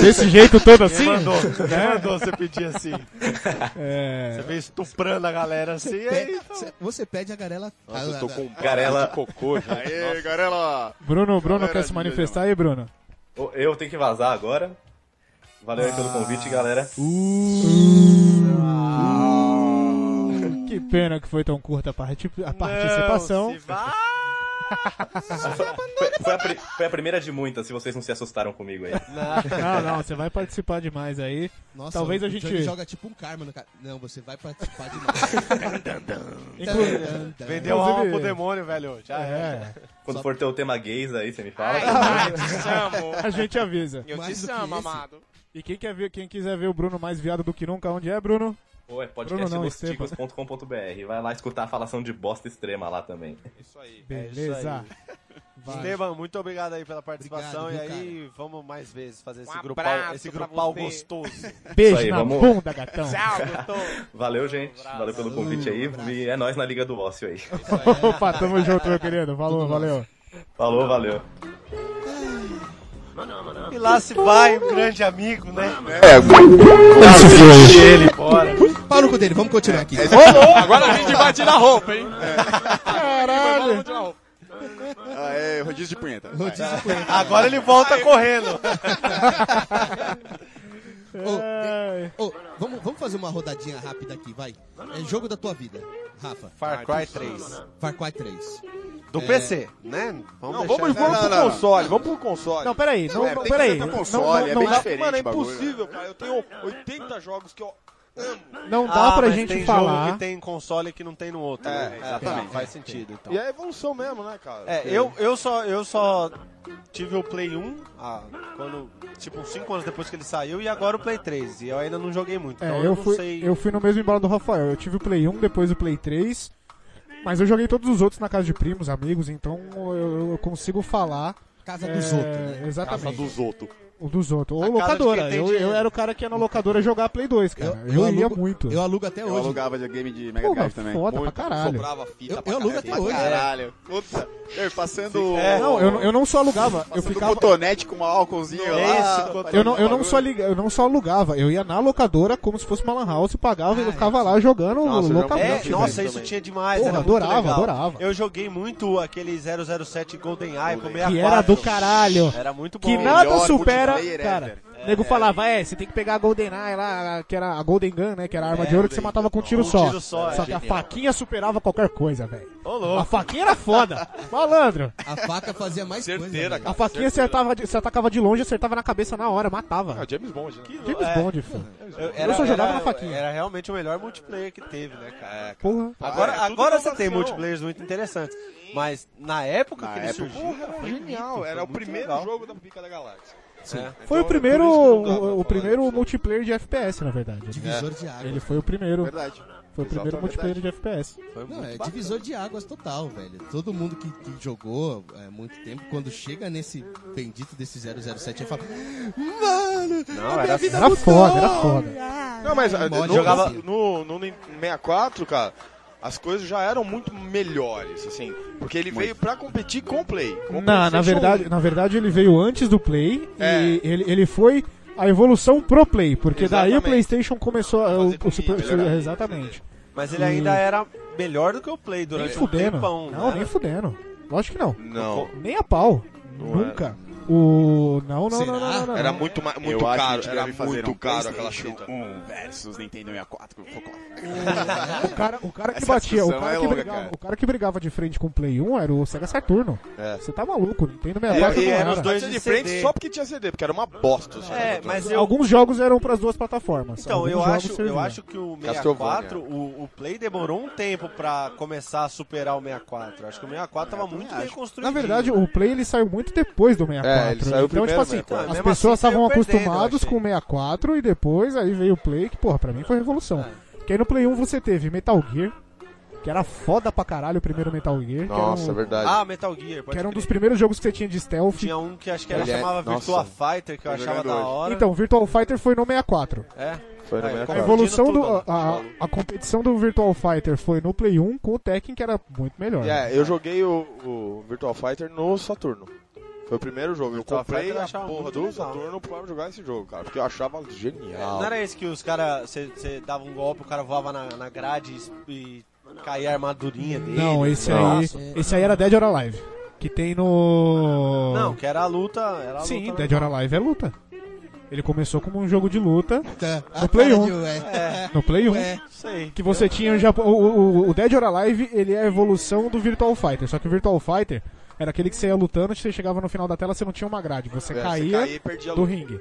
Speaker 2: Desse jeito todo assim?
Speaker 16: Quem mandou? Quem
Speaker 2: Né?
Speaker 16: mandou você pedir assim?
Speaker 2: É.
Speaker 16: Você veio estuprando a galera assim,
Speaker 3: Você
Speaker 16: aí...
Speaker 3: pede- você- Você pede a garela.
Speaker 16: Nossa,
Speaker 3: a-
Speaker 16: eu tô
Speaker 3: a-
Speaker 16: com
Speaker 3: a-
Speaker 5: Garela-
Speaker 8: de cocô, gente.
Speaker 4: Aê,
Speaker 8: Nossa.
Speaker 4: garela!
Speaker 2: Bruno, Bruno
Speaker 5: Galera,
Speaker 2: quer se manifestar aí, Bruno?
Speaker 5: Eu- Eu tenho que vazar agora. Valeu aí pelo convite, galera.
Speaker 2: Que pena que foi tão curta a, parti- a participação.
Speaker 5: Foi, foi a, pri- foi a primeira de muitas, se vocês não se assustaram comigo aí.
Speaker 2: Não, não, você vai participar demais aí.
Speaker 3: Nossa,
Speaker 2: Talvez
Speaker 3: o
Speaker 2: a gente.
Speaker 3: Johnny joga tipo um karma no cara. Não, você vai participar de
Speaker 2: Inclusive-
Speaker 3: uma.
Speaker 16: Vendeu a alma pro demônio, velho. Já é.
Speaker 5: Quando for ter o tema gays aí, você me fala.
Speaker 2: A gente avisa.
Speaker 17: Eu te chamo, amado.
Speaker 2: E quem, quer ver, quem quiser ver o Bruno mais viado do que nunca, onde é, Bruno?
Speaker 5: Ou é
Speaker 2: Bruno não, Esteban.
Speaker 5: podcastdosticos.com.br. Vai lá escutar a falação de bosta extrema lá também.
Speaker 16: Isso aí.
Speaker 2: Beleza.
Speaker 16: Vai. Esteban, muito obrigado aí pela participação.
Speaker 6: Obrigado,
Speaker 16: e
Speaker 6: viu,
Speaker 16: aí, vamos mais vezes fazer esse
Speaker 17: Um
Speaker 16: grupal,
Speaker 17: abraço
Speaker 16: esse
Speaker 17: pra
Speaker 16: grupal
Speaker 17: você.
Speaker 16: gostoso.
Speaker 2: Beijo
Speaker 5: Isso aí,
Speaker 2: na
Speaker 5: vamos-
Speaker 2: bunda, gatão.
Speaker 17: Tchau, doutor.
Speaker 5: Valeu, gente. Valeu pelo convite aí. E é nóis na Liga do Ócio aí.
Speaker 2: Opa, tamo junto, meu querido. Falou, valeu.
Speaker 5: Falou, valeu.
Speaker 16: E lá se vai o grande amigo, né?
Speaker 4: É,
Speaker 16: Deixa ele fora.
Speaker 3: Pau no cu dele, vamos continuar aqui.
Speaker 8: Agora a gente vai tirar a roupa, hein?
Speaker 2: Caralho.
Speaker 4: Aê, É, rodízio de punheta. Vai.
Speaker 16: Agora ele volta correndo.
Speaker 3: Ô, ô, vamos, vamos fazer uma rodadinha rápida aqui, vai. É jogo da tua vida, Rafa.
Speaker 16: Far Cry 3.
Speaker 3: Far Cry 3
Speaker 16: Do
Speaker 3: É.
Speaker 16: PC, né?
Speaker 8: Não,
Speaker 16: deixar-
Speaker 8: vamos, vamos
Speaker 4: não,
Speaker 8: pro
Speaker 4: não, não.
Speaker 8: console, vamos pro console.
Speaker 2: Não, peraí. Não,
Speaker 4: É, tem que
Speaker 2: peraí.
Speaker 4: ser pra
Speaker 2: Não-
Speaker 4: console,
Speaker 2: não-
Speaker 4: é
Speaker 2: não
Speaker 4: bem
Speaker 2: dá-
Speaker 4: diferente
Speaker 8: Mano, é
Speaker 4: o bagulho.
Speaker 8: impossível,
Speaker 6: né?
Speaker 8: cara. Eu tenho 80 jogos que eu amo.
Speaker 2: Não dá
Speaker 6: Ah,
Speaker 2: pra
Speaker 6: mas
Speaker 2: gente
Speaker 6: tem
Speaker 2: falar.
Speaker 6: jogo que tem console que não tem no outro.
Speaker 8: É,
Speaker 6: né?
Speaker 8: exatamente.
Speaker 6: tá, faz sentido, então.
Speaker 8: E é a evolução mesmo, né, cara?
Speaker 6: É, eu, eu, só, eu só tive o Play 1, ah, quando, tipo, uns 5 anos depois que ele saiu, e agora o Play 3. E eu ainda não joguei muito, então
Speaker 2: É,
Speaker 6: eu,
Speaker 2: eu
Speaker 6: não
Speaker 2: fui,
Speaker 6: sei.
Speaker 2: eu fui no mesmo embalo do Rafael. Eu tive o Play 1, depois o Play 3. Mas eu joguei todos os outros na casa de primos, amigos, então eu, eu consigo falar.
Speaker 3: Casa
Speaker 2: é,
Speaker 3: dos outros, né?
Speaker 2: Exatamente.
Speaker 8: outros.
Speaker 2: O dos outros. Ou
Speaker 16: casa de
Speaker 2: locadora.
Speaker 16: quem tem
Speaker 2: Eu,
Speaker 16: dinheiro.
Speaker 2: eu era o cara que ia na locadora jogar Play 2, cara. Eu, ia muito.
Speaker 3: Eu alugo até
Speaker 4: Eu
Speaker 3: hoje.
Speaker 4: alugava de game de Mega
Speaker 2: Pô,
Speaker 4: Drive
Speaker 2: mas
Speaker 4: também.
Speaker 2: foda
Speaker 4: Muito.
Speaker 2: pra caralho.
Speaker 8: Sobrava fita
Speaker 3: Eu,
Speaker 8: pra
Speaker 3: eu alugo até
Speaker 8: cacete.
Speaker 3: hoje. né?
Speaker 4: Caralho. Puta. Eu passando.
Speaker 2: É, não, eu, eu não só alugava, eu
Speaker 4: Passando
Speaker 2: ficava.
Speaker 4: cotonete com um álcoolzinho
Speaker 16: Esse
Speaker 4: lá. um
Speaker 16: cotonete.
Speaker 2: Eu não, eu, não só liga, eu não só alugava, eu ia na locadora como se fosse uma lan house, pagava e eu ficava lá jogando
Speaker 8: Nossa, eu
Speaker 2: loucamente.
Speaker 8: jogava-
Speaker 6: É,
Speaker 2: velho.
Speaker 6: nossa, isso tinha demais.
Speaker 2: Porra,
Speaker 6: era muito
Speaker 2: adorava,
Speaker 6: legal.
Speaker 2: adorava.
Speaker 6: Eu joguei muito aquele 007 GoldenEye pro 64.
Speaker 2: Que era do caralho.
Speaker 6: Era muito bom.
Speaker 2: Que nada
Speaker 4: Melhor
Speaker 2: supera era,
Speaker 4: player
Speaker 2: cara,
Speaker 4: ever.
Speaker 2: o nego falava, é, você tem que pegar a GoldenEye lá, que era a Golden Gun, né, que era a arma de ouro que você matava com um tiro só.
Speaker 16: tiro só, é,
Speaker 2: Só que a
Speaker 16: genial.
Speaker 2: faquinha superava qualquer coisa, velho.
Speaker 16: Ô, louco.
Speaker 2: A faquinha era foda. Malandro.
Speaker 3: A faca fazia mais
Speaker 4: Certeira,
Speaker 3: coisa. né?
Speaker 2: A faquinha acertava, de- você atacava de longe, acertava na cabeça na hora, matava.
Speaker 8: Ah, James Bond, né?
Speaker 2: James
Speaker 6: é.
Speaker 2: Bond, filho. Eu,
Speaker 6: Era-
Speaker 2: só jogava
Speaker 6: era-
Speaker 2: na faquinha.
Speaker 6: Era realmente o melhor multiplayer que teve, né, cara?
Speaker 2: Porra.
Speaker 6: Agora,
Speaker 2: Ah, é, tudo
Speaker 6: agora você tem
Speaker 2: inovação.
Speaker 6: multiplayers muito interessantes. Mas na época que ele surgiu.
Speaker 8: Porra, era genial. Era o primeiro jogo da Pica da Galáxia.
Speaker 6: Sim.
Speaker 2: Foi o primeiro, o, o
Speaker 6: um.
Speaker 2: primeiro multiplayer de FPS, na verdade. né?
Speaker 3: Divisor de águas.
Speaker 2: Ele foi o primeiro.
Speaker 3: Verdade.
Speaker 2: Foi o primeiro
Speaker 3: Exatamente.
Speaker 2: multiplayer de FPS.
Speaker 3: Não, é divisor de águas total, velho. Todo mundo que, que jogou é, muito tempo, quando chega nesse bendito desse 007, eu falo, mano,
Speaker 8: Não,
Speaker 3: a minha
Speaker 8: era-
Speaker 3: vida
Speaker 8: era
Speaker 3: mudou.
Speaker 8: foda, era
Speaker 2: foda.
Speaker 8: Não, mas ah,
Speaker 3: Mod
Speaker 8: no,
Speaker 3: jogava-
Speaker 8: no, no, Nin- 64, cara, as coisas já eram muito melhores, assim. Porque ele veio pra competir com o Play. com o
Speaker 2: Na, na,
Speaker 8: PlayStation
Speaker 2: verdade,
Speaker 8: 1.
Speaker 2: na verdade, ele veio antes do Play
Speaker 6: É.
Speaker 2: e ele, ele foi a evolução pro Play, porque daí o
Speaker 6: Exatamente.
Speaker 2: PlayStation começou a. O, o Super- exatamente.
Speaker 6: Mas ele ainda
Speaker 2: E-
Speaker 6: era melhor do que o Play
Speaker 2: Hum. Nem
Speaker 6: durante um
Speaker 2: fudendo.
Speaker 6: tempão.
Speaker 2: não,
Speaker 6: né?
Speaker 2: nem fudendo. Lógico que não.
Speaker 8: Não.
Speaker 2: Nem a pau.
Speaker 6: é.
Speaker 2: Nunca. O. Não, não, não, não, não, não.
Speaker 8: Era muito, ma- muito
Speaker 19: Eu acho que a
Speaker 8: caro,
Speaker 19: gente
Speaker 8: era
Speaker 19: deve fazer
Speaker 8: muito
Speaker 19: um
Speaker 8: caro aquela
Speaker 19: PlayStation
Speaker 8: chuta.
Speaker 19: 1 versus Nintendo 64.
Speaker 2: O cara, o cara que
Speaker 19: Essa
Speaker 2: batia, o
Speaker 19: discussão
Speaker 2: cara
Speaker 19: é
Speaker 2: que,
Speaker 19: longa,
Speaker 2: brigava,
Speaker 19: cara.
Speaker 2: o cara que brigava de frente com o Play 1 era o Sega Saturno.
Speaker 6: É.
Speaker 2: Você tá maluco, Nintendo 64
Speaker 8: E, e
Speaker 2: não
Speaker 8: era
Speaker 2: era.
Speaker 8: os dois de frente só porque tinha CD, porque era uma bosta.
Speaker 6: É, mas eu-
Speaker 2: Alguns jogos eram pras duas plataformas.
Speaker 6: Então,
Speaker 2: Alguns
Speaker 6: eu
Speaker 2: jogos
Speaker 6: acho, eu
Speaker 2: serviam.
Speaker 6: acho que o
Speaker 8: Castlevania.
Speaker 6: 64, o, o Play demorou um tempo pra começar a superar o 64. Acho que o 64 tava muito bem construído.
Speaker 2: É, Na verdade, o Play ele saiu muito depois do 64.
Speaker 6: um É, ele saiu
Speaker 2: então, tipo
Speaker 6: primeiro
Speaker 2: assim,
Speaker 6: do 64.
Speaker 2: as
Speaker 6: Mesmo
Speaker 2: pessoas
Speaker 6: assim, saiu
Speaker 2: estavam
Speaker 6: perdendo, eu
Speaker 2: acostumadas com o 64 e depois aí veio o Play, que, porra, pra mim foi revolução.
Speaker 6: É.
Speaker 2: Porque aí no Play 1 você teve Metal Gear, que era foda pra caralho o primeiro Metal Gear. que era um-
Speaker 6: Ah, Metal Gear. pode
Speaker 2: Que era um
Speaker 6: crer.
Speaker 2: dos primeiros jogos que você tinha de stealth.
Speaker 6: Tinha um que acho que era,
Speaker 2: Ele é-
Speaker 6: chamava Virtua
Speaker 2: nossa.
Speaker 6: Fighter, que eu
Speaker 2: Tô
Speaker 6: achava
Speaker 2: jogando
Speaker 6: da
Speaker 2: hoje.
Speaker 6: hora.
Speaker 2: Então, Virtual Fighter foi no 64.
Speaker 6: É.
Speaker 8: Foi
Speaker 6: Aí,
Speaker 2: A
Speaker 6: confundindo
Speaker 2: evolução do.
Speaker 6: tudo, ó.
Speaker 2: A, a- a competição do Virtual Fighter foi no Play 1 com o Tekken, que era muito melhor.
Speaker 8: É, eu joguei o, o Virtual Fighter no Saturno. Foi o primeiro jogo. Eu
Speaker 6: Virtua
Speaker 8: comprei
Speaker 6: Fighter eu
Speaker 8: a
Speaker 6: achava
Speaker 8: porra
Speaker 6: muito
Speaker 8: do
Speaker 6: legal.
Speaker 8: Saturno pra jogar esse jogo, cara. Porque eu achava genial.
Speaker 6: Não era esse que os caras. Você dava um golpe, o cara voava na, na grade e, e caía a armadurinha dele.
Speaker 2: Não, esse
Speaker 6: braço.
Speaker 2: aí. Esse aí era Dead or Alive. Que tem no.
Speaker 6: Não, que era a luta. Era a
Speaker 2: Sim,
Speaker 6: luta né?
Speaker 2: Dead or
Speaker 6: normal.
Speaker 2: Alive é luta. Ele começou como um jogo de luta
Speaker 3: Tá, a
Speaker 2: no Play
Speaker 3: cara
Speaker 2: 1.
Speaker 3: de ué. É.
Speaker 2: No Play 1.
Speaker 3: Ué,
Speaker 6: sei.
Speaker 2: Que você tinha o Japão. O, o- o Dead or Alive, ele é a evolução do Virtual Fighter. Só que o Virtual Fighter era aquele que você ia lutando, você chegava no final da tela, você não tinha uma grade. Você
Speaker 8: É, você
Speaker 2: caía,
Speaker 8: caía e perdia a
Speaker 2: do
Speaker 8: luta.
Speaker 2: ringue.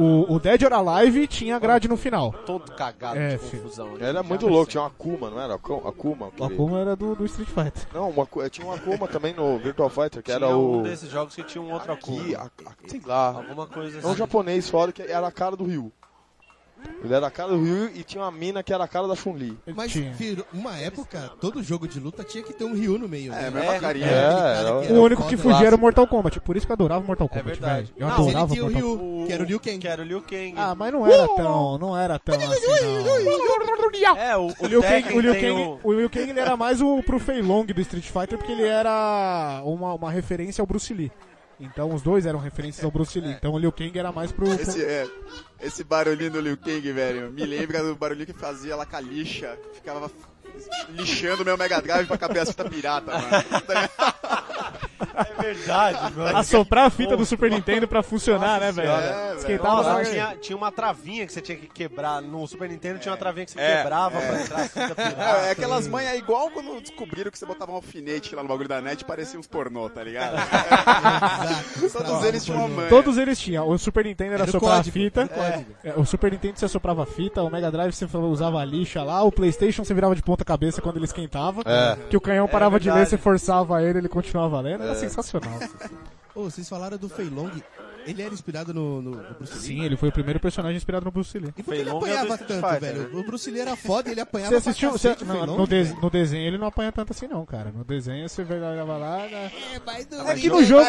Speaker 2: O, o Dead or Alive tinha a grade no final.
Speaker 6: Todo cagado
Speaker 2: É,
Speaker 6: de
Speaker 2: filho.
Speaker 6: confusão. né?
Speaker 8: Era muito louco, tinha uma Akuma, não era? Acu- Akuma.
Speaker 2: O Akuma era do, do Street Fighter.
Speaker 8: Não, uma, Aku- tinha uma Akuma também no Virtual Fighter, que era
Speaker 6: Tinha
Speaker 8: o.
Speaker 6: um desses jogos que tinha um outro
Speaker 8: Aqui,
Speaker 6: Akuma.
Speaker 8: Sei lá.
Speaker 6: Alguma coisa
Speaker 8: É um
Speaker 6: assim.
Speaker 8: japonês fora que era a cara do Ryu. Ele era a cara do Ryu e tinha uma mina que era a cara da Chun-Li.
Speaker 3: Mas virou- uma época, todo jogo de luta tinha que ter um Ryu no meio. É,
Speaker 8: mesma
Speaker 3: aquele
Speaker 8: carinha.
Speaker 3: cara
Speaker 8: É,
Speaker 3: que
Speaker 8: era
Speaker 3: era
Speaker 2: O único que
Speaker 3: foda.
Speaker 2: fugia era o Mortal Kombat. Por isso que eu adorava Mortal
Speaker 6: É
Speaker 2: Kombat,
Speaker 6: verdade.
Speaker 2: velho. Eu
Speaker 6: Não,
Speaker 2: adorava
Speaker 6: ele tinha o
Speaker 2: Mortal
Speaker 6: Ryu,
Speaker 2: Kombat.
Speaker 6: que era o Liu Kang. Que era o Liu Kang.
Speaker 2: Ah, mas não era tão. Não era tão assim,
Speaker 6: não. É, o,
Speaker 2: O Liu, Kang,
Speaker 6: Tekken
Speaker 2: o, Liu
Speaker 6: tem
Speaker 2: Kang,
Speaker 6: o-
Speaker 2: o Liu Kang, ele era mais o pro Fei Long do Street Fighter porque ele era uma, uma referência ao Bruce Lee. Então os dois eram referências ao Bruce Lee. Então o Liu Kang era mais pro. pro-
Speaker 4: Esse, é, esse barulhinho do Liu Kang, velho, me lembra do barulhinho que fazia lá com a lixa. Ficava lixando meu Mega Drive pra caber as fitas pirata, mano.
Speaker 16: É verdade,
Speaker 2: Assoprar a fita do Super Nintendo pra funcionar, né, velho?
Speaker 6: Olha,
Speaker 2: Esquentava
Speaker 6: nossa,
Speaker 2: a
Speaker 6: tinha, tinha uma travinha que você tinha que quebrar. No Super Nintendo tinha uma travinha que você
Speaker 4: É,
Speaker 6: quebrava
Speaker 4: é.
Speaker 6: pra entrar. a fita pirata.
Speaker 4: É, é aquelas manhas igual quando descobriram que você botava um alfinete lá no bagulho da net parecia uns pornô, tá ligado? Todos eles tinham uma
Speaker 3: É.
Speaker 4: manha.
Speaker 2: Todos eles tinham. O Super Nintendo era,
Speaker 4: Era o
Speaker 2: soprar
Speaker 4: código,
Speaker 2: a fita.
Speaker 4: era o código.
Speaker 2: É, o Super Nintendo você soprava a fita, o Mega Drive você usava a lixa lá, o Playstation você virava de ponta cabeça quando ele esquentava.
Speaker 3: É.
Speaker 2: Que o canhão
Speaker 3: Era
Speaker 2: parava de ler,
Speaker 3: verdade.
Speaker 2: você forçava ele, ele continuava valendo. Era
Speaker 3: É.
Speaker 2: sensacional.
Speaker 3: Ô, vocês falaram do Fei Long. Ele era inspirado no, no, no Bruce Lee?
Speaker 2: Sim, ele foi o primeiro personagem inspirado no Bruce Lee.
Speaker 3: E por que ele apanhava tanto, velho? O Bruce Lee era foda e ele apanhava
Speaker 2: Você assistiu.
Speaker 3: pra
Speaker 2: você-
Speaker 3: cacete, o Fei
Speaker 2: não,
Speaker 3: Long,
Speaker 2: no, de- né?
Speaker 3: velho.
Speaker 2: no desenho ele não apanha tanto assim, não, cara. No desenho você vai lá. lá né?
Speaker 3: É
Speaker 2: que no jogo.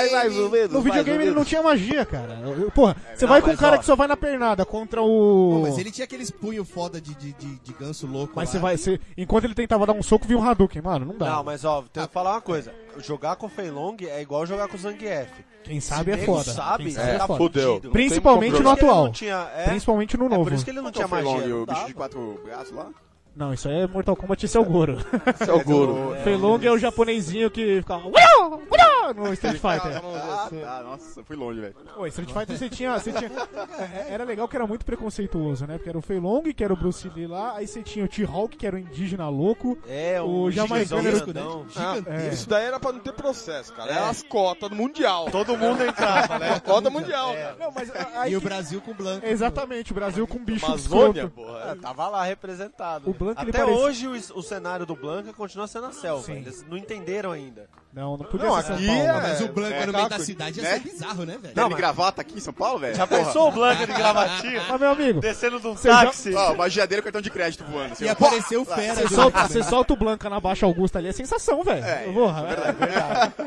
Speaker 2: no videogame ele não tinha magia, cara. Eu- eu- Porra, você vai
Speaker 3: Não,
Speaker 2: com um
Speaker 3: mas,
Speaker 2: cara
Speaker 3: ó.
Speaker 2: que só vai na pernada contra o.
Speaker 3: Pô, mas ele tinha aqueles punhos foda de, de, de, de ganso louco
Speaker 2: Mas
Speaker 3: lá.
Speaker 2: você vai. Você... Enquanto ele tentava dar um soco, viu um Hadouken, mano. Não dá.
Speaker 6: Não, mas ó, tenho que falar uma coisa. Jogar com o Fei Long é igual jogar com o Zangief.
Speaker 2: Quem sabe
Speaker 6: Se
Speaker 2: é
Speaker 6: nego
Speaker 2: foda.
Speaker 6: sabe,
Speaker 2: Quem
Speaker 6: você
Speaker 2: sabe é
Speaker 6: tá
Speaker 2: foda.
Speaker 6: fudido. Não tem
Speaker 2: Principalmente
Speaker 6: como
Speaker 2: no
Speaker 6: jogar. Ele
Speaker 2: atual.
Speaker 6: não tinha- é.
Speaker 2: Principalmente no
Speaker 6: É por
Speaker 2: novo.
Speaker 6: isso que ele não tinha
Speaker 4: Foi
Speaker 6: magia,
Speaker 4: longe,
Speaker 6: não
Speaker 4: o bicho
Speaker 6: dava.
Speaker 4: de quatro braços lá.
Speaker 2: Não, isso aí é Mortal Kombat, esse é o Goro. Esse
Speaker 8: é o Goro.
Speaker 2: Feilong é o japonesinho que fica... "Uiô, uiô", no, no Street Fighter.
Speaker 4: Ah, tá, nossa, fui longe, velho.
Speaker 2: Pô, Street Fighter você tinha, você tinha. é, Era legal que era muito preconceituoso, né? Porque era o Fei Long, que era o Bruce Lee lá, aí você tinha o T-Hawk, que era o indígena louco.
Speaker 6: É,
Speaker 2: o
Speaker 3: um
Speaker 2: jamaicano era
Speaker 3: né?
Speaker 2: o-
Speaker 8: Ah,
Speaker 2: É.
Speaker 8: Isso daí era pra não ter processo, cara.
Speaker 6: É,
Speaker 8: Era É as cotas do Mundial.
Speaker 16: Todo mundo entrava, né?
Speaker 8: Cota mundial,
Speaker 16: É.
Speaker 8: cara.
Speaker 2: Não, mas
Speaker 3: E o Brasil com o Blanco.
Speaker 2: Exatamente, o Brasil com bicho
Speaker 6: Amazônia,
Speaker 2: escroto.
Speaker 6: porra. Ah, tava lá representado.
Speaker 2: O Blanca, ele
Speaker 6: Até
Speaker 2: parece-
Speaker 6: hoje o, es- o cenário do Blanca continua sendo a selva. Eles não entenderam ainda.
Speaker 2: Não, não
Speaker 6: podia Não, ser São aqui
Speaker 2: né?
Speaker 6: Paulo. é-
Speaker 3: Mas o Blanco
Speaker 6: é
Speaker 3: no meio da
Speaker 6: caco,
Speaker 3: cidade ia
Speaker 6: né?
Speaker 3: ser bizarro, né, velho?
Speaker 6: Não, Ele mas-
Speaker 4: gravata aqui em São Paulo, velho?
Speaker 6: Tá
Speaker 3: Já pensou o Blanca de gravatinha?
Speaker 2: Mas, meu amigo,
Speaker 16: Descendo de um
Speaker 2: você já-
Speaker 16: táxi.
Speaker 4: Ó, magiadeiro e é cartão de crédito voando. assim,
Speaker 2: E
Speaker 4: ó.
Speaker 2: apareceu
Speaker 4: Pô, lá.
Speaker 2: Você solta, você solta o Blanca na Baixa Augusta ali, é sensação, velho. Porra,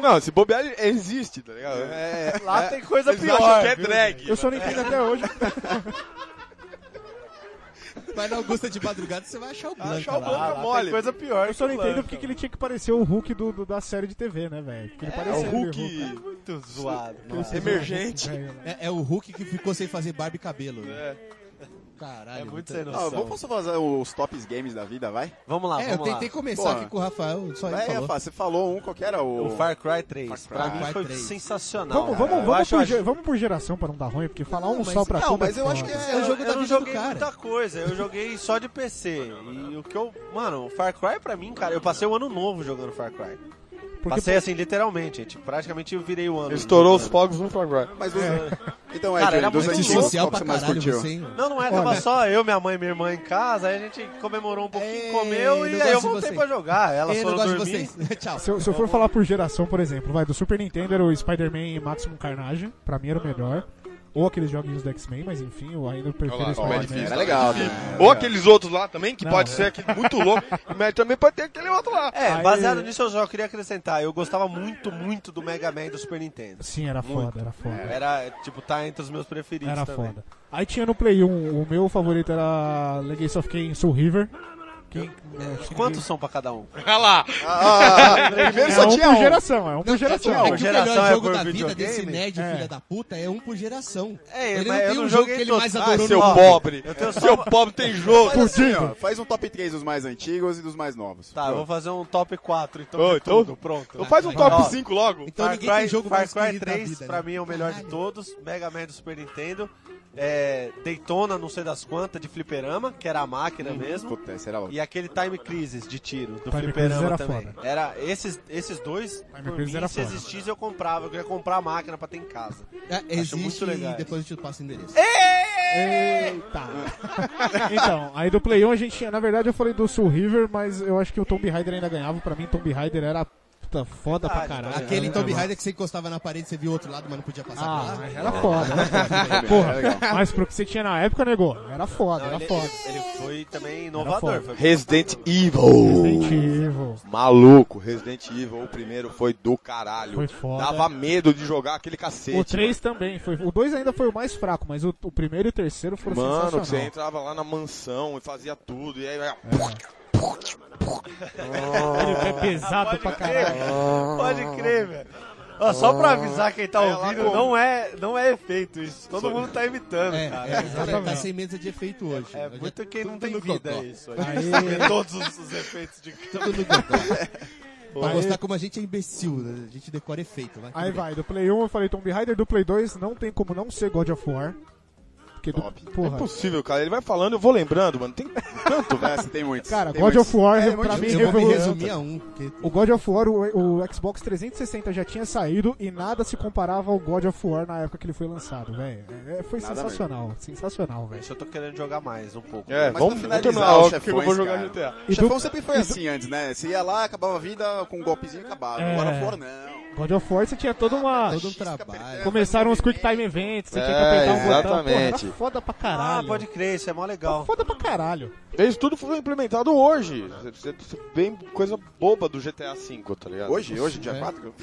Speaker 8: Não, se bobear, ele existe, tá ligado? É,
Speaker 2: Lá
Speaker 8: é-
Speaker 2: tem coisa
Speaker 8: eles
Speaker 2: pior,
Speaker 8: acham que é
Speaker 2: viu?
Speaker 8: drag.
Speaker 2: Eu só não entendo até hoje.
Speaker 3: Vai na Augusta de madrugada, você vai achar o Blanca.
Speaker 2: achar o
Speaker 3: lá.
Speaker 2: Blanca
Speaker 3: Lá tem
Speaker 2: mole.
Speaker 3: coisa
Speaker 16: pior
Speaker 2: Eu só não entendo porque que ele tinha que parecer o Hulk do, do- da série de TV, né, velho? Porque ele parecia
Speaker 3: o
Speaker 2: meio
Speaker 3: Hulk
Speaker 6: é
Speaker 16: muito zoado.
Speaker 2: Esse- esse velho, né?
Speaker 3: É, é o Hulk que ficou sem fazer barba e cabelo.
Speaker 6: É.
Speaker 3: né? Caralho. tá-
Speaker 4: É
Speaker 3: muito
Speaker 4: Ah, vamos posso fazer os tops games da vida, vai?
Speaker 6: Vamos
Speaker 3: é, eu tentei começar aqui com o Rafael, só ele
Speaker 6: é,
Speaker 4: Vai,
Speaker 3: falou.
Speaker 4: Rafa, você falou um, qual que era o...
Speaker 6: O Far Cry 3. pra
Speaker 4: Cry.
Speaker 6: mim foi
Speaker 4: Far Cry.
Speaker 6: sensacional.
Speaker 2: Vamos,
Speaker 6: cara.
Speaker 2: vamos,
Speaker 6: Eu
Speaker 2: vamos,
Speaker 6: acho-
Speaker 2: por, ge- vamos por geração pra não dar ruim, porque falar um só pra
Speaker 6: não,
Speaker 2: tudo
Speaker 6: mas eu
Speaker 2: foda.
Speaker 6: acho que
Speaker 3: é o jogo
Speaker 6: eu não
Speaker 3: da vida do
Speaker 6: joguei
Speaker 3: cara.
Speaker 6: muita coisa, eu joguei só de PC. E o que eu. Mano, o Far Cry pra mim, cara, eu passei o ano novo jogando Far Cry. passei assim, literalmente, gente. Praticamente eu virei o ano.
Speaker 8: Estourou os fogos no Far Cry.
Speaker 4: Mas
Speaker 6: os-
Speaker 4: Então,
Speaker 6: É. Cara,
Speaker 4: Ed,
Speaker 6: era
Speaker 4: dos
Speaker 6: muito
Speaker 4: antigos,
Speaker 6: social
Speaker 4: qual que você
Speaker 6: pra
Speaker 4: mais
Speaker 6: caralho
Speaker 4: curtiu?
Speaker 6: você, hein? Não, não é, tava só eu, minha mãe e minha irmã em casa, aí a gente comemorou um pouquinho, comeu
Speaker 3: eu
Speaker 6: e
Speaker 3: gosto
Speaker 6: aí eu
Speaker 3: de
Speaker 6: voltei
Speaker 3: vocês.
Speaker 6: pra jogar. Ela
Speaker 3: Ei, eu
Speaker 6: foram
Speaker 3: não gosto um de
Speaker 6: dormir.
Speaker 3: vocês. Tchau.
Speaker 2: Se eu, se eu for falar por geração, por exemplo, vai do Super Nintendo era o Spider-Man e Maximum Carnage, pra mim era o melhor. Ou aqueles joguinhos do X-Men, mas enfim, eu ainda prefiro o Spider-Man.
Speaker 8: Ou aqueles outros lá também, que
Speaker 2: Não,
Speaker 8: pode
Speaker 2: é.
Speaker 8: ser aquele muito louco, mas também pode ter aquele outro lá.
Speaker 6: É, baseado nisso eu só queria acrescentar, eu gostava muito, muito do Mega Man do Super Nintendo.
Speaker 2: Sim, era
Speaker 6: Muito.
Speaker 2: foda, era foda.
Speaker 6: Era, tipo, tá entre os meus preferidos
Speaker 2: Era
Speaker 6: também.
Speaker 2: foda. Aí tinha no Play 1, o meu favorito era Legacy of Kain Soul River. Que,
Speaker 6: Quantos são pra cada um?
Speaker 8: Olha lá!
Speaker 4: Ah,
Speaker 2: primeiro só É um tinha por um. geração, é um por
Speaker 3: Não,
Speaker 2: geração.
Speaker 3: É que
Speaker 2: Por
Speaker 3: o
Speaker 2: geração
Speaker 3: melhor
Speaker 2: é
Speaker 3: jogo
Speaker 2: por
Speaker 3: da vida
Speaker 2: videogame?
Speaker 3: desse nerd,
Speaker 2: É.
Speaker 3: filha da puta, é um por geração.
Speaker 6: É,
Speaker 3: ele não
Speaker 6: mas eu
Speaker 3: tem
Speaker 6: não
Speaker 3: um jogo
Speaker 6: joguei
Speaker 3: que ele
Speaker 6: todos.
Speaker 3: mais
Speaker 6: Ah,
Speaker 3: adorou no
Speaker 6: seu
Speaker 3: mundo.
Speaker 6: pobre. Eu tenho só- Seu
Speaker 8: pobre tem jogo.
Speaker 4: Faz, assim, ó,
Speaker 2: né?
Speaker 6: Fudido.
Speaker 4: faz um top 3 dos mais antigos e dos mais novos.
Speaker 6: Tá, eu vou fazer um top 4, então,
Speaker 4: Ô,
Speaker 6: de
Speaker 4: então-
Speaker 6: tudo, pronto.
Speaker 4: Então faz um top
Speaker 6: Ó,
Speaker 4: cinco logo. Então
Speaker 6: Far
Speaker 4: ninguém tem
Speaker 6: Cry,
Speaker 4: jogo
Speaker 6: Far
Speaker 4: mais
Speaker 6: Cry
Speaker 4: querido da
Speaker 6: 3,
Speaker 4: vida,
Speaker 6: pra
Speaker 4: né?
Speaker 6: mim, é o melhor de todos. Mega Man do Super Nintendo. É, Daytona, não sei das quantas, de fliperama, que era a máquina mesmo.
Speaker 4: Puta, esse era louco.
Speaker 6: E aquele Time Crisis de tiro, do
Speaker 4: Uhum. Time
Speaker 6: fliperama
Speaker 4: Crisis era
Speaker 6: também.
Speaker 4: foda.
Speaker 6: Era esses, esses dois, por
Speaker 2: Crisis
Speaker 6: mim,
Speaker 2: era
Speaker 6: se
Speaker 2: foda.
Speaker 6: existisse, eu comprava. Eu queria comprar a máquina pra ter em casa.
Speaker 3: É,
Speaker 6: Acho
Speaker 3: existe
Speaker 6: muito legal. É,
Speaker 3: e depois eu te passo o endereço.
Speaker 2: Eita! então, aí do Play 1 a gente tinha. Na verdade, eu falei do Soul River, mas eu acho que o Tomb Raider ainda ganhava. Pra mim, Tomb Raider era puta foda pra caralho.
Speaker 6: é,
Speaker 3: Aquele
Speaker 2: Ah, Era
Speaker 3: Tomb
Speaker 2: legal.
Speaker 3: Raider que você encostava na parede, você viu o outro lado, mas não podia
Speaker 2: Ah,
Speaker 3: passar pra lá.
Speaker 2: mas era foda. Era foda. Porra, mas pro que você tinha na época, negou, era foda, era
Speaker 6: ele,
Speaker 2: foda.
Speaker 6: ele foi também
Speaker 2: Era
Speaker 6: inovador.
Speaker 2: foda.
Speaker 6: Foi
Speaker 8: Resident Evil.
Speaker 2: Resident Evil.
Speaker 8: Maluco, Resident Evil, o primeiro foi do caralho.
Speaker 2: Foi foda.
Speaker 8: Dava medo de jogar aquele cacete.
Speaker 2: O 3 também foi. O 2 ainda foi o mais fraco, mas o, o primeiro e o terceiro foram
Speaker 8: Mano, você
Speaker 2: sensacionais.
Speaker 8: entrava lá na mansão e fazia tudo, e aí...
Speaker 2: Ele é pesado pra caralho.
Speaker 16: Pode crer, velho. Ó, só pra avisar quem tá
Speaker 3: É, lá
Speaker 16: ouvindo,
Speaker 3: como?
Speaker 16: não é, não é efeito isso. Todo mundo tá imitando,
Speaker 3: É,
Speaker 16: cara.
Speaker 3: é, tá, tá sem mesa de efeito hoje.
Speaker 16: É
Speaker 3: Hoje
Speaker 16: muito quem não
Speaker 3: tudo
Speaker 16: tem
Speaker 3: no
Speaker 16: vida é
Speaker 3: cocó.
Speaker 16: isso. A gente vê
Speaker 3: Aê.
Speaker 16: todos os, os efeitos de
Speaker 3: Tudo no cocó. Pra
Speaker 2: Aí-
Speaker 3: mostrar como a gente é imbecil, né? A gente decora efeito. Vai,
Speaker 2: Aí vai, do Play 1 eu falei Tomb Raider, do Play 2 não tem como não ser God of War. Porque do,
Speaker 8: É
Speaker 2: porra.
Speaker 8: impossível, cara. Ele vai falando, eu vou lembrando, mano. Tem tanto, velho.
Speaker 4: você tem muitos.
Speaker 2: Cara, God of War
Speaker 3: É,
Speaker 2: pra mim
Speaker 3: eu vou me
Speaker 2: revolucionou.
Speaker 3: resumir a um. Porque...
Speaker 2: O God of War, o, o Xbox 360 já tinha saído e nada se comparava ao God of War na época que ele foi lançado, velho. É, é, foi
Speaker 6: Nada
Speaker 2: sensacional, sensacional, velho.
Speaker 6: Isso eu tô querendo jogar mais um pouco.
Speaker 8: É,
Speaker 6: Mas
Speaker 8: vamos-
Speaker 6: pra
Speaker 8: vamos
Speaker 6: finalizar,
Speaker 8: terminar
Speaker 6: ó,
Speaker 8: logo,
Speaker 6: chefões,
Speaker 8: que eu vou jogar
Speaker 6: cara.
Speaker 8: GTA.
Speaker 4: O
Speaker 2: E
Speaker 4: chefão
Speaker 2: do-
Speaker 4: sempre foi assim antes, né? Você ia lá, acabava a vida com um golpezinho e acabava.
Speaker 2: É.
Speaker 4: Agora fora, não.
Speaker 2: God of War você tinha toda uma.
Speaker 3: Todo um trabalho.
Speaker 2: Começaram os Quick Time Events, você tinha que
Speaker 8: É,
Speaker 2: apertar um botão. Porra,
Speaker 8: exatamente.
Speaker 2: era foda pra caralho.
Speaker 6: Ah, pode crer, isso é mó legal.
Speaker 2: Foda pra caralho.
Speaker 8: Isso tudo foi implementado hoje. Você você vê coisa boba do GTA V, tá ligado? É,
Speaker 4: Hoje? Hoje,
Speaker 2: É.
Speaker 4: dia 4?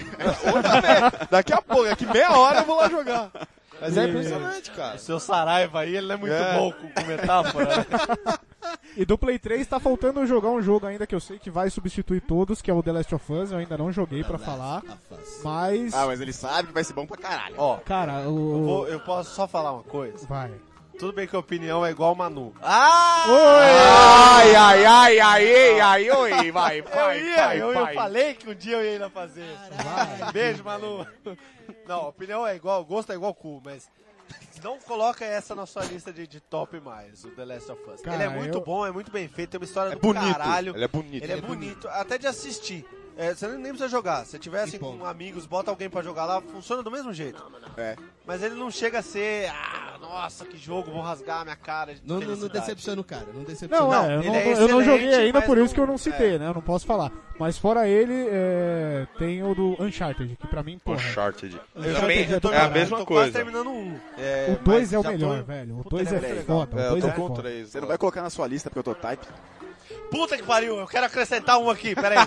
Speaker 8: Daqui a pouco, é daqui meia hora eu vou lá jogar. Mas é
Speaker 2: E-
Speaker 8: impressionante, cara.
Speaker 16: O seu Saraiva aí, ele não é muito
Speaker 8: É.
Speaker 16: bom com, com metáfora. né?
Speaker 2: E do Play 3 tá faltando eu jogar um jogo ainda que eu sei que vai substituir todos, que é o The Last of Us, eu ainda não joguei pra falar. Mas.
Speaker 4: Ah, mas ele sabe que vai ser bom pra caralho.
Speaker 6: Ó,
Speaker 2: Cara,
Speaker 6: Eu, vou-
Speaker 2: o.
Speaker 6: eu posso só falar uma coisa?
Speaker 2: Vai.
Speaker 16: Tudo bem que a opinião é igual o Manu.
Speaker 6: Ah!
Speaker 2: Oi!
Speaker 16: Ai,
Speaker 1: Ai, ai, ai, ei, ai, oi, vai, vai,
Speaker 20: eu ia,
Speaker 1: vai,
Speaker 20: eu,
Speaker 1: vai.
Speaker 20: eu falei que um dia eu ia ainda fazer isso. Beijo, Malu. Não, opinião é igual, gosto é igual cu, mas
Speaker 6: Não coloca essa na sua lista de, de top mais, o The Last of Us.
Speaker 20: Cara,
Speaker 6: ele é muito
Speaker 20: eu-
Speaker 6: bom, é muito bem feito, tem uma história do
Speaker 8: bonito,
Speaker 6: caralho.
Speaker 8: ele é bonito.
Speaker 6: Ele é
Speaker 8: Ele é
Speaker 6: bonito, até de assistir. É, você nem nem precisa jogar. Se tivesse com amigos, bota alguém pra jogar lá, funciona do mesmo jeito.
Speaker 4: É.
Speaker 6: Mas ele não chega a ser, ah, nossa, que jogo, vou rasgar a minha cara. de
Speaker 3: Não, não, não
Speaker 6: felicidade.
Speaker 3: decepciona o cara, não decepciona.
Speaker 2: Não, é, eu, não, eu não joguei ainda,
Speaker 6: mas
Speaker 2: por isso que eu
Speaker 6: não- é.
Speaker 2: não citei, né? Eu não posso falar. Mas fora ele, é, tem o do Uncharted, que pra mim, porra.
Speaker 21: Uncharted.
Speaker 2: Uncharted
Speaker 21: Também,
Speaker 2: do
Speaker 21: é a
Speaker 2: caralho.
Speaker 21: mesma
Speaker 2: Tô
Speaker 21: coisa.
Speaker 6: um.
Speaker 2: O dois é o melhor, velho. O dois é foda. O dois é foda.
Speaker 4: Você não vai colocar na sua lista porque eu tô type?
Speaker 6: Puta que pariu, eu quero acrescentar um aqui, peraí.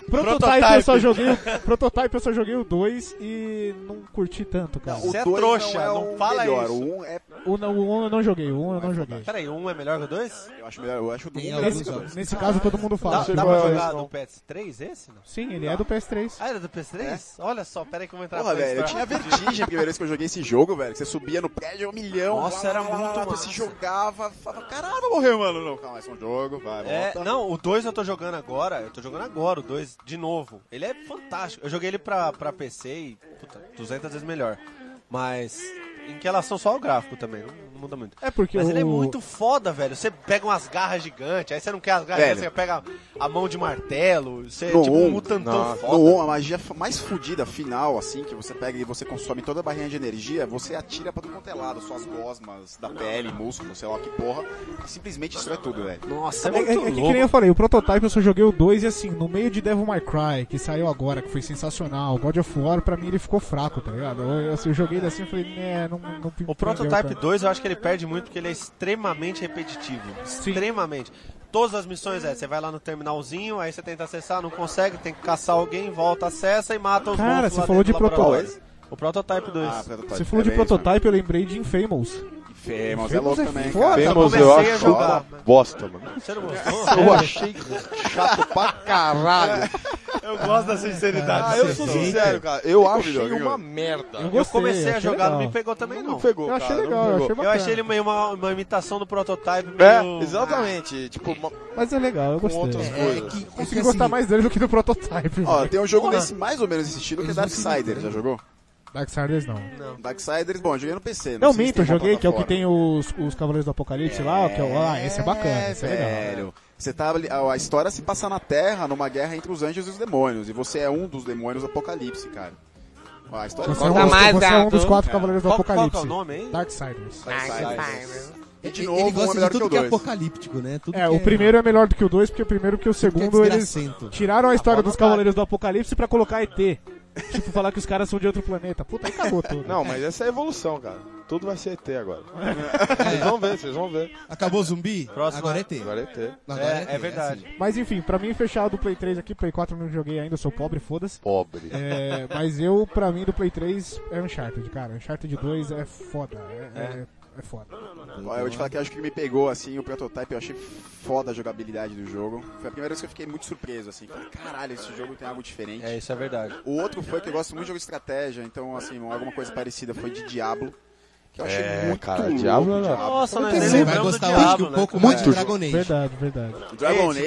Speaker 2: Prototype eu tá, então é só joguei, o- Prototype eu só joguei o 2 e não curti tanto, cara.
Speaker 6: Não, o Você é dois trouxa, não é não o fala melhor, isso.
Speaker 4: o um é-
Speaker 2: O, não, o um eu não joguei, o 1 um eu não joguei.
Speaker 6: Peraí, um é melhor que o dois?
Speaker 4: Eu acho melhor, eu acho o
Speaker 6: um
Speaker 2: Nesse, nesse caso todo mundo fala.
Speaker 6: Dá, dá pra jogar no PS3 esse? Não?
Speaker 2: Sim, ele é do PS3.
Speaker 6: Ah, era do PS3? Olha só, peraí que eu vou entrar
Speaker 4: Porra,
Speaker 6: pra
Speaker 4: velho, eu tinha
Speaker 6: explorar.
Speaker 4: vertigem a primeira vez que eu joguei esse jogo, velho. Que você subia no prédio um milhão.
Speaker 6: Nossa, era muito
Speaker 4: lá,
Speaker 6: massa.
Speaker 4: Você jogava, falava, caralho, vou morrer, mano. Não, calma, é só um jogo, vai,
Speaker 6: É,
Speaker 4: volta.
Speaker 6: não, o 2 eu tô jogando agora, eu tô jogando agora o 2 de novo. Ele é fantástico. Eu joguei ele pra, pra PC e, puta, 200 vezes melhor. Mas em relação só ao gráfico também, não, não muda muito.
Speaker 2: É porque
Speaker 6: Mas
Speaker 2: o-
Speaker 6: ele é muito foda, velho. Você pega umas garras gigantes, aí você não quer as garras
Speaker 4: Velho.
Speaker 6: gigantes, você pega a mão de martelo, você é
Speaker 4: No
Speaker 6: tipo
Speaker 4: on,
Speaker 6: um mutantão
Speaker 4: na-
Speaker 6: foda.
Speaker 4: no on, a Então, magia f- mais fodida final, assim, que você pega e você consome toda a barrinha de energia, você atira pra tudo quanto é lado, suas gosmas da pele, músculo, sei lá que porra. E simplesmente isso é tudo, velho.
Speaker 6: Nossa,
Speaker 2: É, é- é que, que nem eu falei, o Prototype eu só joguei o 2 e assim, no meio de Devil May Cry, que saiu agora, que foi sensacional, God of War, pra mim ele ficou fraco, tá ligado? Eu, eu, assim, eu joguei ele assim e falei, né, não, não
Speaker 6: O Prototype 2 eu acho que ele perde muito porque ele é extremamente repetitivo. Extremamente. Todas as missões é, você vai lá no terminalzinho, aí você tenta acessar, não consegue, tem que caçar alguém, volta, acessa e mata os
Speaker 2: Cara,
Speaker 6: monstros
Speaker 2: você
Speaker 6: lá
Speaker 2: falou de
Speaker 6: dentro do laboratório.
Speaker 2: Prototype.
Speaker 6: O Prototype 2.
Speaker 2: Ah,
Speaker 6: é
Speaker 2: Você
Speaker 4: É
Speaker 2: falou de
Speaker 6: né?
Speaker 2: Prototype, eu lembrei de Infamous.
Speaker 4: Infamous
Speaker 2: é louco também,
Speaker 21: Famous
Speaker 2: cara. Eu
Speaker 21: eu
Speaker 2: comecei a
Speaker 21: acho
Speaker 2: jogar,
Speaker 21: uma bosta, mano.
Speaker 6: Você não
Speaker 21: Eu achei chato pra caralho.
Speaker 6: Eu gosto da sinceridade.
Speaker 8: Ah, eu
Speaker 3: é
Speaker 8: sou sincero, cara. Eu achei
Speaker 1: um
Speaker 8: uma merda.
Speaker 6: Eu, comecei a jogar, não me pegou também não.
Speaker 8: Não pegou, Eu achei cara, não legal, me eu pegou. achei
Speaker 6: eu
Speaker 8: bacana.
Speaker 6: achei ele meio uma, uma imitação do Prototype. meio-
Speaker 8: É, exatamente. Tipo, uma-
Speaker 2: Mas é legal, eu gostei.
Speaker 8: outras
Speaker 2: É,
Speaker 8: coisas.
Speaker 2: que- Consegui
Speaker 3: assim,
Speaker 2: gostar mais dele do que do Prototype.
Speaker 4: assim, Ó,
Speaker 2: velho.
Speaker 4: tem um jogo
Speaker 2: Porra.
Speaker 4: nesse mais ou menos nesse estilo que é Darksiders, já jogou?
Speaker 2: Darksiders não.
Speaker 4: Darksiders, bom, eu joguei no PC.
Speaker 2: Não,
Speaker 4: sei se
Speaker 2: minto,
Speaker 4: tem
Speaker 2: eu
Speaker 4: uma
Speaker 2: joguei, que é o que
Speaker 4: plataforma.
Speaker 2: tem os, os Cavaleiros do Apocalipse lá, que é o. Ah, esse é bacana, esse é legal.
Speaker 4: velho. Você tá ali- a a história se passa na Terra, numa guerra entre os anjos e os demônios, e você é um dos demônios do Apocalipse, cara. Ó, A história
Speaker 2: Você é um dos- você é um dos quatro Cavaleiros do
Speaker 4: Qual- qual que é o
Speaker 2: Apocalipse.
Speaker 4: nome aí?
Speaker 2: Darksiders.
Speaker 4: Darksiders. E de
Speaker 3: Ele
Speaker 4: novo, um é
Speaker 3: gosta
Speaker 4: melhor que
Speaker 3: de tudo
Speaker 4: o
Speaker 3: que é
Speaker 4: dois.
Speaker 3: apocalíptico, né? Tudo
Speaker 2: É,
Speaker 3: que
Speaker 2: o primeiro é melhor do que o dois, porque o primeiro porque o
Speaker 4: é
Speaker 2: segundo eles
Speaker 3: desgracento.
Speaker 2: tiraram
Speaker 4: Tá
Speaker 2: a história dos Cavaleiros do Apocalipse pra colocar ET. tipo, falar que os caras são de outro planeta. Puta, aí cagou tudo.
Speaker 8: Não, mas essa é a evolução, cara. Tudo vai ser ET agora. Vocês vão ver, vocês vão ver.
Speaker 3: Acabou o zumbi?
Speaker 8: Próximo.
Speaker 3: Agora é ET.
Speaker 8: Agora é assim, ET.
Speaker 3: Agora É, é ET, é é verdade.
Speaker 2: Mas enfim, pra mim fechar do Play 3 aqui, Play 4 eu não joguei ainda, eu sou pobre, foda-se.
Speaker 21: Pobre.
Speaker 2: É, mas eu, pra mim, do Play 3 é Uncharted, cara. Uncharted 2 é foda. É, é. é foda.
Speaker 4: Ó, Eu vou te falar que acho que me pegou, assim, o prototype, eu achei foda a jogabilidade do jogo. Foi a primeira vez que eu fiquei muito surpreso, assim. Falei, caralho, esse jogo tem algo diferente.
Speaker 6: É, isso é verdade.
Speaker 4: O outro foi que eu gosto muito de jogo de estratégia, então, assim, alguma coisa parecida foi de Diablo. Que eu achei
Speaker 8: É,
Speaker 4: muito
Speaker 8: cara,
Speaker 4: louco,
Speaker 8: Diablo era-
Speaker 4: Diablo.
Speaker 8: Nossa,
Speaker 4: Foi
Speaker 8: nós
Speaker 4: muito
Speaker 2: é
Speaker 8: nem
Speaker 4: louco.
Speaker 8: lembramos do
Speaker 3: um
Speaker 8: Diablo, né, cara?
Speaker 4: muito
Speaker 3: Muito Dragon Age.
Speaker 2: Verdade, verdade.
Speaker 4: Dragon Age,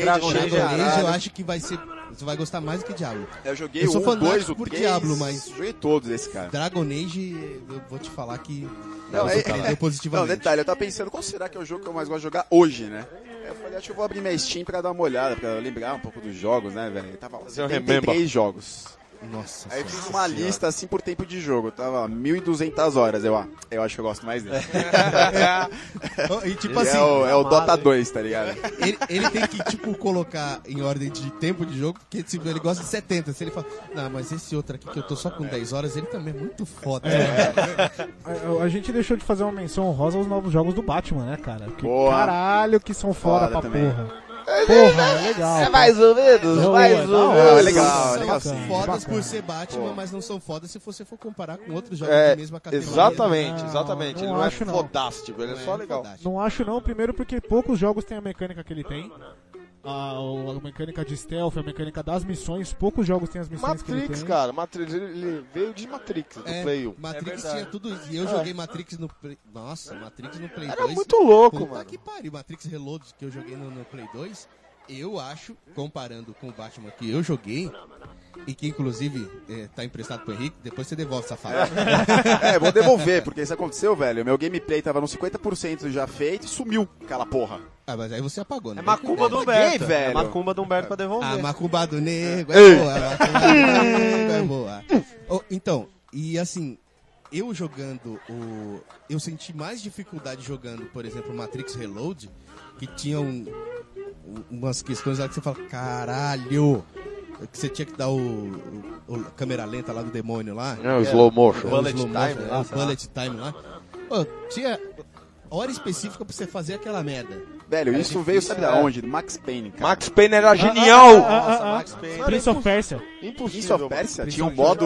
Speaker 3: Dragon Age,
Speaker 4: Dragon Age,
Speaker 3: eu acho que vai ser. Você vai gostar mais do que Diablo.
Speaker 4: Eu joguei
Speaker 3: eu sou
Speaker 4: o um,
Speaker 3: fanático
Speaker 4: dois, o
Speaker 3: por
Speaker 4: três,
Speaker 3: Diablo, mas.
Speaker 4: Joguei todos esse cara.
Speaker 3: Dragon Age, eu vou te falar que.
Speaker 4: Não, é,
Speaker 3: surpreendeu
Speaker 4: não,
Speaker 3: positivamente.
Speaker 4: detalhe, eu tava pensando qual será que é o jogo que eu mais gosto de jogar hoje, né? Aí Eu falei, acho que eu vou abrir minha Steam pra dar uma olhada, pra lembrar um pouco dos jogos, né, velho? Eu tava
Speaker 8: um
Speaker 4: 73
Speaker 8: remember.
Speaker 4: jogos.
Speaker 3: Nossa
Speaker 4: Aí eu fiz uma lista assim por tempo de jogo, tava 1.200 horas, eu, ah, eu acho que eu gosto mais dele.
Speaker 3: e tipo
Speaker 4: Ele
Speaker 3: assim,
Speaker 4: É o, é o
Speaker 3: amado,
Speaker 4: Dota
Speaker 3: hein?
Speaker 4: 2, tá ligado?
Speaker 3: Ele, ele tem que, tipo, colocar em ordem de tempo de jogo, porque tipo, ele gosta de 70. Se ele fala, não, mas esse outro aqui que eu tô só com 10 horas, ele também é muito foda. né?
Speaker 2: É, A, a gente deixou de fazer uma menção honrosa aos novos jogos do Batman, né, cara? Que
Speaker 3: Boa.
Speaker 2: caralho que são foda,
Speaker 3: Foda
Speaker 2: pra
Speaker 3: também.
Speaker 2: porra. Porra, é legal.
Speaker 3: É mais ou menos,
Speaker 2: Não,
Speaker 3: mais
Speaker 2: é
Speaker 3: ou
Speaker 2: da
Speaker 3: menos.
Speaker 2: hora.
Speaker 3: É legal,
Speaker 2: São
Speaker 3: é legal
Speaker 2: bacanas,
Speaker 3: sim. Fodas
Speaker 2: bacanas.
Speaker 3: por ser Batman, mas não são fodas se você for comparar com outros jogos
Speaker 8: É,
Speaker 3: da mesma categoria. né?
Speaker 8: exatamente, exatamente.
Speaker 2: não
Speaker 8: ele não é
Speaker 2: acho, não.
Speaker 8: fodástico, ele é
Speaker 3: Não
Speaker 8: só
Speaker 3: é
Speaker 8: legal.
Speaker 2: Não acho não, primeiro porque poucos jogos têm a mecânica que ele tem. a, a mecânica de stealth, a mecânica das missões. Poucos jogos têm as missões que ele
Speaker 4: Matrix,
Speaker 2: tem.
Speaker 4: cara. Matrix, ele, ele veio de Matrix, do
Speaker 3: É,
Speaker 4: Play 1.
Speaker 3: Matrix tinha tudo isso. E
Speaker 4: É.
Speaker 3: eu joguei Matrix no Play... Nossa, Matrix no Play
Speaker 4: Era
Speaker 3: 2.
Speaker 4: muito louco,
Speaker 3: Puta
Speaker 4: mano.
Speaker 3: que pariu. Matrix Reload que eu joguei no, no Play 2, eu acho, comparando com o Batman que eu joguei, e que inclusive eh, tá emprestado pro Henrique, depois você devolve, safado.
Speaker 4: É, vou devolver, porque isso aconteceu, velho. Meu gameplay tava nos 50% já feito e sumiu aquela porra.
Speaker 3: Ah, mas aí você apagou, né?
Speaker 6: É macumba do
Speaker 4: Apaguei,
Speaker 6: Humberto.
Speaker 4: velho.
Speaker 6: É macumba do Humberto pra devolver.
Speaker 3: A macumba do nego
Speaker 6: Ei.
Speaker 3: é boa, a macumba do nego é boa. Ô, então, e assim, eu jogando o... Eu senti mais dificuldade jogando, por exemplo, Matrix Reload, que tinha um- um- umas questões lá que você fala, caralho... Que você tinha que dar o, o- o câmera lenta lá do demônio lá.
Speaker 4: É, o slow motion.
Speaker 3: É, o
Speaker 4: Bullet
Speaker 3: slow
Speaker 4: time
Speaker 3: motion,
Speaker 4: lá,
Speaker 3: é, o
Speaker 4: sei lá.
Speaker 3: bullet time lá. Ô, tinha hora específica pra você fazer aquela merda.
Speaker 4: Velho,
Speaker 3: Era
Speaker 4: isso
Speaker 3: difícil,
Speaker 4: veio, sabe
Speaker 3: né?
Speaker 4: da onde? Do Max Payne, cara.
Speaker 8: Max Payne era
Speaker 2: genial!
Speaker 4: Prince of
Speaker 2: ah. Persia.
Speaker 4: Prince of Persia tinha um modo...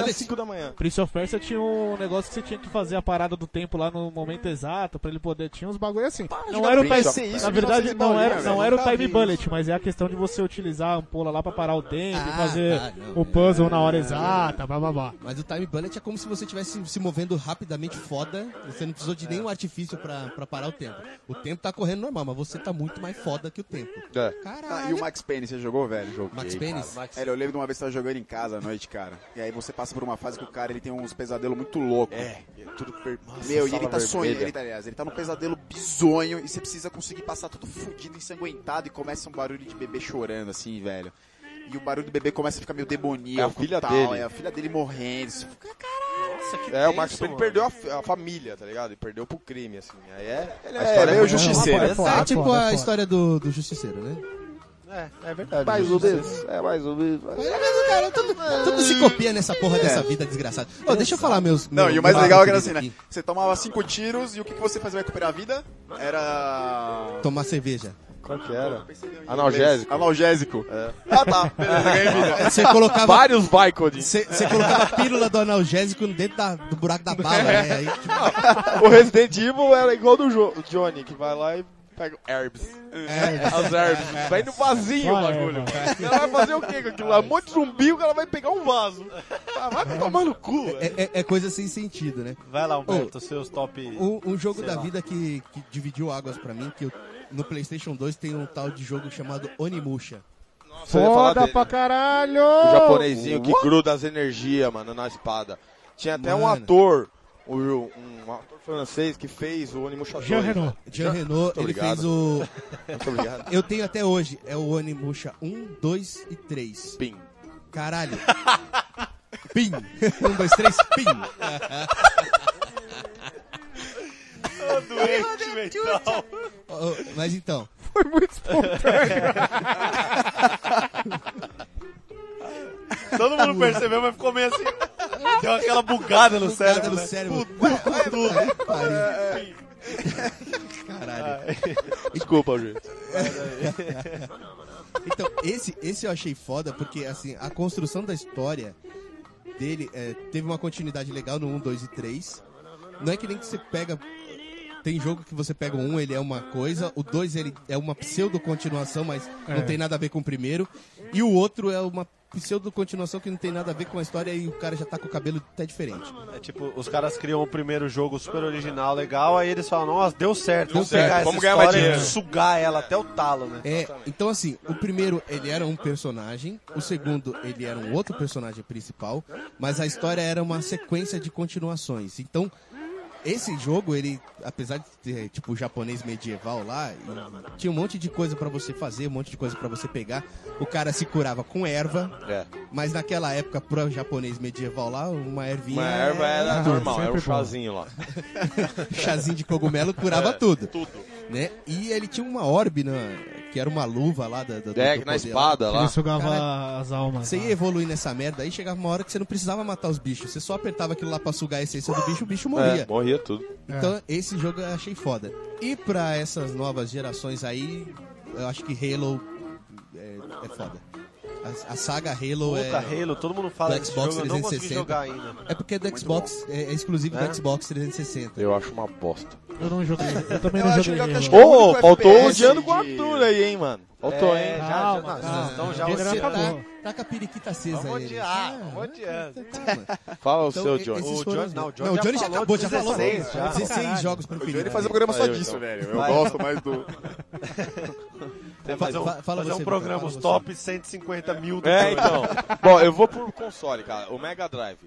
Speaker 8: até 5 da manhã.
Speaker 2: Prince of Persia tinha um negócio que você tinha que fazer a parada do tempo lá no momento exato pra ele poder. Tinha uns bagulho assim. Não
Speaker 17: jogar
Speaker 2: era o
Speaker 17: Prince
Speaker 2: time.
Speaker 17: of Persia.
Speaker 2: na verdade,
Speaker 17: 1900
Speaker 2: não
Speaker 3: tá
Speaker 2: era,
Speaker 17: bolinha,
Speaker 2: não
Speaker 3: né?
Speaker 17: velho.
Speaker 2: era o
Speaker 17: Nunca
Speaker 2: time
Speaker 17: vi
Speaker 2: bullet, mas é a questão de você utilizar a ampola lá pra parar o tempo e fazer
Speaker 3: tá, não,
Speaker 2: o puzzle na hora exata, blá blá blá.
Speaker 3: Mas o time bullet é como se você estivesse se movendo rapidamente, foda. Você não precisou de nenhum
Speaker 4: É.
Speaker 3: artifício pra, pra parar o tempo. O tempo tá correndo normal, mas você tá muito mais foda que o tempo.
Speaker 4: É. Ah, e o Max Payne, você jogou, velho? Joguei,
Speaker 3: Max Payne?
Speaker 4: cara. Velho, eu lembro de uma vez que eu tava jogando em casa à noite, cara. E aí você passa por uma fase que o cara ele tem uns pesadelos muito loucos. É, tudo per... Meu, e
Speaker 22: sala
Speaker 4: ele tá
Speaker 22: vermelha.
Speaker 4: sonhando, ele tá, aliás, ele tá num pesadelo bizonho e você precisa conseguir passar tudo fudido, ensanguentado e começa um barulho de bebê chorando, assim, velho. E o barulho do bebê começa a ficar meio demoníaco.
Speaker 8: É a filha
Speaker 4: e tal,
Speaker 8: dele.
Speaker 4: É a filha dele morrendo. Você fica,
Speaker 8: Nossa, que É,
Speaker 4: tenso,
Speaker 8: o Max Payne
Speaker 4: mano.
Speaker 8: perdeu a, fi- a família, tá ligado? Ele perdeu pro crime, assim. Aí é. Ele
Speaker 4: A história é meio justiceiro.
Speaker 3: É, tipo a história do, do Justiceiro, né?
Speaker 8: É, é verdade.
Speaker 4: Mais ou menos. É, mais ou menos.
Speaker 3: cara,
Speaker 4: Ah,
Speaker 3: tudo, tudo se copia nessa porra dessa vida desgraçada. Ô, deixa eu falar meus.
Speaker 4: É. Não,
Speaker 3: meu-
Speaker 4: e o mais
Speaker 3: meu
Speaker 4: legal é que era assim,
Speaker 3: preferido
Speaker 4: né? Você tomava cinco tiros e o que, que você fazia pra recuperar a vida? Era.
Speaker 3: aqui. Tomar cerveja.
Speaker 4: Qual que era?
Speaker 8: Analgésico.
Speaker 4: Analgésico. Ah tá, beleza, ganhei vida.
Speaker 3: Você colocava-
Speaker 8: Vários Vicodin.
Speaker 3: Você você colocava a pílula do analgésico dentro da- do buraco da bala, né? Aí, tipo,
Speaker 8: o Resident Evil era igual do Jo- Johnny, que vai lá e pega herbs.
Speaker 3: É,
Speaker 8: As herbs. Vai no vasinho o
Speaker 17: Só
Speaker 8: bagulho.
Speaker 17: erva.
Speaker 8: O cara vai fazer o quê com aquilo lá? Um monte de zumbi, o cara vai pegar um vaso. Ah, vai tomar no cu. velho.
Speaker 3: é, é- é coisa sem sentido, né?
Speaker 6: Vai lá, Humberto, seus top.
Speaker 3: Um, um jogo
Speaker 6: sei
Speaker 3: da
Speaker 6: lá.
Speaker 3: vida que, que dividiu águas pra mim, que eu- no PlayStation 2 tem um tal de jogo chamado Onimusha.
Speaker 8: eu ia falar
Speaker 2: Foda
Speaker 8: dele.
Speaker 2: pra caralho!
Speaker 3: Um
Speaker 8: O um japonesinho que gruda as energias, mano, na espada. Tinha até um
Speaker 3: Mano.
Speaker 8: ator, o- um, ator francês que fez o Onimusha 2.
Speaker 3: Jean Reno. Jean Reno, ele
Speaker 8: Muito obrigado.
Speaker 3: fez o.
Speaker 8: Muito obrigado.
Speaker 3: Eu tenho até hoje, é o Onimusha 1, 2 e 3.
Speaker 8: Pim.
Speaker 3: Caralho. pim. 1, 2, 3, pim.
Speaker 23: Ô, doente mental.
Speaker 3: Ô, Mas então.
Speaker 23: Foi muito espontâneo.
Speaker 16: Todo mundo percebeu, mas ficou meio assim.
Speaker 6: né?
Speaker 16: Deu aquela bugada no
Speaker 3: Bugada
Speaker 16: cérebro.
Speaker 3: no
Speaker 16: né?
Speaker 3: cérebro.
Speaker 16: Puta,
Speaker 3: Ué,
Speaker 16: tudo.
Speaker 3: ué, que pariu.
Speaker 16: É,
Speaker 3: Caralho.
Speaker 8: Desculpa, gente.
Speaker 3: então, esse, esse eu achei foda, porque assim, a construção da história dele é, teve uma continuidade legal no 1, 2 e 3. Não é que nem que você pega. Tem jogo que você pega o 1, ele é uma coisa, o 2 ele é uma pseudo-continuação, mas
Speaker 2: É.
Speaker 3: não tem nada a ver com o primeiro. E o outro é uma pseudo-continuação que não tem nada a ver com a história e o cara já tá com o cabelo até diferente.
Speaker 6: É tipo, os caras criam o primeiro jogo super original, legal, aí eles falam, nossa, deu certo, vamos
Speaker 8: certo,
Speaker 6: pegar essa
Speaker 8: vamos ganhar mais
Speaker 6: história e
Speaker 8: dinheiro."
Speaker 6: sugar ela até o talo, né?
Speaker 3: É, então assim, o primeiro ele era um personagem, o segundo ele era um outro personagem principal, mas a história era uma sequência de continuações. Então, esse jogo, ele, apesar de ter tipo japonês medieval lá, e tinha um monte de coisa pra você fazer, um monte de coisa pra você pegar. O cara se curava com erva,
Speaker 8: É.
Speaker 3: mas naquela época pro japonês medieval lá, uma ervinha
Speaker 8: Uma erva era
Speaker 3: Ah,
Speaker 8: normal, era um
Speaker 3: sempre bom.
Speaker 8: chazinho lá.
Speaker 3: um chazinho de cogumelo curava tudo.
Speaker 8: É, Tudo.
Speaker 3: Né? E ele tinha uma orbe, na- que era uma luva lá da, da, do-
Speaker 8: É,
Speaker 3: do
Speaker 8: na
Speaker 3: poder
Speaker 8: espada lá. Ele
Speaker 2: sugava as almas.
Speaker 3: Tá
Speaker 2: né?
Speaker 3: Você ia evoluir nessa merda, aí chegava uma hora que você não precisava matar os bichos, você só apertava aquilo lá pra sugar a essência do bicho, o bicho morria.
Speaker 8: É, morria tudo.
Speaker 3: Então esse jogo eu achei foda. E pra essas novas gerações aí, eu acho que Halo é, é foda. A, a saga Halo
Speaker 6: Puta,
Speaker 3: é.
Speaker 6: Halo, todo mundo fala
Speaker 3: do
Speaker 6: desse
Speaker 3: Xbox
Speaker 6: jogo, eu não consegui
Speaker 3: 360.
Speaker 6: jogar ainda.
Speaker 3: É porque é do
Speaker 6: Muito
Speaker 3: Xbox, é, é exclusivo
Speaker 6: É?
Speaker 3: do Xbox 360.
Speaker 8: Eu acho uma bosta.
Speaker 2: Eu não joguei. Eu também
Speaker 3: Eu
Speaker 2: não
Speaker 3: acho
Speaker 2: joguei.
Speaker 3: que eu até
Speaker 4: um
Speaker 2: Halo.
Speaker 3: acho Tá
Speaker 8: Ô, faltou o Diano com a Arthur aí, hein, mano.
Speaker 6: Faltou,
Speaker 3: É,
Speaker 6: hein?
Speaker 3: já,
Speaker 6: Calma,
Speaker 3: já, não,
Speaker 6: calma.
Speaker 3: vocês estão já-
Speaker 6: Ele não
Speaker 3: você
Speaker 6: acabou.
Speaker 3: tá- tá com a periquita acesa
Speaker 6: Vamos
Speaker 3: aí, É, tá,
Speaker 6: odiar,
Speaker 3: eles.
Speaker 6: vamos odiar.
Speaker 3: calma.
Speaker 6: Fala o seu,
Speaker 3: É. Então, e-
Speaker 6: Johnny.
Speaker 3: esses
Speaker 6: O
Speaker 3: foram
Speaker 6: Johnny-
Speaker 3: os-
Speaker 6: não, o Johnny
Speaker 3: não, o
Speaker 6: já
Speaker 3: Johnny já
Speaker 6: falou
Speaker 3: acabou, já falou.
Speaker 6: 16 já.
Speaker 3: 16 jogos pro
Speaker 6: O
Speaker 3: Corinthians.
Speaker 6: Johnny faz um programa só
Speaker 4: Aí, disso, então. velho. Eu Vai. gosto mais do-
Speaker 16: Você fazer um,
Speaker 4: Fa- fala
Speaker 16: fazer
Speaker 4: você,
Speaker 16: um
Speaker 4: Vitor,
Speaker 16: programa,
Speaker 4: fala
Speaker 16: os
Speaker 4: você.
Speaker 16: top 150 mil do
Speaker 8: É,
Speaker 16: Johnny.
Speaker 8: então. Bom, eu vou por console, cara. O Mega Drive.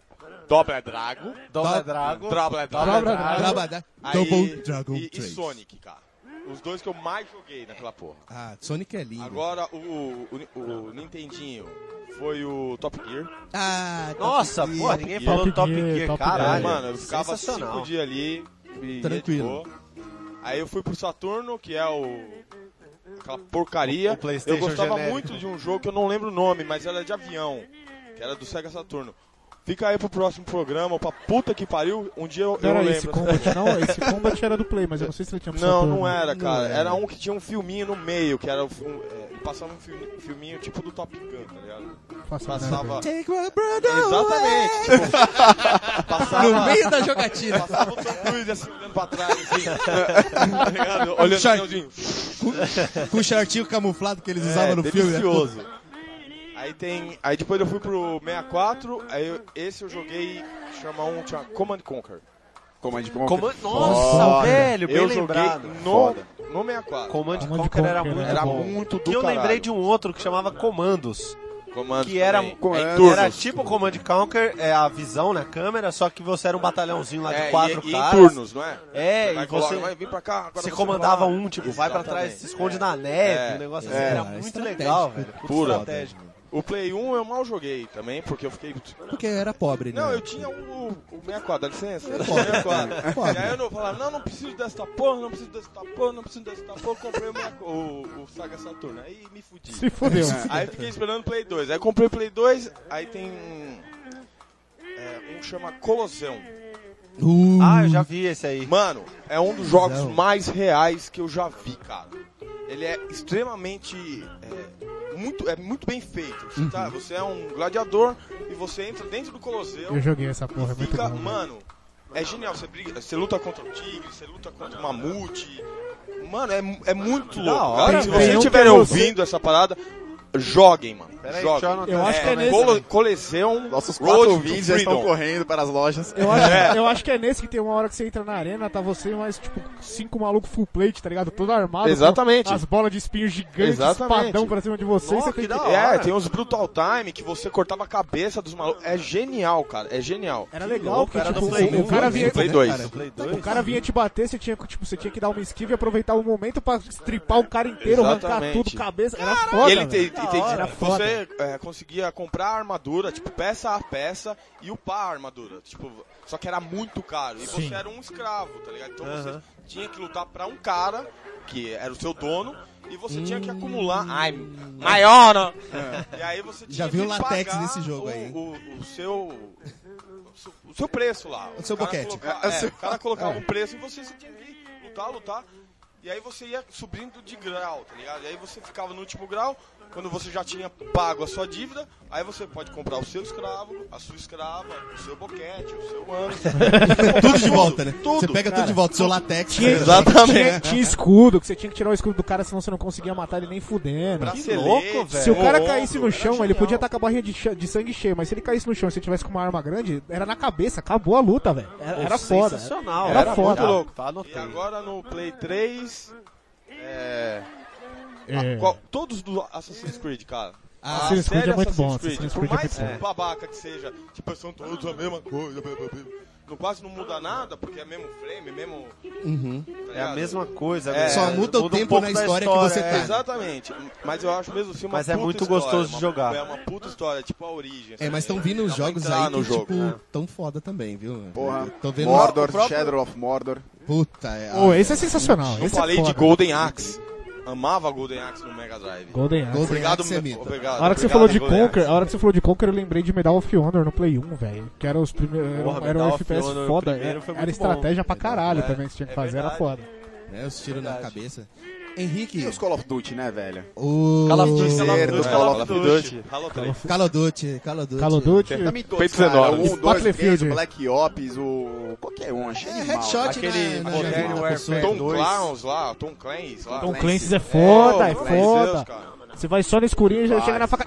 Speaker 8: Dobra Drago.
Speaker 16: Dobra Drago.
Speaker 8: Dobra Drago.
Speaker 16: Dobra Drago. Dobra Drago.
Speaker 8: Aí-
Speaker 3: Double Dragon
Speaker 8: e, e
Speaker 3: 3.
Speaker 8: Sonic, cara. Os dois que eu mais joguei naquela porra.
Speaker 3: Ah, Sonic é lindo.
Speaker 8: Agora o, o, o Nintendinho foi o Top Gear.
Speaker 3: Ah,
Speaker 6: Nossa,
Speaker 8: Top
Speaker 6: porra,
Speaker 8: Gear.
Speaker 6: ninguém falou Top Gear, Top Gear.
Speaker 8: caralho. Mano, eu ficava
Speaker 6: Sensacional.
Speaker 8: cinco dias ali. e ia de
Speaker 6: Tranquilo.
Speaker 8: boa. Aí eu fui pro Saturno, que é o... Aquela porcaria.
Speaker 16: O PlayStation
Speaker 8: eu gostava
Speaker 16: genérico.
Speaker 8: muito de um jogo que eu não lembro o nome, mas era de avião. Que era do Sega Saturno. Fica aí pro próximo programa, pra puta que pariu, um dia eu, eu
Speaker 2: Não era
Speaker 8: lembro.
Speaker 2: esse combat, não? Esse combat era do Play, mas eu não sei se ele tinha pro
Speaker 8: Não,
Speaker 2: Saturno.
Speaker 8: não era, cara. Era. um que tinha um filminho no meio, que era um, fi- um, é, passava um filminho, filminho tipo do Top Gun, tá ligado?
Speaker 2: Faço a
Speaker 8: passava.
Speaker 2: ideia.
Speaker 3: Take my brother
Speaker 8: Exatamente.
Speaker 3: away.
Speaker 8: Tipo, passava,
Speaker 3: No meio da jogatina.
Speaker 8: Passava o Tom Cruise assim olhando pra trás, assim. tá ligado? Olhando assim,
Speaker 3: Char-
Speaker 8: o aviãozinho.
Speaker 3: Com- Com o shortinho camuflado que eles
Speaker 8: É,
Speaker 3: usavam no filme. né?
Speaker 8: delicioso. Aí tem. Aí depois eu fui pro 64, aí eu- esse eu joguei. Chama um, chama Command Conquer.
Speaker 4: Command Conquer.
Speaker 8: Command-
Speaker 6: tipo, Nossa, velho, bem
Speaker 8: eu
Speaker 6: lembrado.
Speaker 8: joguei no,
Speaker 6: Foda.
Speaker 8: no 64.
Speaker 6: Command Conquer era muito
Speaker 8: era
Speaker 6: bom.
Speaker 8: muito do
Speaker 6: que eu
Speaker 8: caralho.
Speaker 6: lembrei de um outro que chamava Comandos.
Speaker 8: Comandos
Speaker 6: que era, um-
Speaker 8: também. Com-
Speaker 6: era,
Speaker 8: é, turnos.
Speaker 6: tipo Command Conquer, é a visão na câmera, só que você era um batalhãozinho lá de
Speaker 8: É,
Speaker 6: quatro
Speaker 8: e- e em
Speaker 6: caras.
Speaker 8: turnos, não é?
Speaker 6: É,
Speaker 8: Você vai
Speaker 6: e você
Speaker 8: colocar, vai vir pra cá, agora
Speaker 6: você
Speaker 8: você
Speaker 6: comandava
Speaker 8: vai.
Speaker 6: um, tipo, vai pra trás,
Speaker 8: Exatamente.
Speaker 6: se esconde na
Speaker 8: É.
Speaker 6: neve,
Speaker 8: É.
Speaker 6: um negócio
Speaker 8: É.
Speaker 6: assim, era
Speaker 8: Cara,
Speaker 6: muito
Speaker 8: estratégico.
Speaker 6: legal, velho. Puta
Speaker 8: Pura.
Speaker 6: estratégico.
Speaker 8: O Play 1 eu mal joguei também, porque eu fiquei.
Speaker 3: Porque era pobre, né?
Speaker 8: Não, eu tinha um, o, o 64, dá licença. Eu
Speaker 3: pobre,
Speaker 8: tinha o 64.
Speaker 3: pobre.
Speaker 8: E aí eu não falava, não, não preciso desta porra, não preciso desta porra, não preciso desta porra. Comprei o, 64, o, o Saga Saturno. Aí me fudi.
Speaker 2: Se fudeu.
Speaker 8: Aí fiquei esperando o Play 2. Aí comprei o Play 2, aí tem um. É, um chama Colosseum.
Speaker 3: Uh,
Speaker 6: Ah, eu já vi esse aí.
Speaker 8: Mano, é um dos jogos mais reais que eu já vi, cara. Ele é extremamente. É, muito, é muito bem feito. Você, tá- você é um gladiador e você entra dentro do Coloseu.
Speaker 2: Eu joguei essa porra, é muito
Speaker 8: fica,
Speaker 2: bom, né?
Speaker 8: Mano, é genial. Você, briga- você luta contra o tigre, você luta contra o mamute. Mano, é, mu- é muito
Speaker 2: Da
Speaker 8: louco.
Speaker 2: hora,
Speaker 8: cara. se
Speaker 2: velho. Tem
Speaker 8: vocês
Speaker 2: um que
Speaker 8: estiverem
Speaker 2: eu-
Speaker 8: ouvindo essa parada, joguem, mano.
Speaker 6: Peraí,
Speaker 8: joguem.
Speaker 6: deixa eu anotar. Eu acho que é nesse,
Speaker 8: Colo-
Speaker 6: né?
Speaker 8: Colosseum.
Speaker 4: Nossos
Speaker 8: Road
Speaker 4: quatro
Speaker 8: to
Speaker 4: ouvintes já estão
Speaker 8: Freedom.
Speaker 4: correndo para as lojas.
Speaker 2: Eu acho,
Speaker 4: É.
Speaker 2: eu acho que é nesse que tem uma hora que você entra na arena, tá você e mais, tipo, cinco malucos full plate, tá ligado? Todo armado. com
Speaker 8: Exatamente.
Speaker 2: As bolas de espinho gigantes,
Speaker 8: Exatamente.
Speaker 2: espadão pra cima de você. e você tem
Speaker 8: É, tem uns Brutal Time que você cortava a cabeça dos malucos. É genial, cara. É genial.
Speaker 2: Era legal, porque, tipo, o, o cara vinha...
Speaker 8: um Play 2.
Speaker 2: O cara vinha te bater, você tinha, que, tipo, você tinha que dar uma esquiva e aproveitar o momento pra stripar o cara inteiro, arrancar
Speaker 8: Exatamente.
Speaker 2: tudo, cabeça. Era foda,
Speaker 8: E ele tem,
Speaker 2: velho.
Speaker 8: tem- tem-
Speaker 2: Era foda.
Speaker 8: você é, conseguia comprar a armadura, tipo, peça a peça e upar a armadura. Tipo, só que era muito caro. E
Speaker 6: Sim.
Speaker 8: você era um escravo, tá ligado? Então
Speaker 6: Aham.
Speaker 8: você tinha que lutar pra um cara, que era o seu dono, e você tinha que acumular. Ai, my honor!
Speaker 6: né?
Speaker 8: E aí você tinha
Speaker 3: Já viu
Speaker 8: que
Speaker 3: latex
Speaker 8: pagar
Speaker 3: nesse jogo
Speaker 8: o,
Speaker 3: aí, hein?
Speaker 8: O, o seu. O seu- o seu preço lá.
Speaker 3: O seu
Speaker 8: cara
Speaker 3: boquete.
Speaker 8: coloca-
Speaker 3: É, o
Speaker 8: é,
Speaker 3: seu-
Speaker 8: o cara colocava
Speaker 3: É.
Speaker 8: um preço e você, você tinha que lutar, lutar. E aí você ia subindo de grau, tá ligado? E aí você ficava no último grau, quando você já tinha pago a sua dívida, aí você pode comprar o seu escravo, a sua escrava, o seu boquete, o seu ano.
Speaker 3: tudo de volta, né?
Speaker 8: Tudo.
Speaker 3: Você pega tudo de volta, seu latex. né?
Speaker 2: Tinha, Tinha,
Speaker 3: Exatamente.
Speaker 2: tinha escudo, que você tinha que tirar o escudo do cara, senão você não conseguia matar ele nem fudendo.
Speaker 8: Bracelete, Tá louco,
Speaker 2: Se o
Speaker 8: velho.
Speaker 2: cara
Speaker 8: Ombro,
Speaker 2: caísse no
Speaker 8: era
Speaker 2: chão, ele podia estar com a barrinha de, cha- de sangue cheia, mas se ele caísse no chão e se ele tivesse com uma arma grande, era na cabeça, acabou a luta, velho. Era, era foda.
Speaker 6: sensacional,
Speaker 2: Era,
Speaker 6: era
Speaker 2: foda.
Speaker 6: muito
Speaker 8: louco.
Speaker 6: Tá
Speaker 8: E agora no Play 3. É.
Speaker 2: É.
Speaker 8: a- qual- todos do Assassin's Creed, cara.
Speaker 2: Ah,
Speaker 8: A
Speaker 2: Assassin's Creed
Speaker 8: série
Speaker 2: é muito bom,
Speaker 8: Creed,
Speaker 2: Assassin's
Speaker 8: por
Speaker 2: Creed é
Speaker 8: mais
Speaker 2: muito bom.
Speaker 8: babaca que seja, tipo, são todos a mesma coisa. blá, blá, blá. Não quase não muda nada, porque é mesmo frame, mesmo. tá
Speaker 6: É a mesma coisa.
Speaker 8: É,
Speaker 6: né?
Speaker 8: Só
Speaker 3: muda o
Speaker 6: um
Speaker 3: tempo
Speaker 6: pouco
Speaker 3: na
Speaker 6: da
Speaker 3: história que você
Speaker 6: é.
Speaker 3: tá.
Speaker 8: Exatamente. Mas eu acho mesmo assim uma
Speaker 6: Mas é
Speaker 8: puta
Speaker 6: muito
Speaker 8: história,
Speaker 6: gostoso de
Speaker 8: uma-
Speaker 6: jogar.
Speaker 8: É uma puta história, tipo a origem.
Speaker 3: É,
Speaker 8: sabe?
Speaker 3: mas estão vindo
Speaker 8: Dá
Speaker 3: uns
Speaker 8: pra
Speaker 3: jogos
Speaker 8: entrar
Speaker 3: aí
Speaker 8: no
Speaker 3: que,
Speaker 8: jogo. né?
Speaker 3: tipo, tão foda também, viu?
Speaker 4: Porra.
Speaker 3: Tô vendo
Speaker 4: Mordor,
Speaker 3: o próprio-
Speaker 4: Shadow of Mordor.
Speaker 3: Puta, é.
Speaker 2: Ô, esse é sensacional.
Speaker 8: Eu
Speaker 2: esse
Speaker 8: falei
Speaker 2: é foda.
Speaker 8: de Golden Axe. Amava Golden Axe no Mega Drive.
Speaker 2: Golden Axe.
Speaker 8: Obrigado,
Speaker 3: Golden Axe é mito.
Speaker 6: Ah,
Speaker 8: obrigado.
Speaker 2: A hora que você
Speaker 8: obrigado,
Speaker 2: falou de
Speaker 8: Golden
Speaker 2: Conquer,
Speaker 8: Axe.
Speaker 2: a hora que você falou de Conquer, eu lembrei de Medal of Honor no Play 1, velho. Que era os primeiros. Era,
Speaker 6: Porra,
Speaker 2: um- era
Speaker 6: Medal
Speaker 2: um
Speaker 6: of
Speaker 2: FPS
Speaker 6: Honor, o
Speaker 2: foda.
Speaker 6: primeiro
Speaker 2: Era,
Speaker 6: foi
Speaker 2: era
Speaker 6: muito bom.
Speaker 2: estratégia pra caralho
Speaker 6: É,
Speaker 2: também que você tinha que
Speaker 6: é
Speaker 2: fazer, era
Speaker 6: verdade.
Speaker 2: foda.
Speaker 3: Né, os tiros na cabeça. Henrique.
Speaker 8: é um
Speaker 19: E os Call of Duty, né, velho?
Speaker 3: O...
Speaker 19: Call of Duty,
Speaker 3: Terceiro,
Speaker 19: Call of Duty.
Speaker 3: Call of
Speaker 19: Duty.
Speaker 3: Duty. Call of Duty. Call of Duty.
Speaker 19: Call
Speaker 6: tá
Speaker 19: of Duty.
Speaker 3: Também
Speaker 19: Feito 19.
Speaker 4: O 1, 2, 3,
Speaker 19: Battlefield.
Speaker 4: o Black Ops, o... qualquer um, achei
Speaker 3: É,
Speaker 4: animal.
Speaker 3: headshot,
Speaker 4: Aquele
Speaker 3: né,
Speaker 4: Modern
Speaker 3: na- na
Speaker 4: Warfare
Speaker 3: pessoa.
Speaker 4: Tom
Speaker 8: Tom Clowns lá, Tom Clancy lá.
Speaker 2: Tom Clancy é foda, é
Speaker 8: Tom Clancy, Deus,
Speaker 2: foda.
Speaker 8: cara.
Speaker 2: Você vai só no escurinho e já
Speaker 8: Vai.
Speaker 2: chega na faca.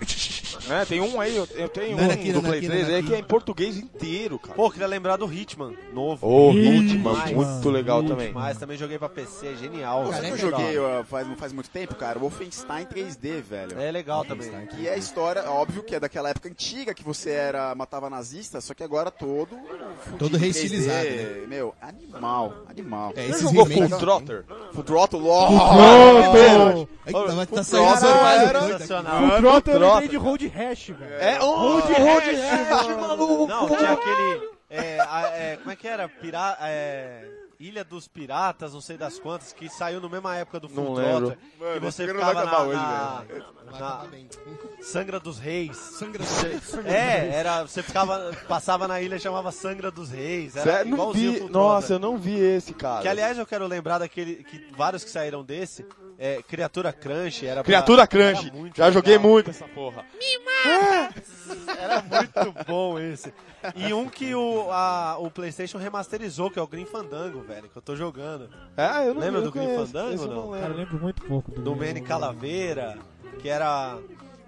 Speaker 8: Né, tem um aí, eu, eu tenho um
Speaker 6: Nanakira,
Speaker 8: do Play
Speaker 6: nanakira,
Speaker 8: 3 aí
Speaker 6: nanakira.
Speaker 8: que é em português inteiro, cara.
Speaker 6: Pô, queria lembrar do Hitman, novo.
Speaker 8: Ô,
Speaker 19: Hitman,
Speaker 8: Hitman, muito legal também.
Speaker 6: Mas também joguei pra PC, é genial.
Speaker 19: Sabe que eu joguei ó, faz, não faz muito tempo, cara? O Wolfenstein 3D, velho.
Speaker 6: É legal também.
Speaker 19: Que é a história, óbvio que é daquela época antiga que você era, matava nazista, só que agora todo. fudido 3D,
Speaker 3: Todo reestilizado, né?
Speaker 19: Meu, animal, animal.
Speaker 3: É,
Speaker 19: Você
Speaker 3: esses
Speaker 19: jogou
Speaker 3: remakes-
Speaker 19: Full Throttle? Full Throttle, lol.
Speaker 2: Full Throttle!
Speaker 19: Ai,
Speaker 3: Eita, vai tá
Speaker 19: Full
Speaker 3: saindo
Speaker 19: Throttle
Speaker 3: vários
Speaker 19: era-
Speaker 3: dois aqui.
Speaker 6: Ah,
Speaker 2: O Trota eu lembrei de Road Rash, velho.
Speaker 6: É,
Speaker 2: ô, Road Rash,
Speaker 6: maluco! Não, tinha aquele... é, a- é, como é que era? Pira, é, Ilha dos Piratas, não sei das quantas, que saiu na mesma época do Full
Speaker 8: Não lembro.
Speaker 6: Throttle.
Speaker 8: Mano,
Speaker 6: E você
Speaker 8: esse programa
Speaker 6: ficava na...
Speaker 8: vai acabar
Speaker 6: na,
Speaker 8: hoje,
Speaker 6: na Sangra dos Reis. Sangra
Speaker 3: dos Reis.
Speaker 6: É, era, você ficava, passava na ilha e chamava Sangra dos Reis. Era
Speaker 8: Sério? Não
Speaker 6: igualzinho
Speaker 8: vi,
Speaker 6: Full Throttle.
Speaker 8: nossa, eu não vi esse, cara.
Speaker 6: Que aliás eu quero lembrar daquele que vários que saíram desse, é, Criatura Crunch era pra-
Speaker 8: Criatura
Speaker 6: era
Speaker 8: Crunch,
Speaker 6: muito
Speaker 8: já joguei
Speaker 6: legal.
Speaker 8: muito essa porra.
Speaker 6: Era muito bom esse. E um que o, a- o PlayStation remasterizou, que é o Green Fandango, velho, que eu tô jogando.
Speaker 8: Ah, eu não
Speaker 6: Lembra
Speaker 8: eu
Speaker 6: do Green
Speaker 8: conheço,
Speaker 6: Fandango
Speaker 8: esse eu
Speaker 6: ou não?
Speaker 2: Cara, eu lembro muito pouco do.
Speaker 6: do Manny Calaveira, que era.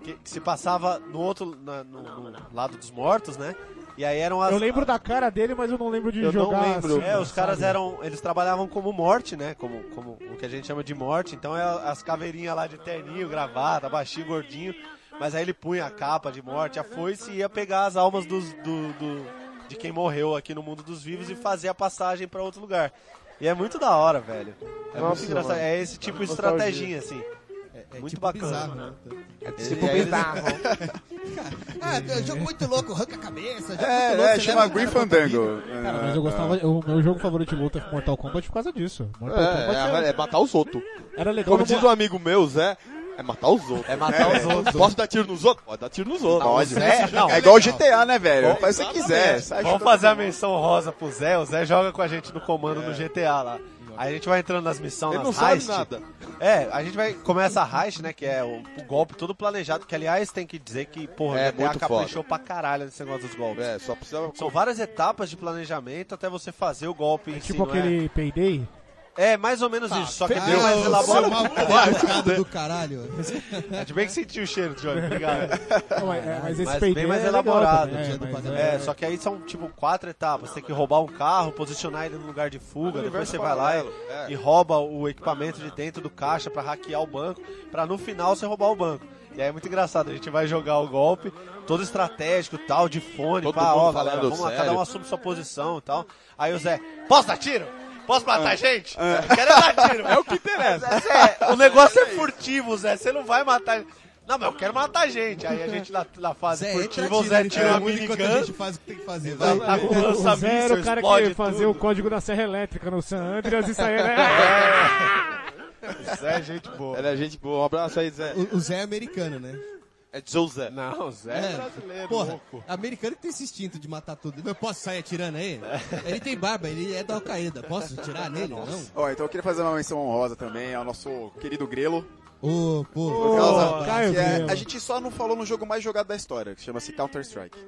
Speaker 6: Que, que se passava no outro. na- no, no lado dos mortos, né? E aí eram as.
Speaker 2: Eu lembro da cara dele, mas eu não lembro de jogar. assim,
Speaker 6: É, os caras
Speaker 2: sabe?
Speaker 6: eram. Eles trabalhavam como morte, né? Como, como o que a gente chama de morte. Então é as caveirinhas lá de terninho, gravata, baixinho, gordinho. Mas aí ele punha a capa de morte, a foice e ia pegar as almas dos, do, do- de quem morreu aqui no mundo dos vivos e fazer a passagem pra outro lugar. E é muito da hora, velho. É
Speaker 8: Nossa,
Speaker 6: muito engraçado.
Speaker 8: mano.
Speaker 6: É esse tipo de
Speaker 8: Nostalgia.
Speaker 6: estratégia, assim. muito
Speaker 3: tipo bizarro,
Speaker 6: bacana.
Speaker 3: né?
Speaker 6: É
Speaker 3: tipo bizarro. Ah, é um jogo muito louco, arranca a cabeça, jogo
Speaker 19: É,
Speaker 3: muito louco.
Speaker 19: é,
Speaker 3: você
Speaker 19: chama
Speaker 3: leva o
Speaker 19: Green
Speaker 3: cara pra outra
Speaker 19: Fandango.
Speaker 3: vida.
Speaker 2: Cara, mas eu gostava. O meu jogo favorito de luta é Mortal Kombat por causa disso. Mortal Kombat
Speaker 8: É, é, é matar os outros.
Speaker 2: Era legal.
Speaker 8: Como diz um amigo meu, Zé, é matar os outros. É
Speaker 6: matar os outros.
Speaker 8: Posso dar tiro nos outros? Pode dar tiro nos outros.
Speaker 19: Pode, né? é igual o GTA, né, velho? Faz o que você quiser. sai
Speaker 6: Vamos
Speaker 19: chutando
Speaker 6: fazer a menção rosa pro Zé. O Zé joga com a gente no comando no GTA lá. Aí a gente vai entrando nas missões,
Speaker 8: É.
Speaker 6: nas
Speaker 8: Ele não sabe
Speaker 6: heist.
Speaker 8: nada.
Speaker 6: É, a gente vai começa a heist, né, que é o, o golpe todo planejado, que aliás tem que dizer que, porra,
Speaker 8: É,
Speaker 6: o GTA
Speaker 8: muito
Speaker 6: caprichou pra caralho nesse negócio dos golpes.
Speaker 8: É, só precisava...
Speaker 6: São várias etapas de planejamento até você fazer o golpe
Speaker 3: É
Speaker 6: em si,
Speaker 2: Tipo
Speaker 6: não
Speaker 2: aquele Payday.
Speaker 6: É, É, mais ou menos isso, só que é bem
Speaker 3: Ah,
Speaker 6: mais
Speaker 3: o
Speaker 6: elaborado.
Speaker 3: seu mal educado do caralho.
Speaker 6: A gente bem que sentiu o cheiro, Johnny, obrigado.
Speaker 2: Não, é- é, mas esse
Speaker 6: Mas
Speaker 2: Payday
Speaker 6: bem mais
Speaker 2: é legal
Speaker 6: elaborado.
Speaker 2: também, é, mas
Speaker 6: é,
Speaker 2: é-
Speaker 6: só que aí são tipo quatro etapas. Você tem que roubar um carro, posicionar ele no lugar de fuga, depois
Speaker 8: Universo
Speaker 6: você vai lá e,
Speaker 8: paralelo, é.
Speaker 6: e rouba o equipamento de dentro do caixa pra hackear o banco, pra no final você roubar o banco. E aí é muito engraçado, a gente vai jogar o golpe, todo estratégico, tal, de fone,
Speaker 8: Todo
Speaker 6: pá,
Speaker 8: mundo
Speaker 6: ó,
Speaker 8: falando
Speaker 6: galera, vamos lá, cada
Speaker 8: sério.
Speaker 6: um assume sua posição e tal. Aí o Zé, posso dar tiro? Posso matar gente? Quero é dar tiro.
Speaker 8: Ah. É o que interessa.
Speaker 6: Mas é, o negócio é furtivo, Zé. Você não vai matar. Não, mas eu quero matar gente. Aí a gente na, na fase
Speaker 3: Zé, entra
Speaker 6: furtiva, o
Speaker 3: atirando
Speaker 6: Zé
Speaker 3: em
Speaker 6: tira a
Speaker 3: todo mundo enquanto a
Speaker 6: minigun.
Speaker 3: gente faz o que tem que fazer.
Speaker 6: Vai,
Speaker 3: Vai.
Speaker 6: tá com
Speaker 2: O
Speaker 6: lança
Speaker 2: Zé era
Speaker 6: míssil,
Speaker 2: o cara que
Speaker 6: explode
Speaker 2: ia fazer
Speaker 6: tudo.
Speaker 2: o código da Serra Elétrica no San Andreas e sair.
Speaker 6: Zé, gente boa.
Speaker 8: Ela é gente boa. Um abraço aí, Zé.
Speaker 3: O, o Zé é americano, né?
Speaker 8: É José.
Speaker 6: Não, Zé é brasileiro,
Speaker 3: Porra,
Speaker 6: louco.
Speaker 3: americano que tem esse instinto de matar tudo. Eu posso sair atirando aí? Ele tem barba, ele é da Al-Qaeda. Posso atirar nele? Não?
Speaker 19: Ó, então eu queria fazer uma menção honrosa também ao nosso querido Grelo.
Speaker 3: Ô,
Speaker 19: Por
Speaker 3: pô.
Speaker 19: causa
Speaker 2: Caio
Speaker 19: que é-
Speaker 2: Grelo.
Speaker 19: a gente só não falou no jogo mais jogado da história, que chama-se Counter-Strike.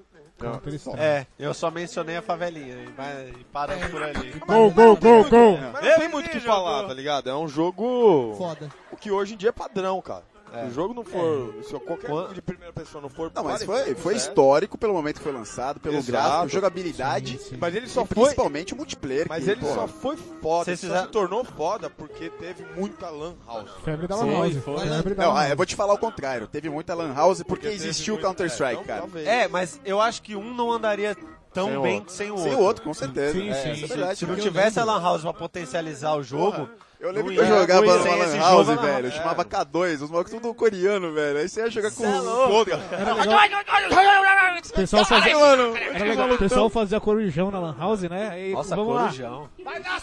Speaker 6: É, eu só mencionei a favelinha e, vai- e paramos por ali.
Speaker 2: Gol, gol, gol, gol.
Speaker 8: Mas
Speaker 6: É,
Speaker 8: não tem muito o que falar, tá ligado? É um jogo...
Speaker 3: Foda.
Speaker 8: O que hoje em dia é padrão, cara. Se o jogo não for... Se qualquer jogo de primeira pessoa não for...
Speaker 19: Não, mas
Speaker 8: parecido,
Speaker 19: foi, foi
Speaker 8: né?
Speaker 19: histórico pelo momento que foi lançado, pelo
Speaker 8: Exato.
Speaker 19: gráfico, jogabilidade,
Speaker 8: Mas ele
Speaker 19: e
Speaker 8: só foi...
Speaker 19: principalmente o multiplayer.
Speaker 8: Mas
Speaker 19: que,
Speaker 8: ele
Speaker 19: porra,
Speaker 8: só foi foda.
Speaker 6: Vocês
Speaker 8: Ele só
Speaker 6: fizeram-
Speaker 8: se tornou foda porque teve muita lan house.
Speaker 2: Febre da
Speaker 6: Sim,
Speaker 2: House.
Speaker 6: foi.
Speaker 2: Febre da
Speaker 19: Não, ah,
Speaker 2: House.
Speaker 19: eu vou te falar o contrário. Teve muita Lan House porque, existiu o
Speaker 8: então
Speaker 19: Counter-Strike, cara.
Speaker 6: É, mas eu acho que um não andaria tão
Speaker 8: Sem o
Speaker 6: bem
Speaker 8: outro.
Speaker 6: sem o
Speaker 19: Sem
Speaker 6: outro.
Speaker 19: o outro, com certeza.
Speaker 2: Sim,
Speaker 19: É,
Speaker 2: sim,
Speaker 19: isso é
Speaker 2: sim.
Speaker 19: verdade.
Speaker 6: Se não
Speaker 19: Porque
Speaker 6: tivesse a Lan House pra potencializar o jogo,
Speaker 19: Eu lembro
Speaker 6: Não
Speaker 19: que eu
Speaker 6: ia,
Speaker 19: jogava
Speaker 6: não ia.
Speaker 19: numa
Speaker 6: Sem
Speaker 19: Lan
Speaker 6: esse
Speaker 19: House,
Speaker 6: jogo,
Speaker 19: velho.
Speaker 6: não. É.
Speaker 19: Chamava K2, os malucos tudo coreano, velho. Aí você ia jogar com
Speaker 6: Cê é
Speaker 19: foda.
Speaker 2: Era legal. O pessoal fazia, era legal. O pessoal fazia corujão na Lan House, né? Aí,
Speaker 6: nossa,
Speaker 2: vamos
Speaker 6: corujão. Tá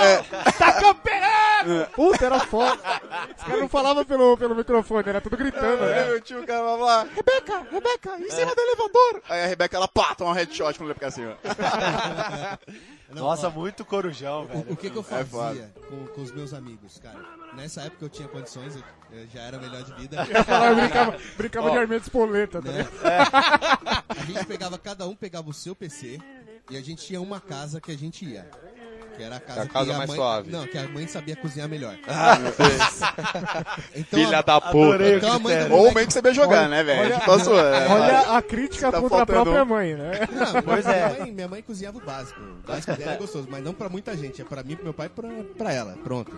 Speaker 19: É.
Speaker 2: lá. Puta, era foda. Os caras não falavam pelo, pelo microfone, era tudo gritando,
Speaker 19: Aí
Speaker 2: né?
Speaker 19: meu tio, o um cara vai lá, Rebeca, Rebeca, em cima do elevador. Aí a Rebeca, ela pá, toma um headshot quando ele fica assim, ó.
Speaker 6: Nossa, muito corujão, velho.
Speaker 22: É
Speaker 3: O que que eu fazia? fazia com, com os meus amigos, cara. Nessa época eu tinha condições, eu, eu já era melhor de vida.
Speaker 2: Eu ia falar, eu brincava, brincava de armeiro de espoleta, tá
Speaker 3: né?
Speaker 2: ligado?
Speaker 3: É. A gente pegava, cada um pegava o seu PC e a gente tinha uma casa que a gente ia. Que era a casa,
Speaker 22: é A casa
Speaker 3: que a
Speaker 22: mais
Speaker 3: mãe,
Speaker 22: suave.
Speaker 3: Não, que a mãe sabia cozinhar melhor.
Speaker 22: Ah, meu Deus. Filha da puta.
Speaker 3: Então a mãe do
Speaker 22: Ou
Speaker 3: moleque-
Speaker 22: mãe que sabia jogar, né, velho? A
Speaker 19: Tipo,
Speaker 22: gente passou, né?
Speaker 2: Olha a crítica
Speaker 22: Tá
Speaker 2: contra a
Speaker 22: faltando
Speaker 2: própria
Speaker 22: um.
Speaker 2: mãe, né?
Speaker 3: Não,
Speaker 22: Pois
Speaker 3: pois
Speaker 22: é.
Speaker 3: é. Minha mãe, minha mãe cozinhava o básico. O básico dela é gostoso, mas não pra muita gente. É pra mim, pro meu pai e pra, pra ela. Pronto.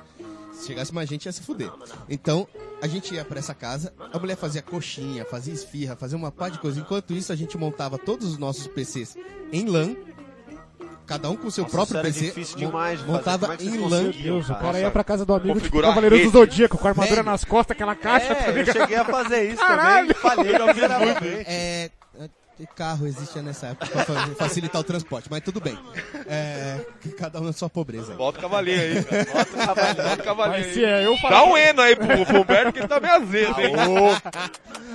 Speaker 3: Se chegasse mais gente, ia se fuder. Então, a gente ia pra essa casa, a mulher fazia coxinha, fazia esfirra, fazia uma pá de coisa. Enquanto isso, a gente montava todos os nossos PCs em LAN. Cada um com o seu
Speaker 6: Nossa,
Speaker 3: próprio
Speaker 6: isso era
Speaker 3: PC.
Speaker 6: difícil
Speaker 3: mon-
Speaker 6: demais de fazer.
Speaker 3: montava
Speaker 6: Como é que vocês
Speaker 3: em LAN.
Speaker 6: conseguiam, Meu Deus, o cara?
Speaker 2: O cara ia pra casa do amigo de
Speaker 6: Configurar
Speaker 2: Cavaleiro
Speaker 6: a
Speaker 2: do
Speaker 6: rede.
Speaker 2: Zodíaco, com a armadura
Speaker 6: Velho.
Speaker 2: nas costas, aquela caixa, tá
Speaker 6: É, eu
Speaker 2: ligado?
Speaker 6: cheguei a fazer isso
Speaker 2: Caralho!
Speaker 6: também. Falei, já fiz muito.
Speaker 3: É, é, carro existia nessa época pra fa- facilitar o transporte, mas tudo bem. É, cada um na sua pobreza.
Speaker 22: Bota o cavalinho aí, cara. Bota o cavalinho, bota o cavalinho
Speaker 3: Mas
Speaker 22: aí.
Speaker 3: se é eu, fala-
Speaker 22: Dá um eno aí pro, pro Humberto que ele tá meio azedo, hein?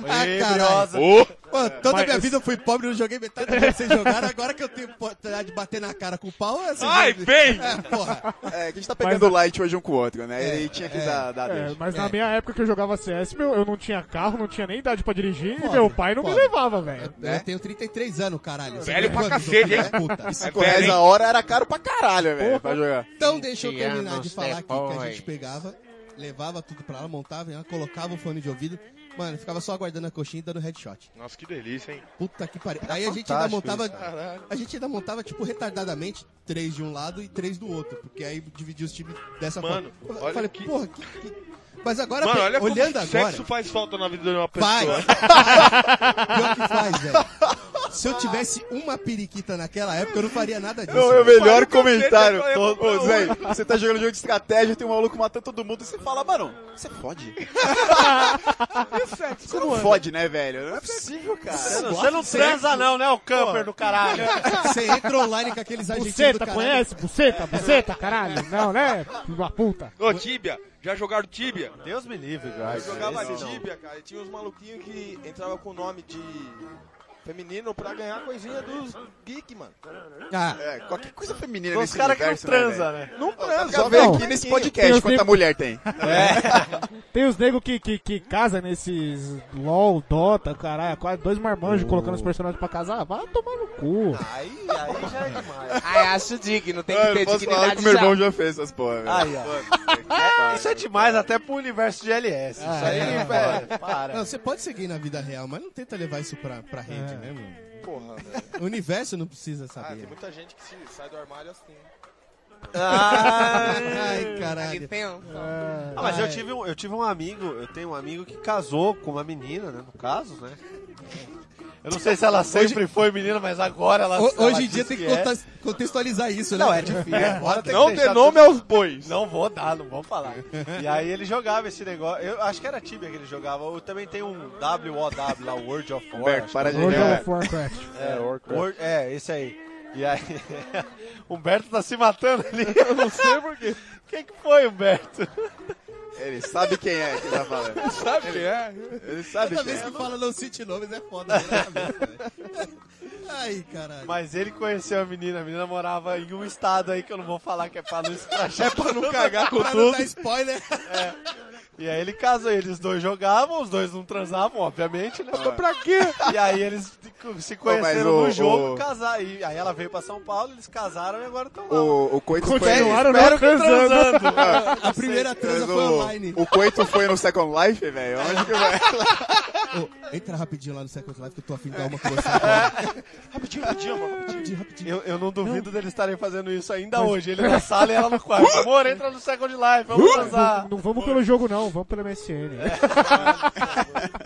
Speaker 3: Ah,
Speaker 22: Ei,
Speaker 3: caralho.
Speaker 22: briosa.
Speaker 3: Pô, toda
Speaker 22: Mas-
Speaker 3: minha vida eu fui pobre, não joguei metade do que vocês jogaram. Agora que eu tenho oportunidade de bater na cara com o pau, assim,
Speaker 22: Ai, bem!
Speaker 3: É, porra.
Speaker 19: É, que a gente tá pegando light hoje um com o outro, né? E tinha que dar, dar
Speaker 2: É,
Speaker 19: deixa.
Speaker 2: mas na minha época que eu jogava CS, meu, eu não tinha carro, não tinha nem idade pra dirigir e meu pai não me
Speaker 3: pobre.
Speaker 2: levava, velho.
Speaker 3: Eu tenho 33 anos, caralho. Você
Speaker 2: Velho
Speaker 3: tem
Speaker 2: pra
Speaker 3: quantos,
Speaker 2: cacete,
Speaker 3: filho
Speaker 2: hein?
Speaker 3: da puta?
Speaker 17: É
Speaker 2: E
Speaker 19: cinco reais a hora era caro pra caralho, velho, pra jogar.
Speaker 3: Então deixa eu terminar de
Speaker 19: anos
Speaker 3: falar aqui que a
Speaker 19: depois.
Speaker 3: gente pegava, levava tudo pra lá, montava, né, colocava o fone de ouvido. Mano, ficava só aguardando a coxinha e dando headshot.
Speaker 22: Nossa, que delícia, hein?
Speaker 3: Puta que pariu. Aí a gente ainda
Speaker 22: fantástico
Speaker 3: montava.
Speaker 22: isso, caralho.
Speaker 3: a gente ainda montava, tipo, retardadamente, três de um lado e três do outro. Porque aí dividia os times dessa
Speaker 22: Mano,
Speaker 3: forma. Eu
Speaker 22: olha
Speaker 3: falei,
Speaker 22: que-
Speaker 3: porra, que, que- Mas agora,
Speaker 22: Mano,
Speaker 3: pe-
Speaker 22: olha como
Speaker 3: olhando agora.
Speaker 22: sexo faz falta na vida de uma pessoa.
Speaker 3: Faz! Pior que faz, velho. Se eu tivesse uma periquita naquela época, eu não faria nada disso.
Speaker 19: Não, é o melhor comentário.
Speaker 3: Todo-
Speaker 19: Ô, Zé, você tá jogando jogo de estratégia, tem um maluco matando todo mundo e você fala, mano, você fode. Você não fode, né, velho? Não é possível, cara.
Speaker 6: Você não- você não transa não, né, o camper do caralho?
Speaker 3: Você entra online com aqueles argentinos do
Speaker 2: Buceta,
Speaker 3: caralho.
Speaker 2: conhece? Buceta, buceta, caralho. Não, né? Uma puta.
Speaker 22: Ô, Tíbia, já jogaram Tíbia?
Speaker 6: Deus me livre,
Speaker 8: Eu
Speaker 6: cara.
Speaker 8: jogava
Speaker 6: Esse não.
Speaker 8: Tibia, cara, e tinha uns maluquinhos que entravam com o nome de feminino pra ganhar coisinha dos geek, mano.
Speaker 3: Ah.
Speaker 19: É, qualquer coisa feminina
Speaker 8: Os
Speaker 19: nesse
Speaker 8: cara que não
Speaker 19: universo,
Speaker 8: transa,
Speaker 19: né?
Speaker 8: né?
Speaker 19: velho?
Speaker 8: Não transa,
Speaker 19: Só ver
Speaker 8: não.
Speaker 19: aqui nesse
Speaker 8: Tem
Speaker 19: podcast
Speaker 2: os
Speaker 19: quanta
Speaker 2: nego-
Speaker 19: mulher tem. um
Speaker 2: Tem os nego que, que, que casa nesses LOL, Dota, caralho, quase dois marmanjos colocando os personagens pra casar. Vai tomar no cu.
Speaker 8: Aí, aí já é demais.
Speaker 17: Ai, acho digno, tem
Speaker 19: Ah,
Speaker 17: que
Speaker 19: eu
Speaker 17: ter
Speaker 19: posso falar
Speaker 17: dignidade
Speaker 19: que meu irmão
Speaker 17: já.
Speaker 19: já fez essas porra, velho.
Speaker 6: Aí, ó. É, Isso é demais até pro universo de LS. Isso aí,
Speaker 3: é.
Speaker 6: velho, para.
Speaker 3: Não, você pode ser gay na vida real, mas não tenta levar isso pra, pra rede,
Speaker 8: É.
Speaker 3: né, mano?
Speaker 8: Porra, velho.
Speaker 3: O universo não precisa
Speaker 8: Ah, tem
Speaker 3: saber.
Speaker 8: muita gente que se sai do armário assim.
Speaker 3: Ai, caralho.
Speaker 6: Ah, mas eu tive, um, eu tive um amigo, eu tenho um amigo que casou com uma menina, né? No caso, né? Eu não sei se ela sempre foi menina, mas agora ela.
Speaker 3: Ho-
Speaker 6: ela
Speaker 3: Hoje em
Speaker 6: diz
Speaker 3: dia tem que
Speaker 6: é.
Speaker 3: contas- contextualizar isso, né?
Speaker 6: Não, é difícil.
Speaker 3: É,
Speaker 6: Agora tem que
Speaker 22: Não
Speaker 6: deixar
Speaker 22: dê nome
Speaker 6: tudo-
Speaker 22: aos bois.
Speaker 6: Não vou dar, não vou falar. E aí ele jogava esse negócio. Eu acho que era Tibia que ele jogava. Eu também tem um WOW lá, World of War.
Speaker 19: Humberto,
Speaker 6: acho
Speaker 19: para
Speaker 6: que
Speaker 19: de
Speaker 6: é o nome.
Speaker 19: jogar.
Speaker 2: World of Warcraft.
Speaker 6: É,
Speaker 19: É, Warcraft.
Speaker 6: Word- é, esse aí. E aí, Humberto tá se matando ali.
Speaker 22: Eu não sei porquê.
Speaker 6: Quem que foi, Humberto?
Speaker 19: Ele sabe quem é que tá falando. Ele
Speaker 22: sabe quem é?
Speaker 19: Ele sabe
Speaker 3: Toda
Speaker 19: quem
Speaker 3: vez
Speaker 19: é.
Speaker 3: que fala não cite nomes é foda. né, na cabeça, né? Ai, caralho.
Speaker 6: Mas ele conheceu a menina, a menina morava em um estado aí que eu não vou falar que é pra não escrachar.
Speaker 3: É pra não cagar com
Speaker 6: Pra não
Speaker 3: tudo.
Speaker 6: dar
Speaker 3: spoiler.
Speaker 6: E aí ele casou, eles dois jogavam, os dois não transavam, obviamente, né? Mas pra quê? E aí eles se
Speaker 19: mas
Speaker 6: conheceram
Speaker 19: o-
Speaker 6: no jogo,
Speaker 19: o-
Speaker 6: casaram. E aí ela veio pra São Paulo, eles casaram e agora estão lá.
Speaker 19: O, o coito foi...
Speaker 2: Continuaram
Speaker 6: Espero
Speaker 2: não
Speaker 6: que
Speaker 2: transando.
Speaker 6: transando.
Speaker 3: A primeira transa
Speaker 19: Mas
Speaker 3: foi
Speaker 19: o-
Speaker 3: online.
Speaker 19: O coito foi no Second Life, velho? Onde que vai?
Speaker 3: Ô, entra rapidinho lá no Second Life que eu tô afim de dar uma coisa. agora.
Speaker 8: Rapidinho, rapidinho, mano.
Speaker 3: rapidinho, rapidinho.
Speaker 6: Eu, eu não duvido deles estarem fazendo isso ainda hoje. Ele é na sala e ela no quarto. Amor, entra no Second Life, vamos transar.
Speaker 2: Não, não vamos pelo jogo, não, vamos pelo MSN.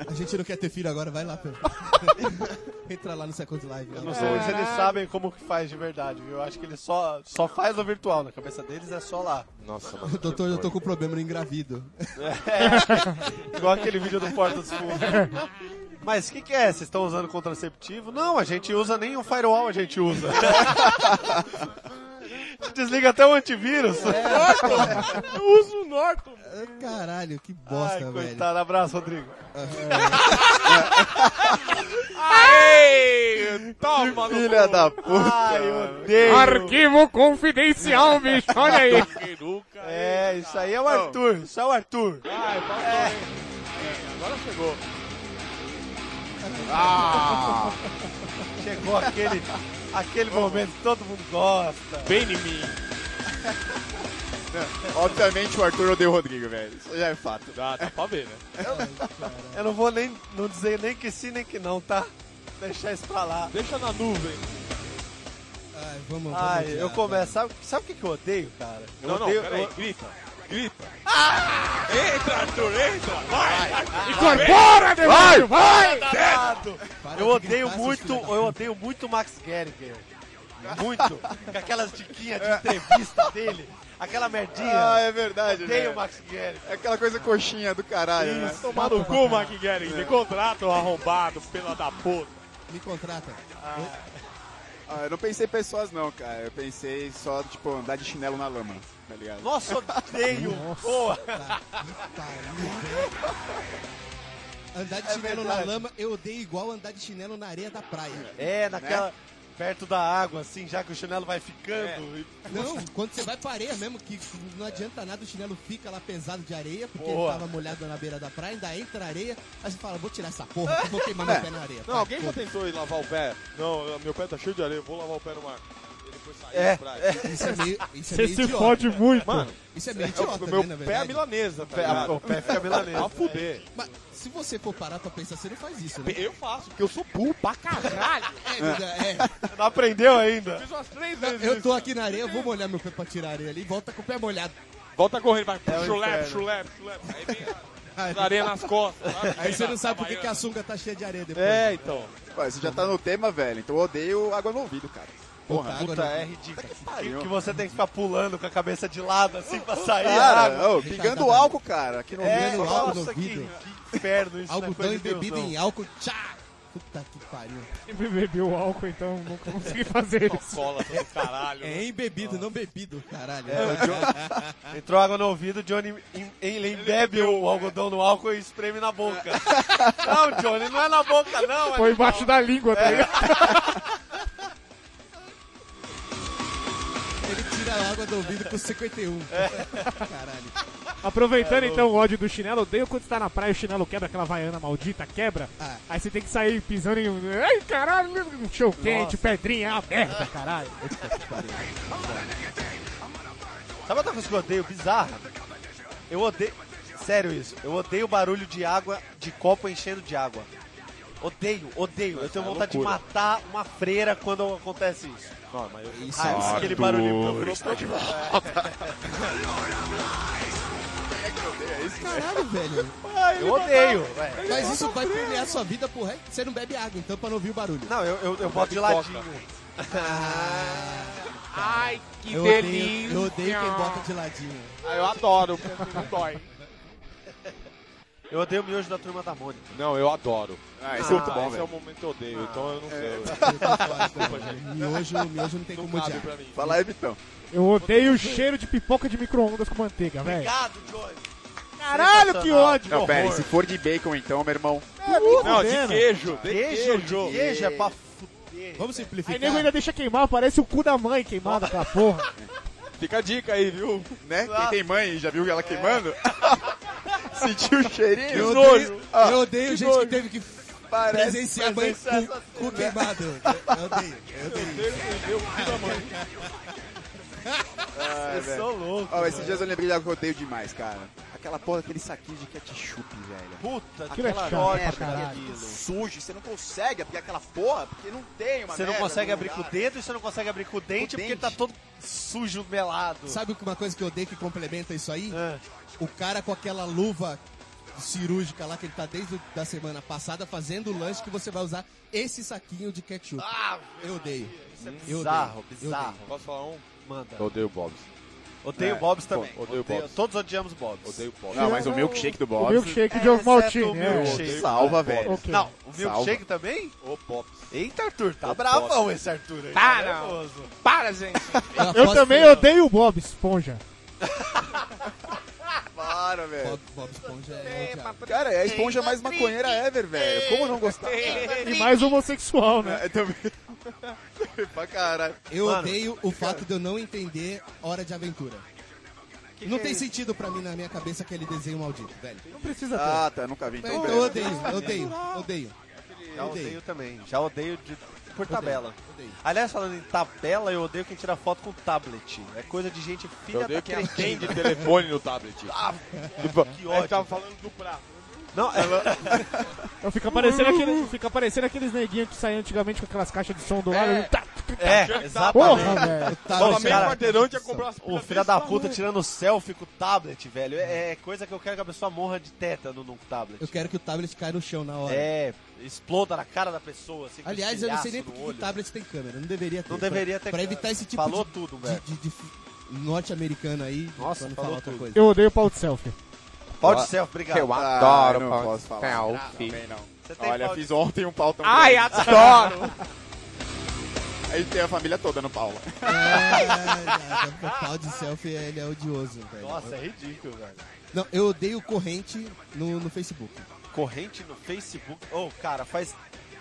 Speaker 3: A gente não quer ter filho agora, vai lá, Pedro. Entra lá no Second Life.
Speaker 6: Eu não sei se eles sabem como que faz de verdade, viu? Eu acho que eles só, só faz no virtual. Na cabeça deles é só lá.
Speaker 22: Nossa,
Speaker 3: O doutor, eu tô com problema no engravido.
Speaker 6: É, igual aquele vídeo do Porta dos Fundos. Mas o que, que é? Vocês estão usando contraceptivo? Não, a gente usa nem o firewall, a gente usa. Desliga até o antivírus.
Speaker 17: Norton! Eu uso o Norton!
Speaker 3: Caralho, que bosta,
Speaker 6: Ai,
Speaker 3: velho.
Speaker 6: coitado. Abraço, Rodrigo.
Speaker 17: Ai! Toma, no
Speaker 19: Filha
Speaker 17: cu.
Speaker 19: da puta.
Speaker 6: Ai, eu
Speaker 19: mano.
Speaker 6: odeio.
Speaker 2: Arquivo confidencial, bicho, olha aí.
Speaker 17: Quem nunca?
Speaker 6: É, isso aí é o Arthur, isso é o Arthur.
Speaker 24: Ai, faltou,
Speaker 6: É.
Speaker 24: hein? É, agora chegou.
Speaker 6: Ah! Chegou aquele, aquele momento que todo mundo gosta.
Speaker 25: Bem em mim.
Speaker 4: Obviamente o Arthur odeia o Rodrigo, velho. Isso já é fato.
Speaker 25: Ah, dá pra ver, né?
Speaker 6: Eu não vou nem não dizer nem que sim nem que não, tá? Deixar isso pra lá.
Speaker 25: Deixa na nuvem.
Speaker 3: Ai, vamos, vamos
Speaker 6: Ai,
Speaker 3: odiar,
Speaker 6: eu começo. Sabe, sabe o que, que eu odeio, cara? Eu
Speaker 25: Não, não,
Speaker 6: odeio,
Speaker 25: peraí,
Speaker 6: eu- Ah!
Speaker 25: grita. Grita. Entra, Arthur, entra. Vai, vai.
Speaker 2: Incorpora, demônio, vai!
Speaker 6: Danado.
Speaker 3: Para
Speaker 6: Eu
Speaker 3: de
Speaker 6: odeio
Speaker 3: gritar, seus
Speaker 6: muito,
Speaker 3: filhos da
Speaker 6: eu odeio muito o Max Gehringer. Muito. Com aquelas diquinhas de entrevista dele. Aquela merdinha.
Speaker 4: Ah, é verdade,
Speaker 6: odeio
Speaker 4: né?
Speaker 6: o Max Gehringer.
Speaker 4: É aquela coisa coxinha do caralho, né?
Speaker 25: É. Tomar no cu, Mark Guerin. Tem contrato arrombado, pela da puta.
Speaker 3: Me contrata.
Speaker 4: Ah, eu não pensei em pessoas não, cara. Eu pensei só, tipo, andar de chinelo na lama, tá ligado?
Speaker 6: Nossa, eu odeio. Boa.
Speaker 3: Andar de
Speaker 6: É
Speaker 3: chinelo na
Speaker 6: verdade.
Speaker 3: lama, eu odeio igual andar de chinelo na areia da praia.
Speaker 6: É, naquela. Perto da água, assim, já que o chinelo vai
Speaker 25: É.
Speaker 6: ficando.
Speaker 25: Tá
Speaker 6: e-
Speaker 3: Não, quando você vai pra areia mesmo, que não adianta nada, o chinelo fica lá pesado de areia, porque
Speaker 6: Boa.
Speaker 3: ele tava molhado na beira da praia, ainda entra areia, aí você fala, vou tirar essa porra, que eu vou queimar meu pé na areia.
Speaker 8: É. Não,
Speaker 3: Vai,
Speaker 8: alguém já
Speaker 3: porra.
Speaker 8: tentou ir lavar o pé? Não, meu pé tá cheio de areia, eu vou lavar o pé no mar. E depois sair
Speaker 6: É,
Speaker 8: da praia.
Speaker 3: Isso é meio, isso
Speaker 2: Você
Speaker 3: é meio
Speaker 2: se
Speaker 3: idiota.
Speaker 2: fode muito.
Speaker 3: Isso é meio idiota,
Speaker 8: meu
Speaker 3: né, na
Speaker 8: pé é
Speaker 3: verdade.
Speaker 8: milanesa,
Speaker 6: Pé- a-
Speaker 8: velho.
Speaker 6: o pé fica milanês.
Speaker 8: A fuder.
Speaker 3: Mas se você for parar pra pensar, você não faz isso, né?
Speaker 8: Eu faço, porque eu sou burro pra caralho.
Speaker 3: É, é,
Speaker 6: Não aprendeu ainda.
Speaker 8: Fiz umas três
Speaker 3: é.
Speaker 8: vezes
Speaker 3: eu
Speaker 8: isso.
Speaker 3: tô aqui na areia, eu vou molhar meu pé pra tirar a areia ali e volta com o pé molhado.
Speaker 8: Volta correndo, vai.
Speaker 6: o
Speaker 25: Chulep,
Speaker 6: inferno.
Speaker 25: chulep, chulep. Aí vem
Speaker 3: Aí,
Speaker 25: a areia nas costas. sabe?
Speaker 3: aí você não sabe por que, que a sunga tá cheia de areia depois. É,
Speaker 6: então.
Speaker 4: Ué, você já tá no tema, velho, então eu odeio água no ouvido, cara.
Speaker 3: porra,
Speaker 6: Puta, é ridículo.
Speaker 4: pariu.
Speaker 6: Que, que você tem que ficar pulando com a cabeça de lado, assim, pra sair a água.
Speaker 4: Cara, ô, pingando álcool, cara, aqui no
Speaker 6: É,
Speaker 4: ouvido.
Speaker 3: Pingando
Speaker 6: nossa,
Speaker 3: álcool no
Speaker 6: que,
Speaker 3: ouvido.
Speaker 6: que inferno isso, não é
Speaker 3: Algodão
Speaker 6: coisa de Deus,
Speaker 3: embebido
Speaker 6: não.
Speaker 3: em álcool, tchá! Puta que pariu.
Speaker 2: Sempre bebeu álcool, então nunca consegui fazer isso.
Speaker 25: Cola do caralho.
Speaker 3: É embebido, não bebido, caralho. É.
Speaker 6: Entrou água no ouvido, Johnny em- ele embebe o algodão no álcool e espreme na boca. não, Johnny, não é na boca, não.
Speaker 2: Foi
Speaker 6: animal.
Speaker 2: embaixo da língua, tá ligado?
Speaker 3: Ele tira a água do ouvido com 51. Caralho.
Speaker 2: Aproveitando então o ódio do chinelo, odeio quando você tá na praia e o chinelo quebra, aquela vaiana maldita quebra.
Speaker 3: Ah.
Speaker 2: Aí você tem que sair pisando em. um- Ai, caralho, um chão quente, pedrinha aberta, caralho.
Speaker 6: Sabe outra coisa que eu odeio? Bizarra. Eu odeio. Sério isso. Eu odeio o barulho de água, de copo enchendo de água. Odeio, odeio. Eu tenho vontade de matar uma freira quando acontece isso.
Speaker 3: Isso
Speaker 6: Ah,
Speaker 3: é
Speaker 6: aquele barulho.
Speaker 3: Caralho, velho.
Speaker 6: Eu odeio. velho.
Speaker 3: Mas isso vai permear sua vida pro resto. Você não bebe água, então, pra não ouvir o barulho.
Speaker 6: Não, eu, eu, eu boto de ladinho.
Speaker 25: Ai, que
Speaker 3: eu
Speaker 25: delícia.
Speaker 3: odeio, eu odeio quem bota de ladinho.
Speaker 8: Ah, eu adoro, porque assim não dói.
Speaker 6: Eu odeio o miojo da turma da Mônica.
Speaker 8: Não, eu adoro.
Speaker 4: Ah,
Speaker 8: esse
Speaker 4: isso é muito bom,
Speaker 8: esse é o
Speaker 4: velho.
Speaker 8: momento que eu odeio, então eu não sei.
Speaker 3: Miojo, miojo não tem como
Speaker 8: Cabe
Speaker 3: odiar.
Speaker 8: pra mim.
Speaker 4: Fala aí, Vitão.
Speaker 2: Eu odeio o cheiro de pipoca de micro-ondas com manteiga, velho.
Speaker 6: Obrigado, Johnny.
Speaker 2: Caralho, que ódio!
Speaker 4: Não, pera aí, se for de bacon então, meu irmão.
Speaker 8: Não, de
Speaker 2: fudendo.
Speaker 8: queijo. de
Speaker 6: Queijo, Johnny. Queijo é pra
Speaker 3: Vamos
Speaker 2: Aí nego
Speaker 3: simplificar.
Speaker 2: ainda deixa queimar, parece o cu da mãe queimado aquela porra.
Speaker 8: Fica a dica aí, viu?
Speaker 4: Né? Quem tem mãe já viu ela queimando? Sentiu o cheirinho?
Speaker 3: Eu
Speaker 4: Nojo.
Speaker 3: odeio,
Speaker 4: Ah,
Speaker 3: eu odeio gente que teve que
Speaker 4: Parece
Speaker 3: presenciar banho com, com queimado. Eu odeio, eu odeio.
Speaker 4: Ah,
Speaker 6: Eu
Speaker 4: velho.
Speaker 6: sou louco.
Speaker 4: Ó, esses dias eu lembrei de algo que eu odeio demais, cara. Aquela porra daquele saquinho de ketchup, velho.
Speaker 6: Puta,
Speaker 2: Aquilo é
Speaker 6: aquela
Speaker 2: chato pra
Speaker 6: merda
Speaker 2: caralho.
Speaker 6: daquilo.
Speaker 4: Sujo, você não consegue abrir aquela porra, porque não tem uma
Speaker 6: Você não
Speaker 4: merda
Speaker 6: consegue
Speaker 4: no
Speaker 6: abrir com o
Speaker 4: lugar.
Speaker 6: dedo e você não consegue abrir com o dente
Speaker 4: Com o
Speaker 6: porque
Speaker 4: dente.
Speaker 6: tá todo sujo, melado.
Speaker 3: Sabe uma coisa que eu odeio que complementa isso aí?
Speaker 6: Ah,
Speaker 3: O cara com aquela luva cirúrgica lá que ele tá desde o- da semana passada fazendo o lanche que você vai usar esse saquinho de ketchup. eu odeio.
Speaker 6: Ah, isso é
Speaker 3: Eu
Speaker 6: bizarro,
Speaker 3: odeio, eu
Speaker 6: bizarro.
Speaker 8: Posso falar um?
Speaker 6: Manda.
Speaker 26: Eu odeio Bob's.
Speaker 6: Odeio
Speaker 4: É,
Speaker 6: Bob's também.
Speaker 26: pô, odeio Bob's.
Speaker 6: Todos odiamos Bob's.
Speaker 26: Odeio Bob's.
Speaker 4: Não, mas o milkshake do
Speaker 2: O
Speaker 4: Bob.
Speaker 2: milkshake de
Speaker 6: É,
Speaker 2: ovo maltine,
Speaker 6: exceto o
Speaker 2: né?
Speaker 6: milkshake.
Speaker 4: Salva, velho.
Speaker 2: Ok.
Speaker 6: Não, o milkshake também?
Speaker 26: Ô, Bob's.
Speaker 6: Eita, Arthur, tá
Speaker 26: Eu
Speaker 6: bravão
Speaker 26: posso.
Speaker 6: esse Arthur aí.
Speaker 25: Tá, não.
Speaker 6: nervoso.
Speaker 25: Para, gente.
Speaker 2: Eu
Speaker 3: aposto
Speaker 2: também
Speaker 3: que
Speaker 2: odeio o Bob Esponja.
Speaker 4: Para, velho.
Speaker 3: Bob, Bob Esponja é odiado.
Speaker 4: Cara, é a esponja mais maconheira ever, velho. Como não gostar?
Speaker 2: E mais homossexual, né?
Speaker 4: É, também. pra caralho.
Speaker 3: Eu
Speaker 6: Mano,
Speaker 3: odeio o fato de eu não entender Hora de Aventura. Que não que tem é sentido pra mim na minha cabeça aquele desenho um maldito, velho.
Speaker 2: Não precisa ter.
Speaker 4: Ah, tá, nunca vi.
Speaker 3: Então, eu odeio, eu odeio, eu odeio.
Speaker 6: Já odeio, odeio também. Já odeio de, por odeio, tabela. Odeio. Aliás, falando em tabela, eu odeio quem tira foto com tablet. É coisa de gente filha
Speaker 8: eu odeio
Speaker 6: da
Speaker 8: quem atende telefone no tablet.
Speaker 6: Ah, tipo, que ódio.
Speaker 8: tava falando do prato.
Speaker 6: Não, é, ela...
Speaker 2: Então fica parecendo, aquele, fica parecendo aqueles neguinhos que saíam antigamente com aquelas caixas de som do lado.
Speaker 8: É.
Speaker 2: Tá,
Speaker 6: É, exatamente. Porra,
Speaker 2: velho.
Speaker 3: Tá,
Speaker 8: Tava
Speaker 6: Os
Speaker 8: meio
Speaker 6: cara-
Speaker 8: quarteirão, tinha que comprar umas
Speaker 6: O
Speaker 8: pilhas
Speaker 6: filho da
Speaker 8: desse
Speaker 6: puta
Speaker 8: tamanho.
Speaker 6: tirando selfie com o tablet, velho. É, é coisa que eu quero que a pessoa morra de tétano num tablet.
Speaker 3: Eu quero que o tablet caia no chão na hora.
Speaker 6: É, exploda na cara da pessoa. Assim, com
Speaker 3: Aliás, eu não sei nem
Speaker 6: estilhaço
Speaker 3: porque
Speaker 6: no
Speaker 3: o
Speaker 6: olho.
Speaker 3: tablet tem câmera. Não deveria ter.
Speaker 6: Não deveria
Speaker 3: Pra-
Speaker 6: ter
Speaker 3: Pra
Speaker 6: câmera.
Speaker 3: evitar esse tipo
Speaker 6: Falou
Speaker 3: de,
Speaker 6: tudo,
Speaker 3: de-
Speaker 6: velho.
Speaker 3: de- de fi- norte-americano aí.
Speaker 6: Nossa,
Speaker 3: pra
Speaker 6: falou
Speaker 3: não falar outra
Speaker 6: tudo.
Speaker 3: coisa.
Speaker 2: Eu odeio pau de selfie.
Speaker 6: Pau de selfie, obrigado.
Speaker 4: Eu
Speaker 6: Ah,
Speaker 4: adoro
Speaker 27: não
Speaker 4: pau de
Speaker 27: posso falar.
Speaker 4: selfie.
Speaker 27: Também não.
Speaker 6: Você tem
Speaker 4: Olha,
Speaker 6: pau de-
Speaker 4: fiz ontem um pau tão
Speaker 28: Ai,
Speaker 4: grande.
Speaker 28: adoro!
Speaker 4: Aí tem a família toda no pau.
Speaker 3: É, é, é, o pau de selfie ele é odioso, velho.
Speaker 6: Nossa, é ridículo, velho.
Speaker 3: Não, eu odeio corrente no, no Facebook.
Speaker 6: Corrente no Facebook. Ô, cara, faz.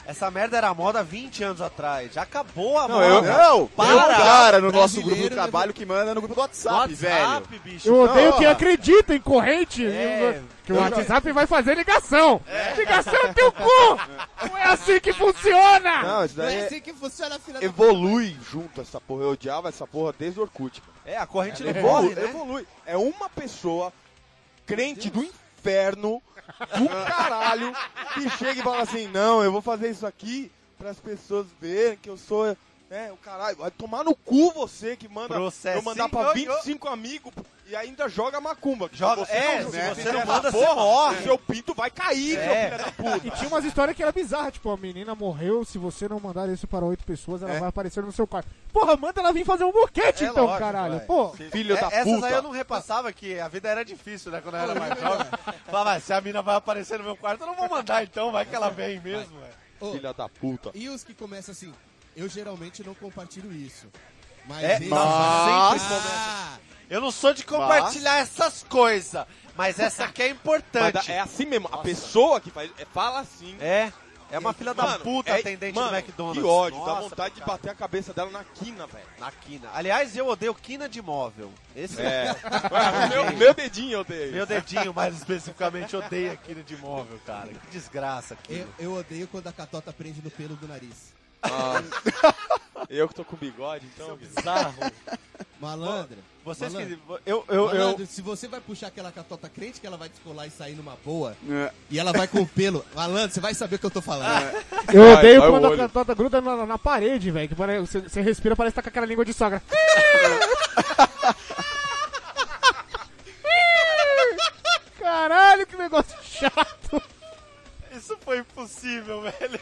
Speaker 6: Essa merda era moda 20 anos atrás. Já acabou a
Speaker 4: Não,
Speaker 6: moda.
Speaker 4: eu, não,
Speaker 6: Para!
Speaker 4: tem um cara no nosso
Speaker 3: Brasileiro,
Speaker 4: grupo do
Speaker 3: né,
Speaker 4: trabalho que manda no grupo do WhatsApp, velho.
Speaker 6: WhatsApp, bicho.
Speaker 2: Eu odeio
Speaker 4: Não,
Speaker 2: quem
Speaker 4: ó.
Speaker 2: acredita em corrente.
Speaker 6: É.
Speaker 2: Que o WhatsApp vai fazer ligação. Ligação é teu cu! Não é assim que funciona!
Speaker 8: Não, isso
Speaker 3: Não
Speaker 8: daí
Speaker 3: é
Speaker 8: é-
Speaker 3: assim que funciona a fila da...
Speaker 8: evolui junto essa porra. Eu odiava essa porra desde o Orkut. mano.
Speaker 6: É, a corrente não
Speaker 8: Evolu-
Speaker 6: morre, né?
Speaker 8: Evolui. É uma pessoa crente do inferno, do caralho, que chega e fala assim, não, eu vou fazer isso aqui para as pessoas verem que eu sou... É, o caralho, vai tomar no cu você que manda
Speaker 6: Processinho,
Speaker 8: eu mandar pra
Speaker 6: ô,
Speaker 8: 25 amigos e ainda joga macumba. que
Speaker 6: Joga-
Speaker 8: se
Speaker 6: é, se
Speaker 8: não fizer
Speaker 6: você não
Speaker 8: essa
Speaker 6: manda,
Speaker 8: porra,
Speaker 6: você morre.
Speaker 8: o Seu pinto vai cair,
Speaker 6: É.
Speaker 8: seu filho da
Speaker 2: E
Speaker 8: puta.
Speaker 2: tinha umas histórias que era bizarra, tipo, a menina morreu, se você não mandar isso para oito pessoas, ela vai aparecer no seu quarto. Porra, manda ela vir fazer um boquete
Speaker 6: É
Speaker 2: então,
Speaker 6: lógico,
Speaker 2: caralho.
Speaker 6: vai.
Speaker 2: Pô,
Speaker 8: Filho
Speaker 6: É,
Speaker 8: da
Speaker 6: Essas
Speaker 8: puta.
Speaker 6: aí eu não repassava que a vida era difícil, né? Quando eu era mais jovem. Falava, "Ah, se a mina vai aparecer no meu quarto, eu não vou mandar então, vai que ela vem mesmo. é." velho."
Speaker 3: Ô,
Speaker 8: Filha da puta.
Speaker 3: E os que começam assim, eu geralmente não compartilho isso. Mas
Speaker 6: É,
Speaker 3: esse-
Speaker 6: nossa, sempre
Speaker 3: Ah,
Speaker 6: Eu não sou de compartilhar essas coisas, mas essa aqui é
Speaker 8: Mas
Speaker 6: importante.
Speaker 8: da- é assim mesmo, a pessoa que faz, é, fala assim.
Speaker 6: É, é uma filha da
Speaker 8: Mano,
Speaker 6: puta
Speaker 8: é-
Speaker 6: atendente
Speaker 8: mano,
Speaker 6: do McDonald's.
Speaker 8: Que ódio, dá
Speaker 6: Nossa,
Speaker 8: vontade de
Speaker 6: cara.
Speaker 8: bater a cabeça dela na quina, velho.
Speaker 6: Na quina. Aliás, eu odeio quina de móvel. Esse
Speaker 8: É.
Speaker 6: Ah,
Speaker 8: Ué, o meu, meu dedinho eu dei.
Speaker 6: Meu dedinho, mais especificamente, odeia a quina de móvel, cara. Que desgraça
Speaker 3: eu,
Speaker 6: aquilo.
Speaker 3: eu odeio quando a catota prende no pelo do nariz.
Speaker 8: Eu que tô com bigode, então.
Speaker 6: Bizarro.
Speaker 3: Malandra.
Speaker 6: Vocês que.
Speaker 3: malandra,
Speaker 6: Eu, eu, eu,
Speaker 3: malandra, se você vai puxar aquela catota crente que ela vai descolar e sair numa boa,
Speaker 4: É.
Speaker 3: e ela vai com o pelo, malandro, você vai saber o que eu tô falando.
Speaker 2: eu
Speaker 8: Vai,
Speaker 2: odeio
Speaker 8: vai o
Speaker 2: quando a
Speaker 8: olho.
Speaker 2: catota gruda na, na parede, velho. Que parece- você, você respira, parece que tá com aquela língua de sogra. Caralho, que negócio chato.
Speaker 6: Isso foi impossível, velho.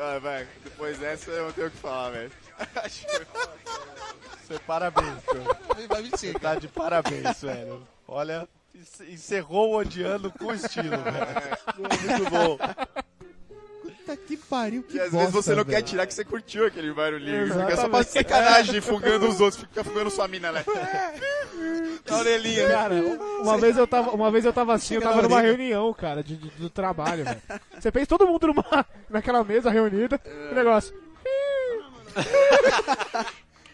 Speaker 4: Ah, vai, depois dessa eu não tenho o que falar, velho.
Speaker 6: Você parabéns, cara.
Speaker 3: Vai me
Speaker 6: Você
Speaker 3: chegar.
Speaker 6: tá de parabéns, velho. Olha, ence- encerrou o odiando com estilo, velho. Muito bom.
Speaker 3: Puta que pariu, que
Speaker 4: E às vezes
Speaker 3: bosta,
Speaker 4: você não quer
Speaker 3: velho.
Speaker 4: tirar que você curtiu aquele barulhinho. Fica só pra
Speaker 2: Exatamente.
Speaker 4: sacanagem, fugando os outros, fica fugando sua mina, né? Na orelhinha.
Speaker 2: Cara, uma vez eu tava, uma vez eu tava assim, eu
Speaker 3: Chega
Speaker 2: tava
Speaker 3: na
Speaker 2: numa
Speaker 3: orelha.
Speaker 2: reunião, cara, de, de- do trabalho, velho. Você pensa todo mundo numa, naquela mesa reunida, o negócio.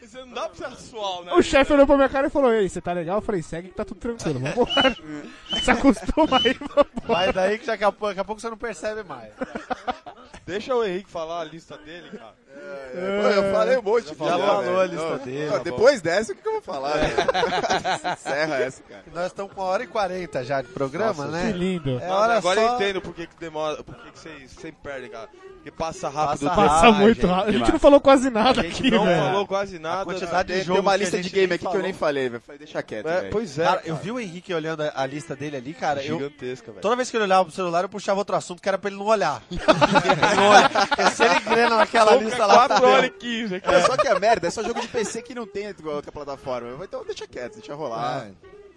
Speaker 8: Você não dá pra ser sual, né?
Speaker 2: O chefe olhou pra minha cara e falou: Ei, você tá legal? Eu falei: Segue que tá tudo tranquilo, vambora. Se acostuma aí, vambora.
Speaker 6: Mas daí que daqui a pouco, daqui a pouco você não percebe mais.
Speaker 8: Deixa o Henrique falar a lista dele, cara.
Speaker 4: Pô, eu falei um monte de
Speaker 6: Já
Speaker 4: coisa,
Speaker 6: falou a
Speaker 4: velho.
Speaker 6: lista dele. tá
Speaker 4: Não, depois dessa, o que que eu vou falar, velho? Encerra essa, cara.
Speaker 6: Nós estamos com uma hora e quarenta já de programa,
Speaker 2: Que
Speaker 6: né?
Speaker 2: lindo.
Speaker 6: É
Speaker 8: Agora,
Speaker 6: hora
Speaker 8: eu
Speaker 6: só...
Speaker 8: entendo por que, que demora, por que, que vocês sempre perdem, cara. Porque passa rápido.
Speaker 6: Passa
Speaker 2: Passa
Speaker 6: Ah,
Speaker 2: muito
Speaker 6: gente,
Speaker 2: rápido. A gente
Speaker 4: demais.
Speaker 2: não falou quase nada
Speaker 6: gente
Speaker 2: aqui, né?
Speaker 8: Não
Speaker 6: É.
Speaker 2: velho.
Speaker 8: falou quase nada.
Speaker 6: A quantidade de
Speaker 8: Tem-
Speaker 6: jogo
Speaker 4: Tem uma
Speaker 6: que a
Speaker 4: lista de
Speaker 6: gente
Speaker 4: game
Speaker 6: nem
Speaker 4: aqui que eu nem
Speaker 6: falou.
Speaker 4: falei, velho. Falei, deixa quieto,
Speaker 8: É,
Speaker 4: velho.
Speaker 8: pois é,
Speaker 6: Cara,
Speaker 8: cara.
Speaker 6: eu vi o Henrique olhando a, a lista dele ali, cara. Eu,
Speaker 8: Gigantesca, velho.
Speaker 6: toda vez que ele olhava pro celular, eu puxava outro assunto que era pra ele não olhar. ele não olha. Porque Se ele engrena naquela lista lá, tá
Speaker 8: 4 horas e
Speaker 6: dentro.
Speaker 8: 15 aqui.
Speaker 4: É, Só que é merda, é só jogo de PC que não tem igual outra plataforma. Então deixa quieto, deixa rolar.
Speaker 3: Ah,
Speaker 8: né?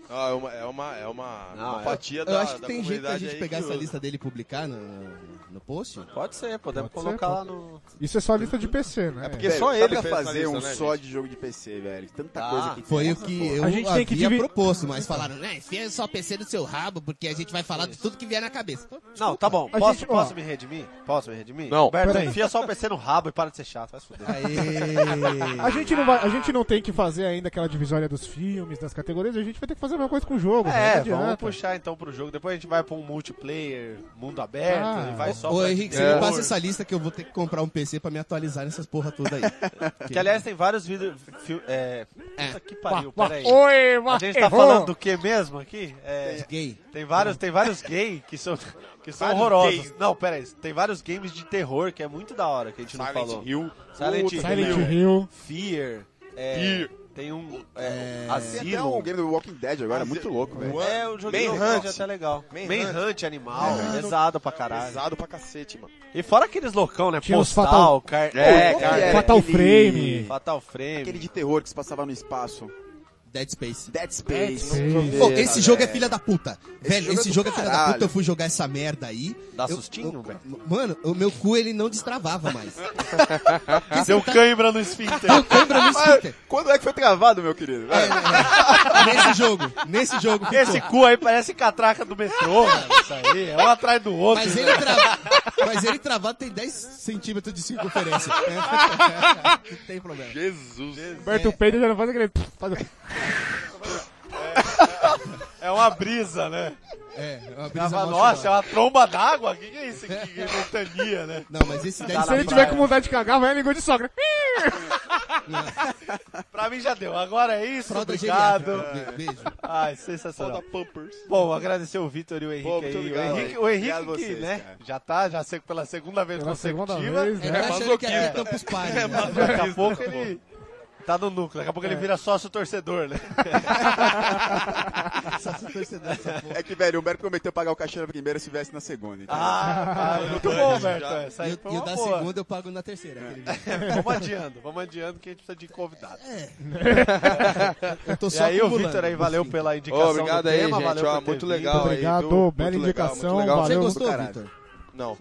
Speaker 22: Ah, é uma, é uma, é uma,
Speaker 3: Não,
Speaker 22: uma
Speaker 3: eu-
Speaker 22: fatia
Speaker 3: eu,
Speaker 22: da
Speaker 3: acho que
Speaker 22: da
Speaker 3: tem jeito da
Speaker 22: comunidade
Speaker 3: gente
Speaker 22: aí
Speaker 3: pegar
Speaker 22: que
Speaker 3: essa
Speaker 22: usa.
Speaker 3: lista dele e publicar no, no post?
Speaker 6: Pode ser, podemos
Speaker 2: Pode ser,
Speaker 6: colocar lá
Speaker 2: pode.
Speaker 6: no.
Speaker 2: Isso é só lista de PC, né?
Speaker 6: porque só ele
Speaker 19: pra
Speaker 6: fez essa
Speaker 19: fazer
Speaker 6: lista,
Speaker 19: um
Speaker 6: né,
Speaker 19: só
Speaker 6: gente?
Speaker 19: de jogo de PC, velho. Tanta
Speaker 3: Ah,
Speaker 19: coisa que
Speaker 3: foi
Speaker 19: tem,
Speaker 3: o que
Speaker 19: porra.
Speaker 3: eu
Speaker 19: A gente
Speaker 3: havia
Speaker 19: tem que divi-
Speaker 3: proposto, mas falaram, né, enfia só PC no seu rabo, porque a gente vai falar de tudo que vier na cabeça. Então,
Speaker 6: Não, tá bom.
Speaker 3: A
Speaker 6: Posso,
Speaker 3: gente- ó.
Speaker 6: posso me redimir? Posso me redimir?
Speaker 3: Não.
Speaker 6: Berto,
Speaker 2: Peraí.
Speaker 6: enfia só o PC no rabo e para de ser chato, vai se fuder.
Speaker 2: A gente, não vai, a gente não tem que fazer ainda aquela divisória dos filmes, das categorias, a gente vai ter que fazer a mesma coisa com o jogo. né?
Speaker 6: É,
Speaker 2: Não adianta.
Speaker 6: vamos puxar então pro jogo. Depois a gente vai pra um multiplayer, mundo aberto,
Speaker 2: Ah.
Speaker 6: e vai só
Speaker 3: Ô
Speaker 6: pra
Speaker 3: Henrique, você
Speaker 4: É.
Speaker 3: me passa essa lista que eu vou ter que comprar um PC pra me atualizar nessas porra toda aí.
Speaker 6: Que aliás tem vários vídeos. fi- É. Puta que pariu,
Speaker 3: Uá, uá.
Speaker 6: peraí.
Speaker 3: Oi, uá,
Speaker 6: A gente tá
Speaker 3: errou.
Speaker 6: falando do que mesmo aqui? É.
Speaker 3: Gay.
Speaker 6: Tem vários, tem vários gay que são, que são
Speaker 3: Vários
Speaker 6: horrorosos.
Speaker 3: gays.
Speaker 6: Não, peraí. Tem vários games de terror que é muito da hora que a gente não
Speaker 3: Silent
Speaker 6: falou.
Speaker 3: Hill.
Speaker 6: Silent,
Speaker 3: Puta, Silent
Speaker 2: Hill.
Speaker 6: Fear. é,
Speaker 19: Fear.
Speaker 6: Tem um. É,
Speaker 19: Tem até um
Speaker 6: Asilo.
Speaker 19: game do Walking Dead
Speaker 4: Ah,
Speaker 19: agora, muito louco, velho.
Speaker 6: É, o joguinho
Speaker 19: Man
Speaker 6: do Hunt
Speaker 19: Hunt.
Speaker 6: é até legal.
Speaker 19: Man
Speaker 6: Manhunt Hunt
Speaker 19: Hunt.
Speaker 6: animal,
Speaker 19: Man Hunt.
Speaker 6: pesado pra caralho.
Speaker 8: Pesado pra cacete, mano.
Speaker 6: E fora aqueles loucão, né?
Speaker 2: Tinha os
Speaker 6: Postal,
Speaker 2: Fatal-
Speaker 6: car...
Speaker 2: É, cara, Fatal Frame.
Speaker 6: Fatal Frame.
Speaker 19: Aquele de terror que se passava no espaço.
Speaker 3: Dead Space.
Speaker 19: Dead Space.
Speaker 3: Sim.
Speaker 19: não
Speaker 3: Pô,
Speaker 19: joguei,
Speaker 3: esse jogo é
Speaker 19: velho.
Speaker 3: filha da puta.
Speaker 19: Esse
Speaker 3: velho,
Speaker 19: jogo é
Speaker 3: esse
Speaker 19: do
Speaker 3: jogo é filha da puta.
Speaker 19: caralho.
Speaker 3: Eu fui jogar essa merda aí.
Speaker 6: Dá
Speaker 3: eu,
Speaker 6: sustinho, velho?
Speaker 3: Mano, o meu cu ele não destravava mais.
Speaker 6: Seu cãibra no esfíncter.
Speaker 3: Deu cãibra no esfíncter.
Speaker 19: Quando é que foi travado, meu querido? Vai.
Speaker 3: é. Nesse jogo, nesse jogo. ficou.
Speaker 6: Esse cu aí parece catraca do metrô, mano. Isso aí, é um atrás do outro.
Speaker 3: Mas
Speaker 6: né?
Speaker 3: ele, trava... Mas ele travado tem 10 centímetros de circunferência. Não tem problema.
Speaker 8: Jesus.
Speaker 2: Berto Pedro já não faz aquele. Faz o-
Speaker 6: É uma brisa, né?
Speaker 3: É, é uma
Speaker 6: Tava,
Speaker 3: brisa mal
Speaker 6: Nossa, é
Speaker 3: chulada.
Speaker 6: uma tromba d'água? O que, que é isso aqui? Que montania, né?
Speaker 3: Não, mas esse
Speaker 6: Tá
Speaker 3: daí-
Speaker 6: na
Speaker 2: Se ele
Speaker 6: praia.
Speaker 2: tiver com vontade de cagar, vai ligou de sogra.
Speaker 6: Pra mim já deu. Agora é isso.
Speaker 3: Fralda
Speaker 6: obrigado.
Speaker 3: geriátrica. Be- beijo.
Speaker 6: Ai, sensacional.
Speaker 8: Pampers.
Speaker 6: Bom, agradecer o Vitor e o Henrique aí.
Speaker 8: obrigado,
Speaker 6: o Henrique,
Speaker 8: Henrique.
Speaker 6: o Henrique
Speaker 8: Obrigado
Speaker 6: que,
Speaker 8: vocês,
Speaker 6: né,
Speaker 8: cara.
Speaker 6: já tá, já se- pela segunda vez
Speaker 2: Pela
Speaker 6: consecutiva.
Speaker 2: segunda vez, né?
Speaker 6: É,
Speaker 2: Ele
Speaker 3: tá achando que aqui é Campus Party, né?
Speaker 6: Daqui a pouco ele tá no núcleo. Daqui a pouco
Speaker 3: É.
Speaker 6: ele vira sócio torcedor, né?
Speaker 3: Sócio torcedor dessa porra.
Speaker 19: É que, velho, o Humberto prometeu pagar o cachê na primeira se viesse na segunda. Então.
Speaker 6: Ah, ah, muito bom, Berto. Essa
Speaker 3: E
Speaker 6: aí
Speaker 3: o-
Speaker 6: foi
Speaker 3: e
Speaker 6: uma
Speaker 3: o da
Speaker 6: boa.
Speaker 3: segunda eu pago na terceira. aquele vídeo.
Speaker 6: vamos adiando, vamos adiando que a gente precisa de convidado.
Speaker 3: Eu tô
Speaker 6: e
Speaker 3: É, só
Speaker 6: aí, o
Speaker 3: acumulando,
Speaker 6: Vitor aí,
Speaker 3: no
Speaker 6: valeu
Speaker 3: fim.
Speaker 6: pela indicação.
Speaker 8: obrigado
Speaker 6: do
Speaker 8: aí,
Speaker 6: tema,
Speaker 8: gente,
Speaker 6: Valeu
Speaker 8: ó,
Speaker 6: por ter
Speaker 8: muito
Speaker 6: vindo.
Speaker 8: legal.
Speaker 2: Muito obrigado,
Speaker 8: Edu, muito
Speaker 2: bela
Speaker 8: legal,
Speaker 2: indicação.
Speaker 8: muito legal.
Speaker 3: Você
Speaker 2: Valeu.
Speaker 3: gostou,
Speaker 8: caralho.
Speaker 3: Vitor?
Speaker 8: Não.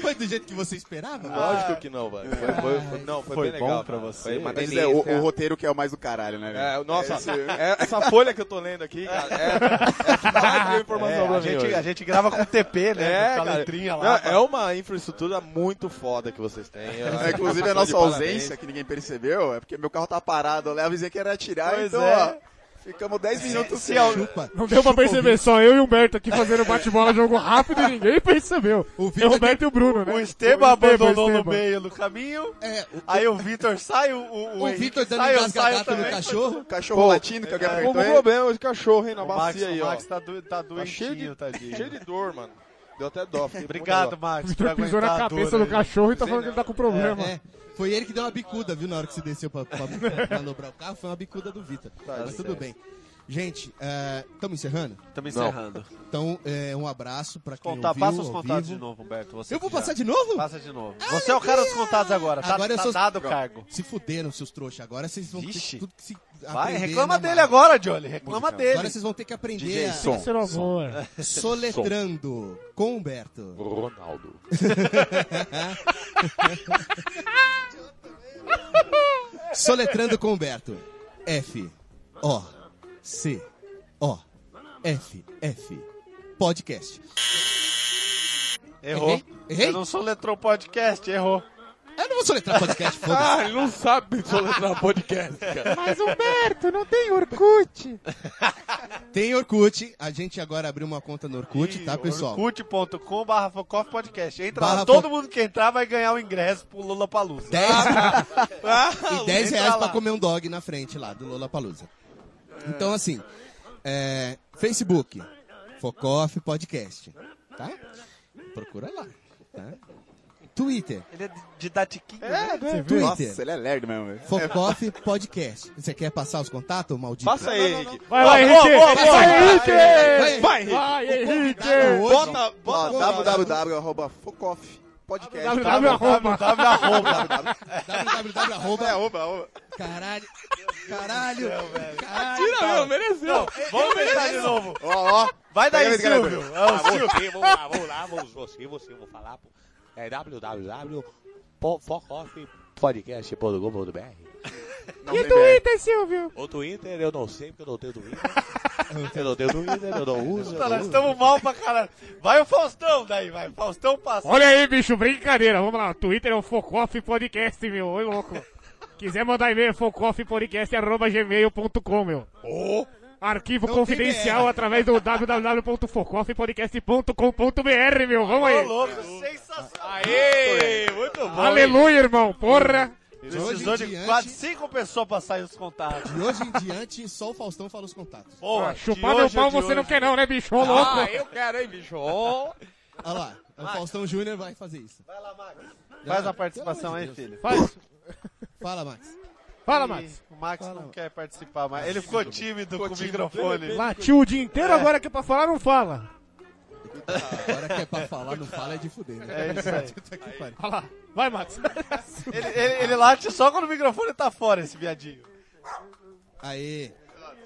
Speaker 3: Foi do jeito que você esperava?
Speaker 6: Ah,
Speaker 8: Lógico que não, velho. Foi, foi- foi- não, foi,
Speaker 6: Foi
Speaker 8: bem
Speaker 6: bom
Speaker 8: legal
Speaker 6: pra
Speaker 8: mano.
Speaker 6: você?
Speaker 8: Foi uma
Speaker 19: Mas
Speaker 8: delícia.
Speaker 19: é o, o roteiro que é o mais do caralho, né, velho?
Speaker 8: É, nossa,
Speaker 19: Esse-
Speaker 8: é- essa folha que eu tô lendo aqui, cara, é, é, é informação
Speaker 6: É,
Speaker 8: pra
Speaker 6: a,
Speaker 8: mim hoje.
Speaker 6: gente, a gente grava com TP, né?
Speaker 8: É,
Speaker 6: com a
Speaker 8: cara.
Speaker 6: letrinha
Speaker 8: Não,
Speaker 6: lá. tá.
Speaker 8: é uma infraestrutura muito foda que vocês têm.
Speaker 19: É, inclusive, a nossa ausência, que ninguém percebeu, é porque meu carro tá parado. Eu levo e que era tirar,
Speaker 6: Pois
Speaker 19: então,
Speaker 6: é.
Speaker 19: ó, ficamos 10 minutos sem.
Speaker 3: Chupa.
Speaker 2: Não deu pra
Speaker 3: Chupa o
Speaker 2: perceber, só eu e o Humberto aqui fazendo bate-bola, jogo rápido e ninguém percebeu.
Speaker 3: O
Speaker 2: É o
Speaker 3: Vitor
Speaker 2: Humberto e o Bruno, né?
Speaker 6: O Esteban abandonou no
Speaker 2: Esteban.
Speaker 6: meio do caminho.
Speaker 3: É, o,
Speaker 6: Aí o Vitor sai, o, o,
Speaker 3: o
Speaker 6: Henrique
Speaker 3: Vitor dando
Speaker 6: sai, eu saio
Speaker 3: engasgadato no
Speaker 6: também.
Speaker 3: cachorro.
Speaker 19: Cachorro latindo que alguém
Speaker 8: Algum
Speaker 19: apertou ele.
Speaker 8: problema de cachorro, hein, na
Speaker 6: O Max,
Speaker 8: bacia aí,
Speaker 6: o
Speaker 8: ó.
Speaker 6: Max tá, do, tá doentinho,
Speaker 8: Tá cheio de,
Speaker 6: tadinho.
Speaker 8: cheio de dor, mano. Deu até dó. fiquei com
Speaker 6: Obrigado,
Speaker 8: muita
Speaker 2: O
Speaker 6: Max.
Speaker 2: Vitor
Speaker 6: por
Speaker 2: pisou
Speaker 6: aguentar
Speaker 2: na
Speaker 6: a
Speaker 2: cabeça
Speaker 6: dor
Speaker 2: do
Speaker 6: aí.
Speaker 2: cachorro e tá
Speaker 8: Sei
Speaker 2: falando que
Speaker 8: não.
Speaker 2: ele tá com problema.
Speaker 3: É, foi ele que deu uma bicuda, viu? Na hora que se desceu pra, pra manobrar o carro, foi uma bicuda do Vitor.
Speaker 6: Tá,
Speaker 3: Mas tudo bem. Gente, estamos encerrando?
Speaker 6: Estamos encerrando.
Speaker 3: Então, é, um abraço pra quem
Speaker 6: Contar,
Speaker 3: ouviu,
Speaker 6: passa os
Speaker 3: ao
Speaker 6: contatos
Speaker 3: vivo.
Speaker 6: de novo, Humberto. Você
Speaker 3: Eu vou
Speaker 6: que já-
Speaker 3: passar de novo?
Speaker 6: Passa de novo. Você é o cara dos contados agora. Tá,
Speaker 3: Agora eu
Speaker 6: tá
Speaker 3: sou-
Speaker 6: dado o cargo.
Speaker 3: Se fuderam, seus trouxas. Agora vocês vão
Speaker 6: Vixe.
Speaker 3: ter tudo que se
Speaker 6: Vai,
Speaker 3: aprender,
Speaker 6: reclama
Speaker 3: né,
Speaker 6: dele
Speaker 3: mano?
Speaker 6: agora, Johnny. Reclama
Speaker 3: Agora
Speaker 6: dele.
Speaker 3: vocês vão ter que aprender
Speaker 19: DJ
Speaker 3: a...
Speaker 19: Som.
Speaker 2: Seu amor.
Speaker 3: Soletrando com Humberto.
Speaker 8: Ronaldo.
Speaker 3: Soletrando com Humberto. F. O. C. O. F. F. Podcast.
Speaker 6: Errou.
Speaker 3: Errei? Errei?
Speaker 6: Eu não sou letrou podcast, errou.
Speaker 3: Eu não vou soletrar podcast, foda-se.
Speaker 8: Ah, ele não sabe soletrar podcast, cara.
Speaker 2: Mas Humberto, não tem Orkut.
Speaker 3: Tem Orkut. A gente agora abriu uma conta no Orkut, tá, pessoal?
Speaker 6: Orkut.com barra Focoff Podcast. Entra lá,
Speaker 3: Barra
Speaker 6: todo
Speaker 3: Fo-
Speaker 6: mundo que entrar vai ganhar o ingresso pro Lula Palusa. Ah,
Speaker 3: 10,
Speaker 8: Ah,
Speaker 3: e 10 reais
Speaker 6: lá.
Speaker 3: pra comer um dog na frente lá do Lola Palusa. Então, assim, é, Facebook, Focoff Podcast, tá? Procura lá, tá? Twitter,
Speaker 6: Ele é didatiquinho, né?
Speaker 2: Você viu?
Speaker 19: Nossa,
Speaker 3: Twitter,
Speaker 19: ele é lerdo mesmo, velho.
Speaker 3: Focoff Podcast. Você quer passar os contatos, maldito?
Speaker 8: Passa aí, Henrique.
Speaker 2: Vai lá, Henrique! Vai, Henrique!
Speaker 3: Vai,
Speaker 2: Vai, Henrique!
Speaker 3: Hoje,
Speaker 8: Bota,
Speaker 19: Ó,
Speaker 8: bota.
Speaker 19: www.focoff.podcast.
Speaker 6: Tá
Speaker 2: www.arroba.
Speaker 3: www. arroba,
Speaker 6: É,
Speaker 19: Arroba, arroba.
Speaker 3: Caralho, caralho, caralho.
Speaker 29: Tira
Speaker 3: cara.
Speaker 29: meu, mereceu.
Speaker 3: Não,
Speaker 29: vamos
Speaker 3: eu- eu
Speaker 29: tentar de
Speaker 3: mereço.
Speaker 29: novo.
Speaker 4: Ó, ó.
Speaker 29: Vai daí,
Speaker 4: Pega esse cara,
Speaker 29: Silvio.
Speaker 4: Edu.
Speaker 29: É o
Speaker 8: Ah,
Speaker 29: Silvio.
Speaker 8: você, vamos lá, vamos lá, vamos, você, você, vou falar. Pô. É www.focoffpodcast.com.br
Speaker 2: Não E tem Twitter, ideia. Silvio?
Speaker 8: O Twitter eu não sei porque eu não tenho Twitter. eu não tenho Twitter, eu não uso. eu
Speaker 6: Tá,
Speaker 8: não
Speaker 6: nós
Speaker 8: uso.
Speaker 6: estamos mal pra caralho. Vai o Faustão daí, vai. Faustão passa.
Speaker 2: Olha aí, bicho, brincadeira. Vamos lá. Twitter é o Focoff Podcast, meu. Oi, louco. Quiser mandar e-mail, focoffpodcast.gmail.com, meu. Arquivo
Speaker 29: Não tem
Speaker 2: confidencial
Speaker 29: BR.
Speaker 2: através do www.focoffpodcast.com.br, meu. Vamos
Speaker 29: Ô,
Speaker 2: aí.
Speaker 29: louco, sensacional. Aê, muito bom.
Speaker 2: Aleluia, irmão. Porra.
Speaker 6: Precisou
Speaker 3: De hoje em
Speaker 6: de
Speaker 3: diante-
Speaker 6: quase cinco pessoas pra sair os contatos.
Speaker 3: De hoje em diante, só o Faustão fala os contatos.
Speaker 6: Boa,
Speaker 2: Ah, chupar meu
Speaker 29: é
Speaker 2: pau você não quer não, né, bicho? Ô, louco.
Speaker 29: Ah, quero, hein, bicho. Ô.
Speaker 3: Olha lá, o Faustão Júnior vai fazer isso. Vai lá, Max.
Speaker 6: Faz a participação aí, filho.
Speaker 2: Faz.
Speaker 3: Fala, Max.
Speaker 2: Fala,
Speaker 6: Ih,
Speaker 2: Max.
Speaker 6: O Max não quer participar mais. Ele ficou tímido com o microfone.
Speaker 2: Latiu o dia inteiro,
Speaker 6: É.
Speaker 2: agora que é pra falar, não fala.
Speaker 3: Agora que é pra falar, não fala, é de fuder,
Speaker 6: É
Speaker 3: né?
Speaker 6: isso aí.
Speaker 3: Puta que pariu.
Speaker 2: Olha lá. Vai, Max.
Speaker 6: Ele, ele- ele late só quando o microfone tá fora, esse viadinho.
Speaker 3: Aí.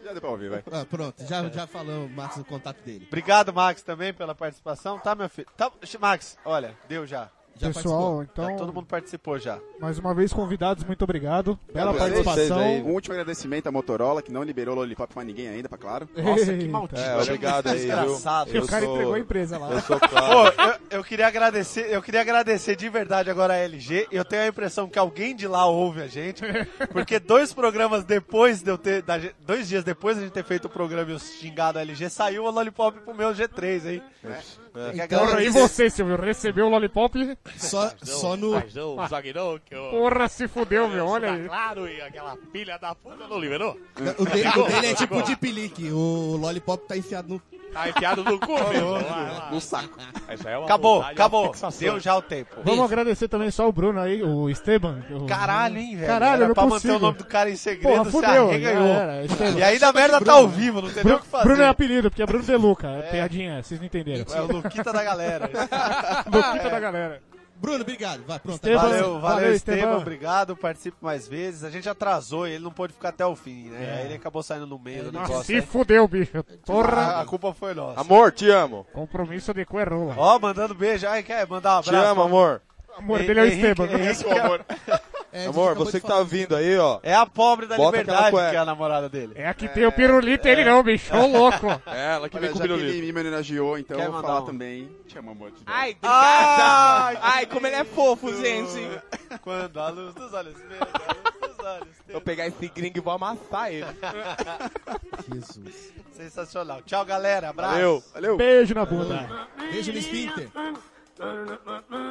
Speaker 4: Já deu pra ouvir, vai.
Speaker 3: Ah, pronto, já, já falamos, Max, o contato dele.
Speaker 6: Obrigado, Max, também pela participação, tá, meu filho? Tá, Max, olha, deu já.
Speaker 2: Já Pessoal, participou. então-
Speaker 6: Já todo mundo participou já.
Speaker 2: Mais uma vez, convidados, muito obrigado. Bela
Speaker 4: Vocês, vocês aí.
Speaker 2: participação.
Speaker 4: Um último agradecimento à Motorola, que não liberou o Lollipop pra ninguém ainda, pra claro.
Speaker 2: Nossa, que maldito.
Speaker 4: É,
Speaker 2: obrigado aí, viu? O cara entregou a empresa lá.
Speaker 4: eu sou
Speaker 6: Pô, eu, eu queria agradecer, eu queria agradecer de verdade agora a LG. Eu tenho a impressão que alguém de lá ouve a gente, porque dois programas depois de eu ter, da ge- dois dias depois de a gente ter feito o programa e eu xingado a LG, saiu o Lollipop pro meu G3, hein? Tem que
Speaker 2: Porra, e
Speaker 6: agradecer.
Speaker 2: você, Silvio? Recebeu o lollipop?
Speaker 3: Então, Só,
Speaker 8: só no- mas não,
Speaker 2: Ah,
Speaker 8: só que não, que eu-
Speaker 2: Porra, se fudeu, meu. Olha
Speaker 8: Tá
Speaker 2: aí.
Speaker 8: Claro, e aquela pilha da puta não liberou?
Speaker 3: O dele,
Speaker 8: Ficou,
Speaker 3: o dele é tipo
Speaker 8: ficou.
Speaker 3: de pelique, o Lollipop tá enfiado no.
Speaker 8: Tá enfiado no cu, meu.
Speaker 4: No saco.
Speaker 6: Acabou, acabou. Deu já o tempo.
Speaker 2: Vamos agradecer também só o Bruno aí, o Esteban. o-
Speaker 6: Caralho, hein, velho?
Speaker 2: Caralho,
Speaker 6: Era
Speaker 2: eu não
Speaker 6: pra
Speaker 2: consigo.
Speaker 6: manter o nome do cara em segredo,
Speaker 2: Porra,
Speaker 6: você
Speaker 2: fudeu,
Speaker 6: arrega e
Speaker 2: já
Speaker 6: ganhou.
Speaker 2: era, Esteban.
Speaker 6: E ainda a merda tá ao vivo, não tem nem o que fazer.
Speaker 2: Bruno é apelido, porque é Bruno De Luca. É piadinha, vocês não entenderam.
Speaker 6: É o Luquita da galera.
Speaker 2: Luquita da galera.
Speaker 3: Bruno, obrigado. Vai, pronto.
Speaker 2: Esteban,
Speaker 6: valeu, valeu,
Speaker 2: valeu,
Speaker 6: Esteban.
Speaker 2: Esteban.
Speaker 6: Obrigado, participe mais vezes. A gente atrasou e ele não pôde ficar até o fim,
Speaker 2: É.
Speaker 6: né? Aí ele acabou saindo no meio do negócio.
Speaker 2: Ah, Se
Speaker 6: né?
Speaker 2: fudeu, bicho. Porra.
Speaker 6: A, a culpa foi nossa.
Speaker 30: Amor, te amo.
Speaker 2: Compromisso de coerrola.
Speaker 6: Ah. Ó, mandando beijo. Ai, quer mandar um
Speaker 30: Te
Speaker 6: abraço?
Speaker 30: amo, amor.
Speaker 2: O amor dele é o Esteban.
Speaker 6: Henrique, Henrique,
Speaker 3: É,
Speaker 30: Amor, você que tá ouvindo aí, ó.
Speaker 6: é a pobre da
Speaker 30: Bota aquela
Speaker 6: liberdade
Speaker 30: cueca.
Speaker 6: que é a namorada dele.
Speaker 2: É aqui tem o pirulito, ele não, bicho. Ô, louco.
Speaker 30: É, ela que
Speaker 4: Olha,
Speaker 30: vem com o
Speaker 4: já que ele
Speaker 30: pirulito.
Speaker 4: me homenageou, então
Speaker 6: Quer
Speaker 4: eu vou
Speaker 6: mandar
Speaker 4: falar
Speaker 6: um?
Speaker 4: também. Te amo, amor. de
Speaker 29: Ai, de
Speaker 6: Ai,
Speaker 29: casa. Ai, como ele é fofo, gente.
Speaker 6: Quando a luz dos olhos brilha, a luz dos olhos
Speaker 30: Eu pegar esse gringo e vou amassar ele.
Speaker 3: Jesus.
Speaker 6: Sensacional. Tchau, galera. Abraço.
Speaker 30: Valeu.
Speaker 4: Valeu.
Speaker 3: um
Speaker 2: Beijo na bunda.
Speaker 3: Beijo no Spinter.
Speaker 8: Porra.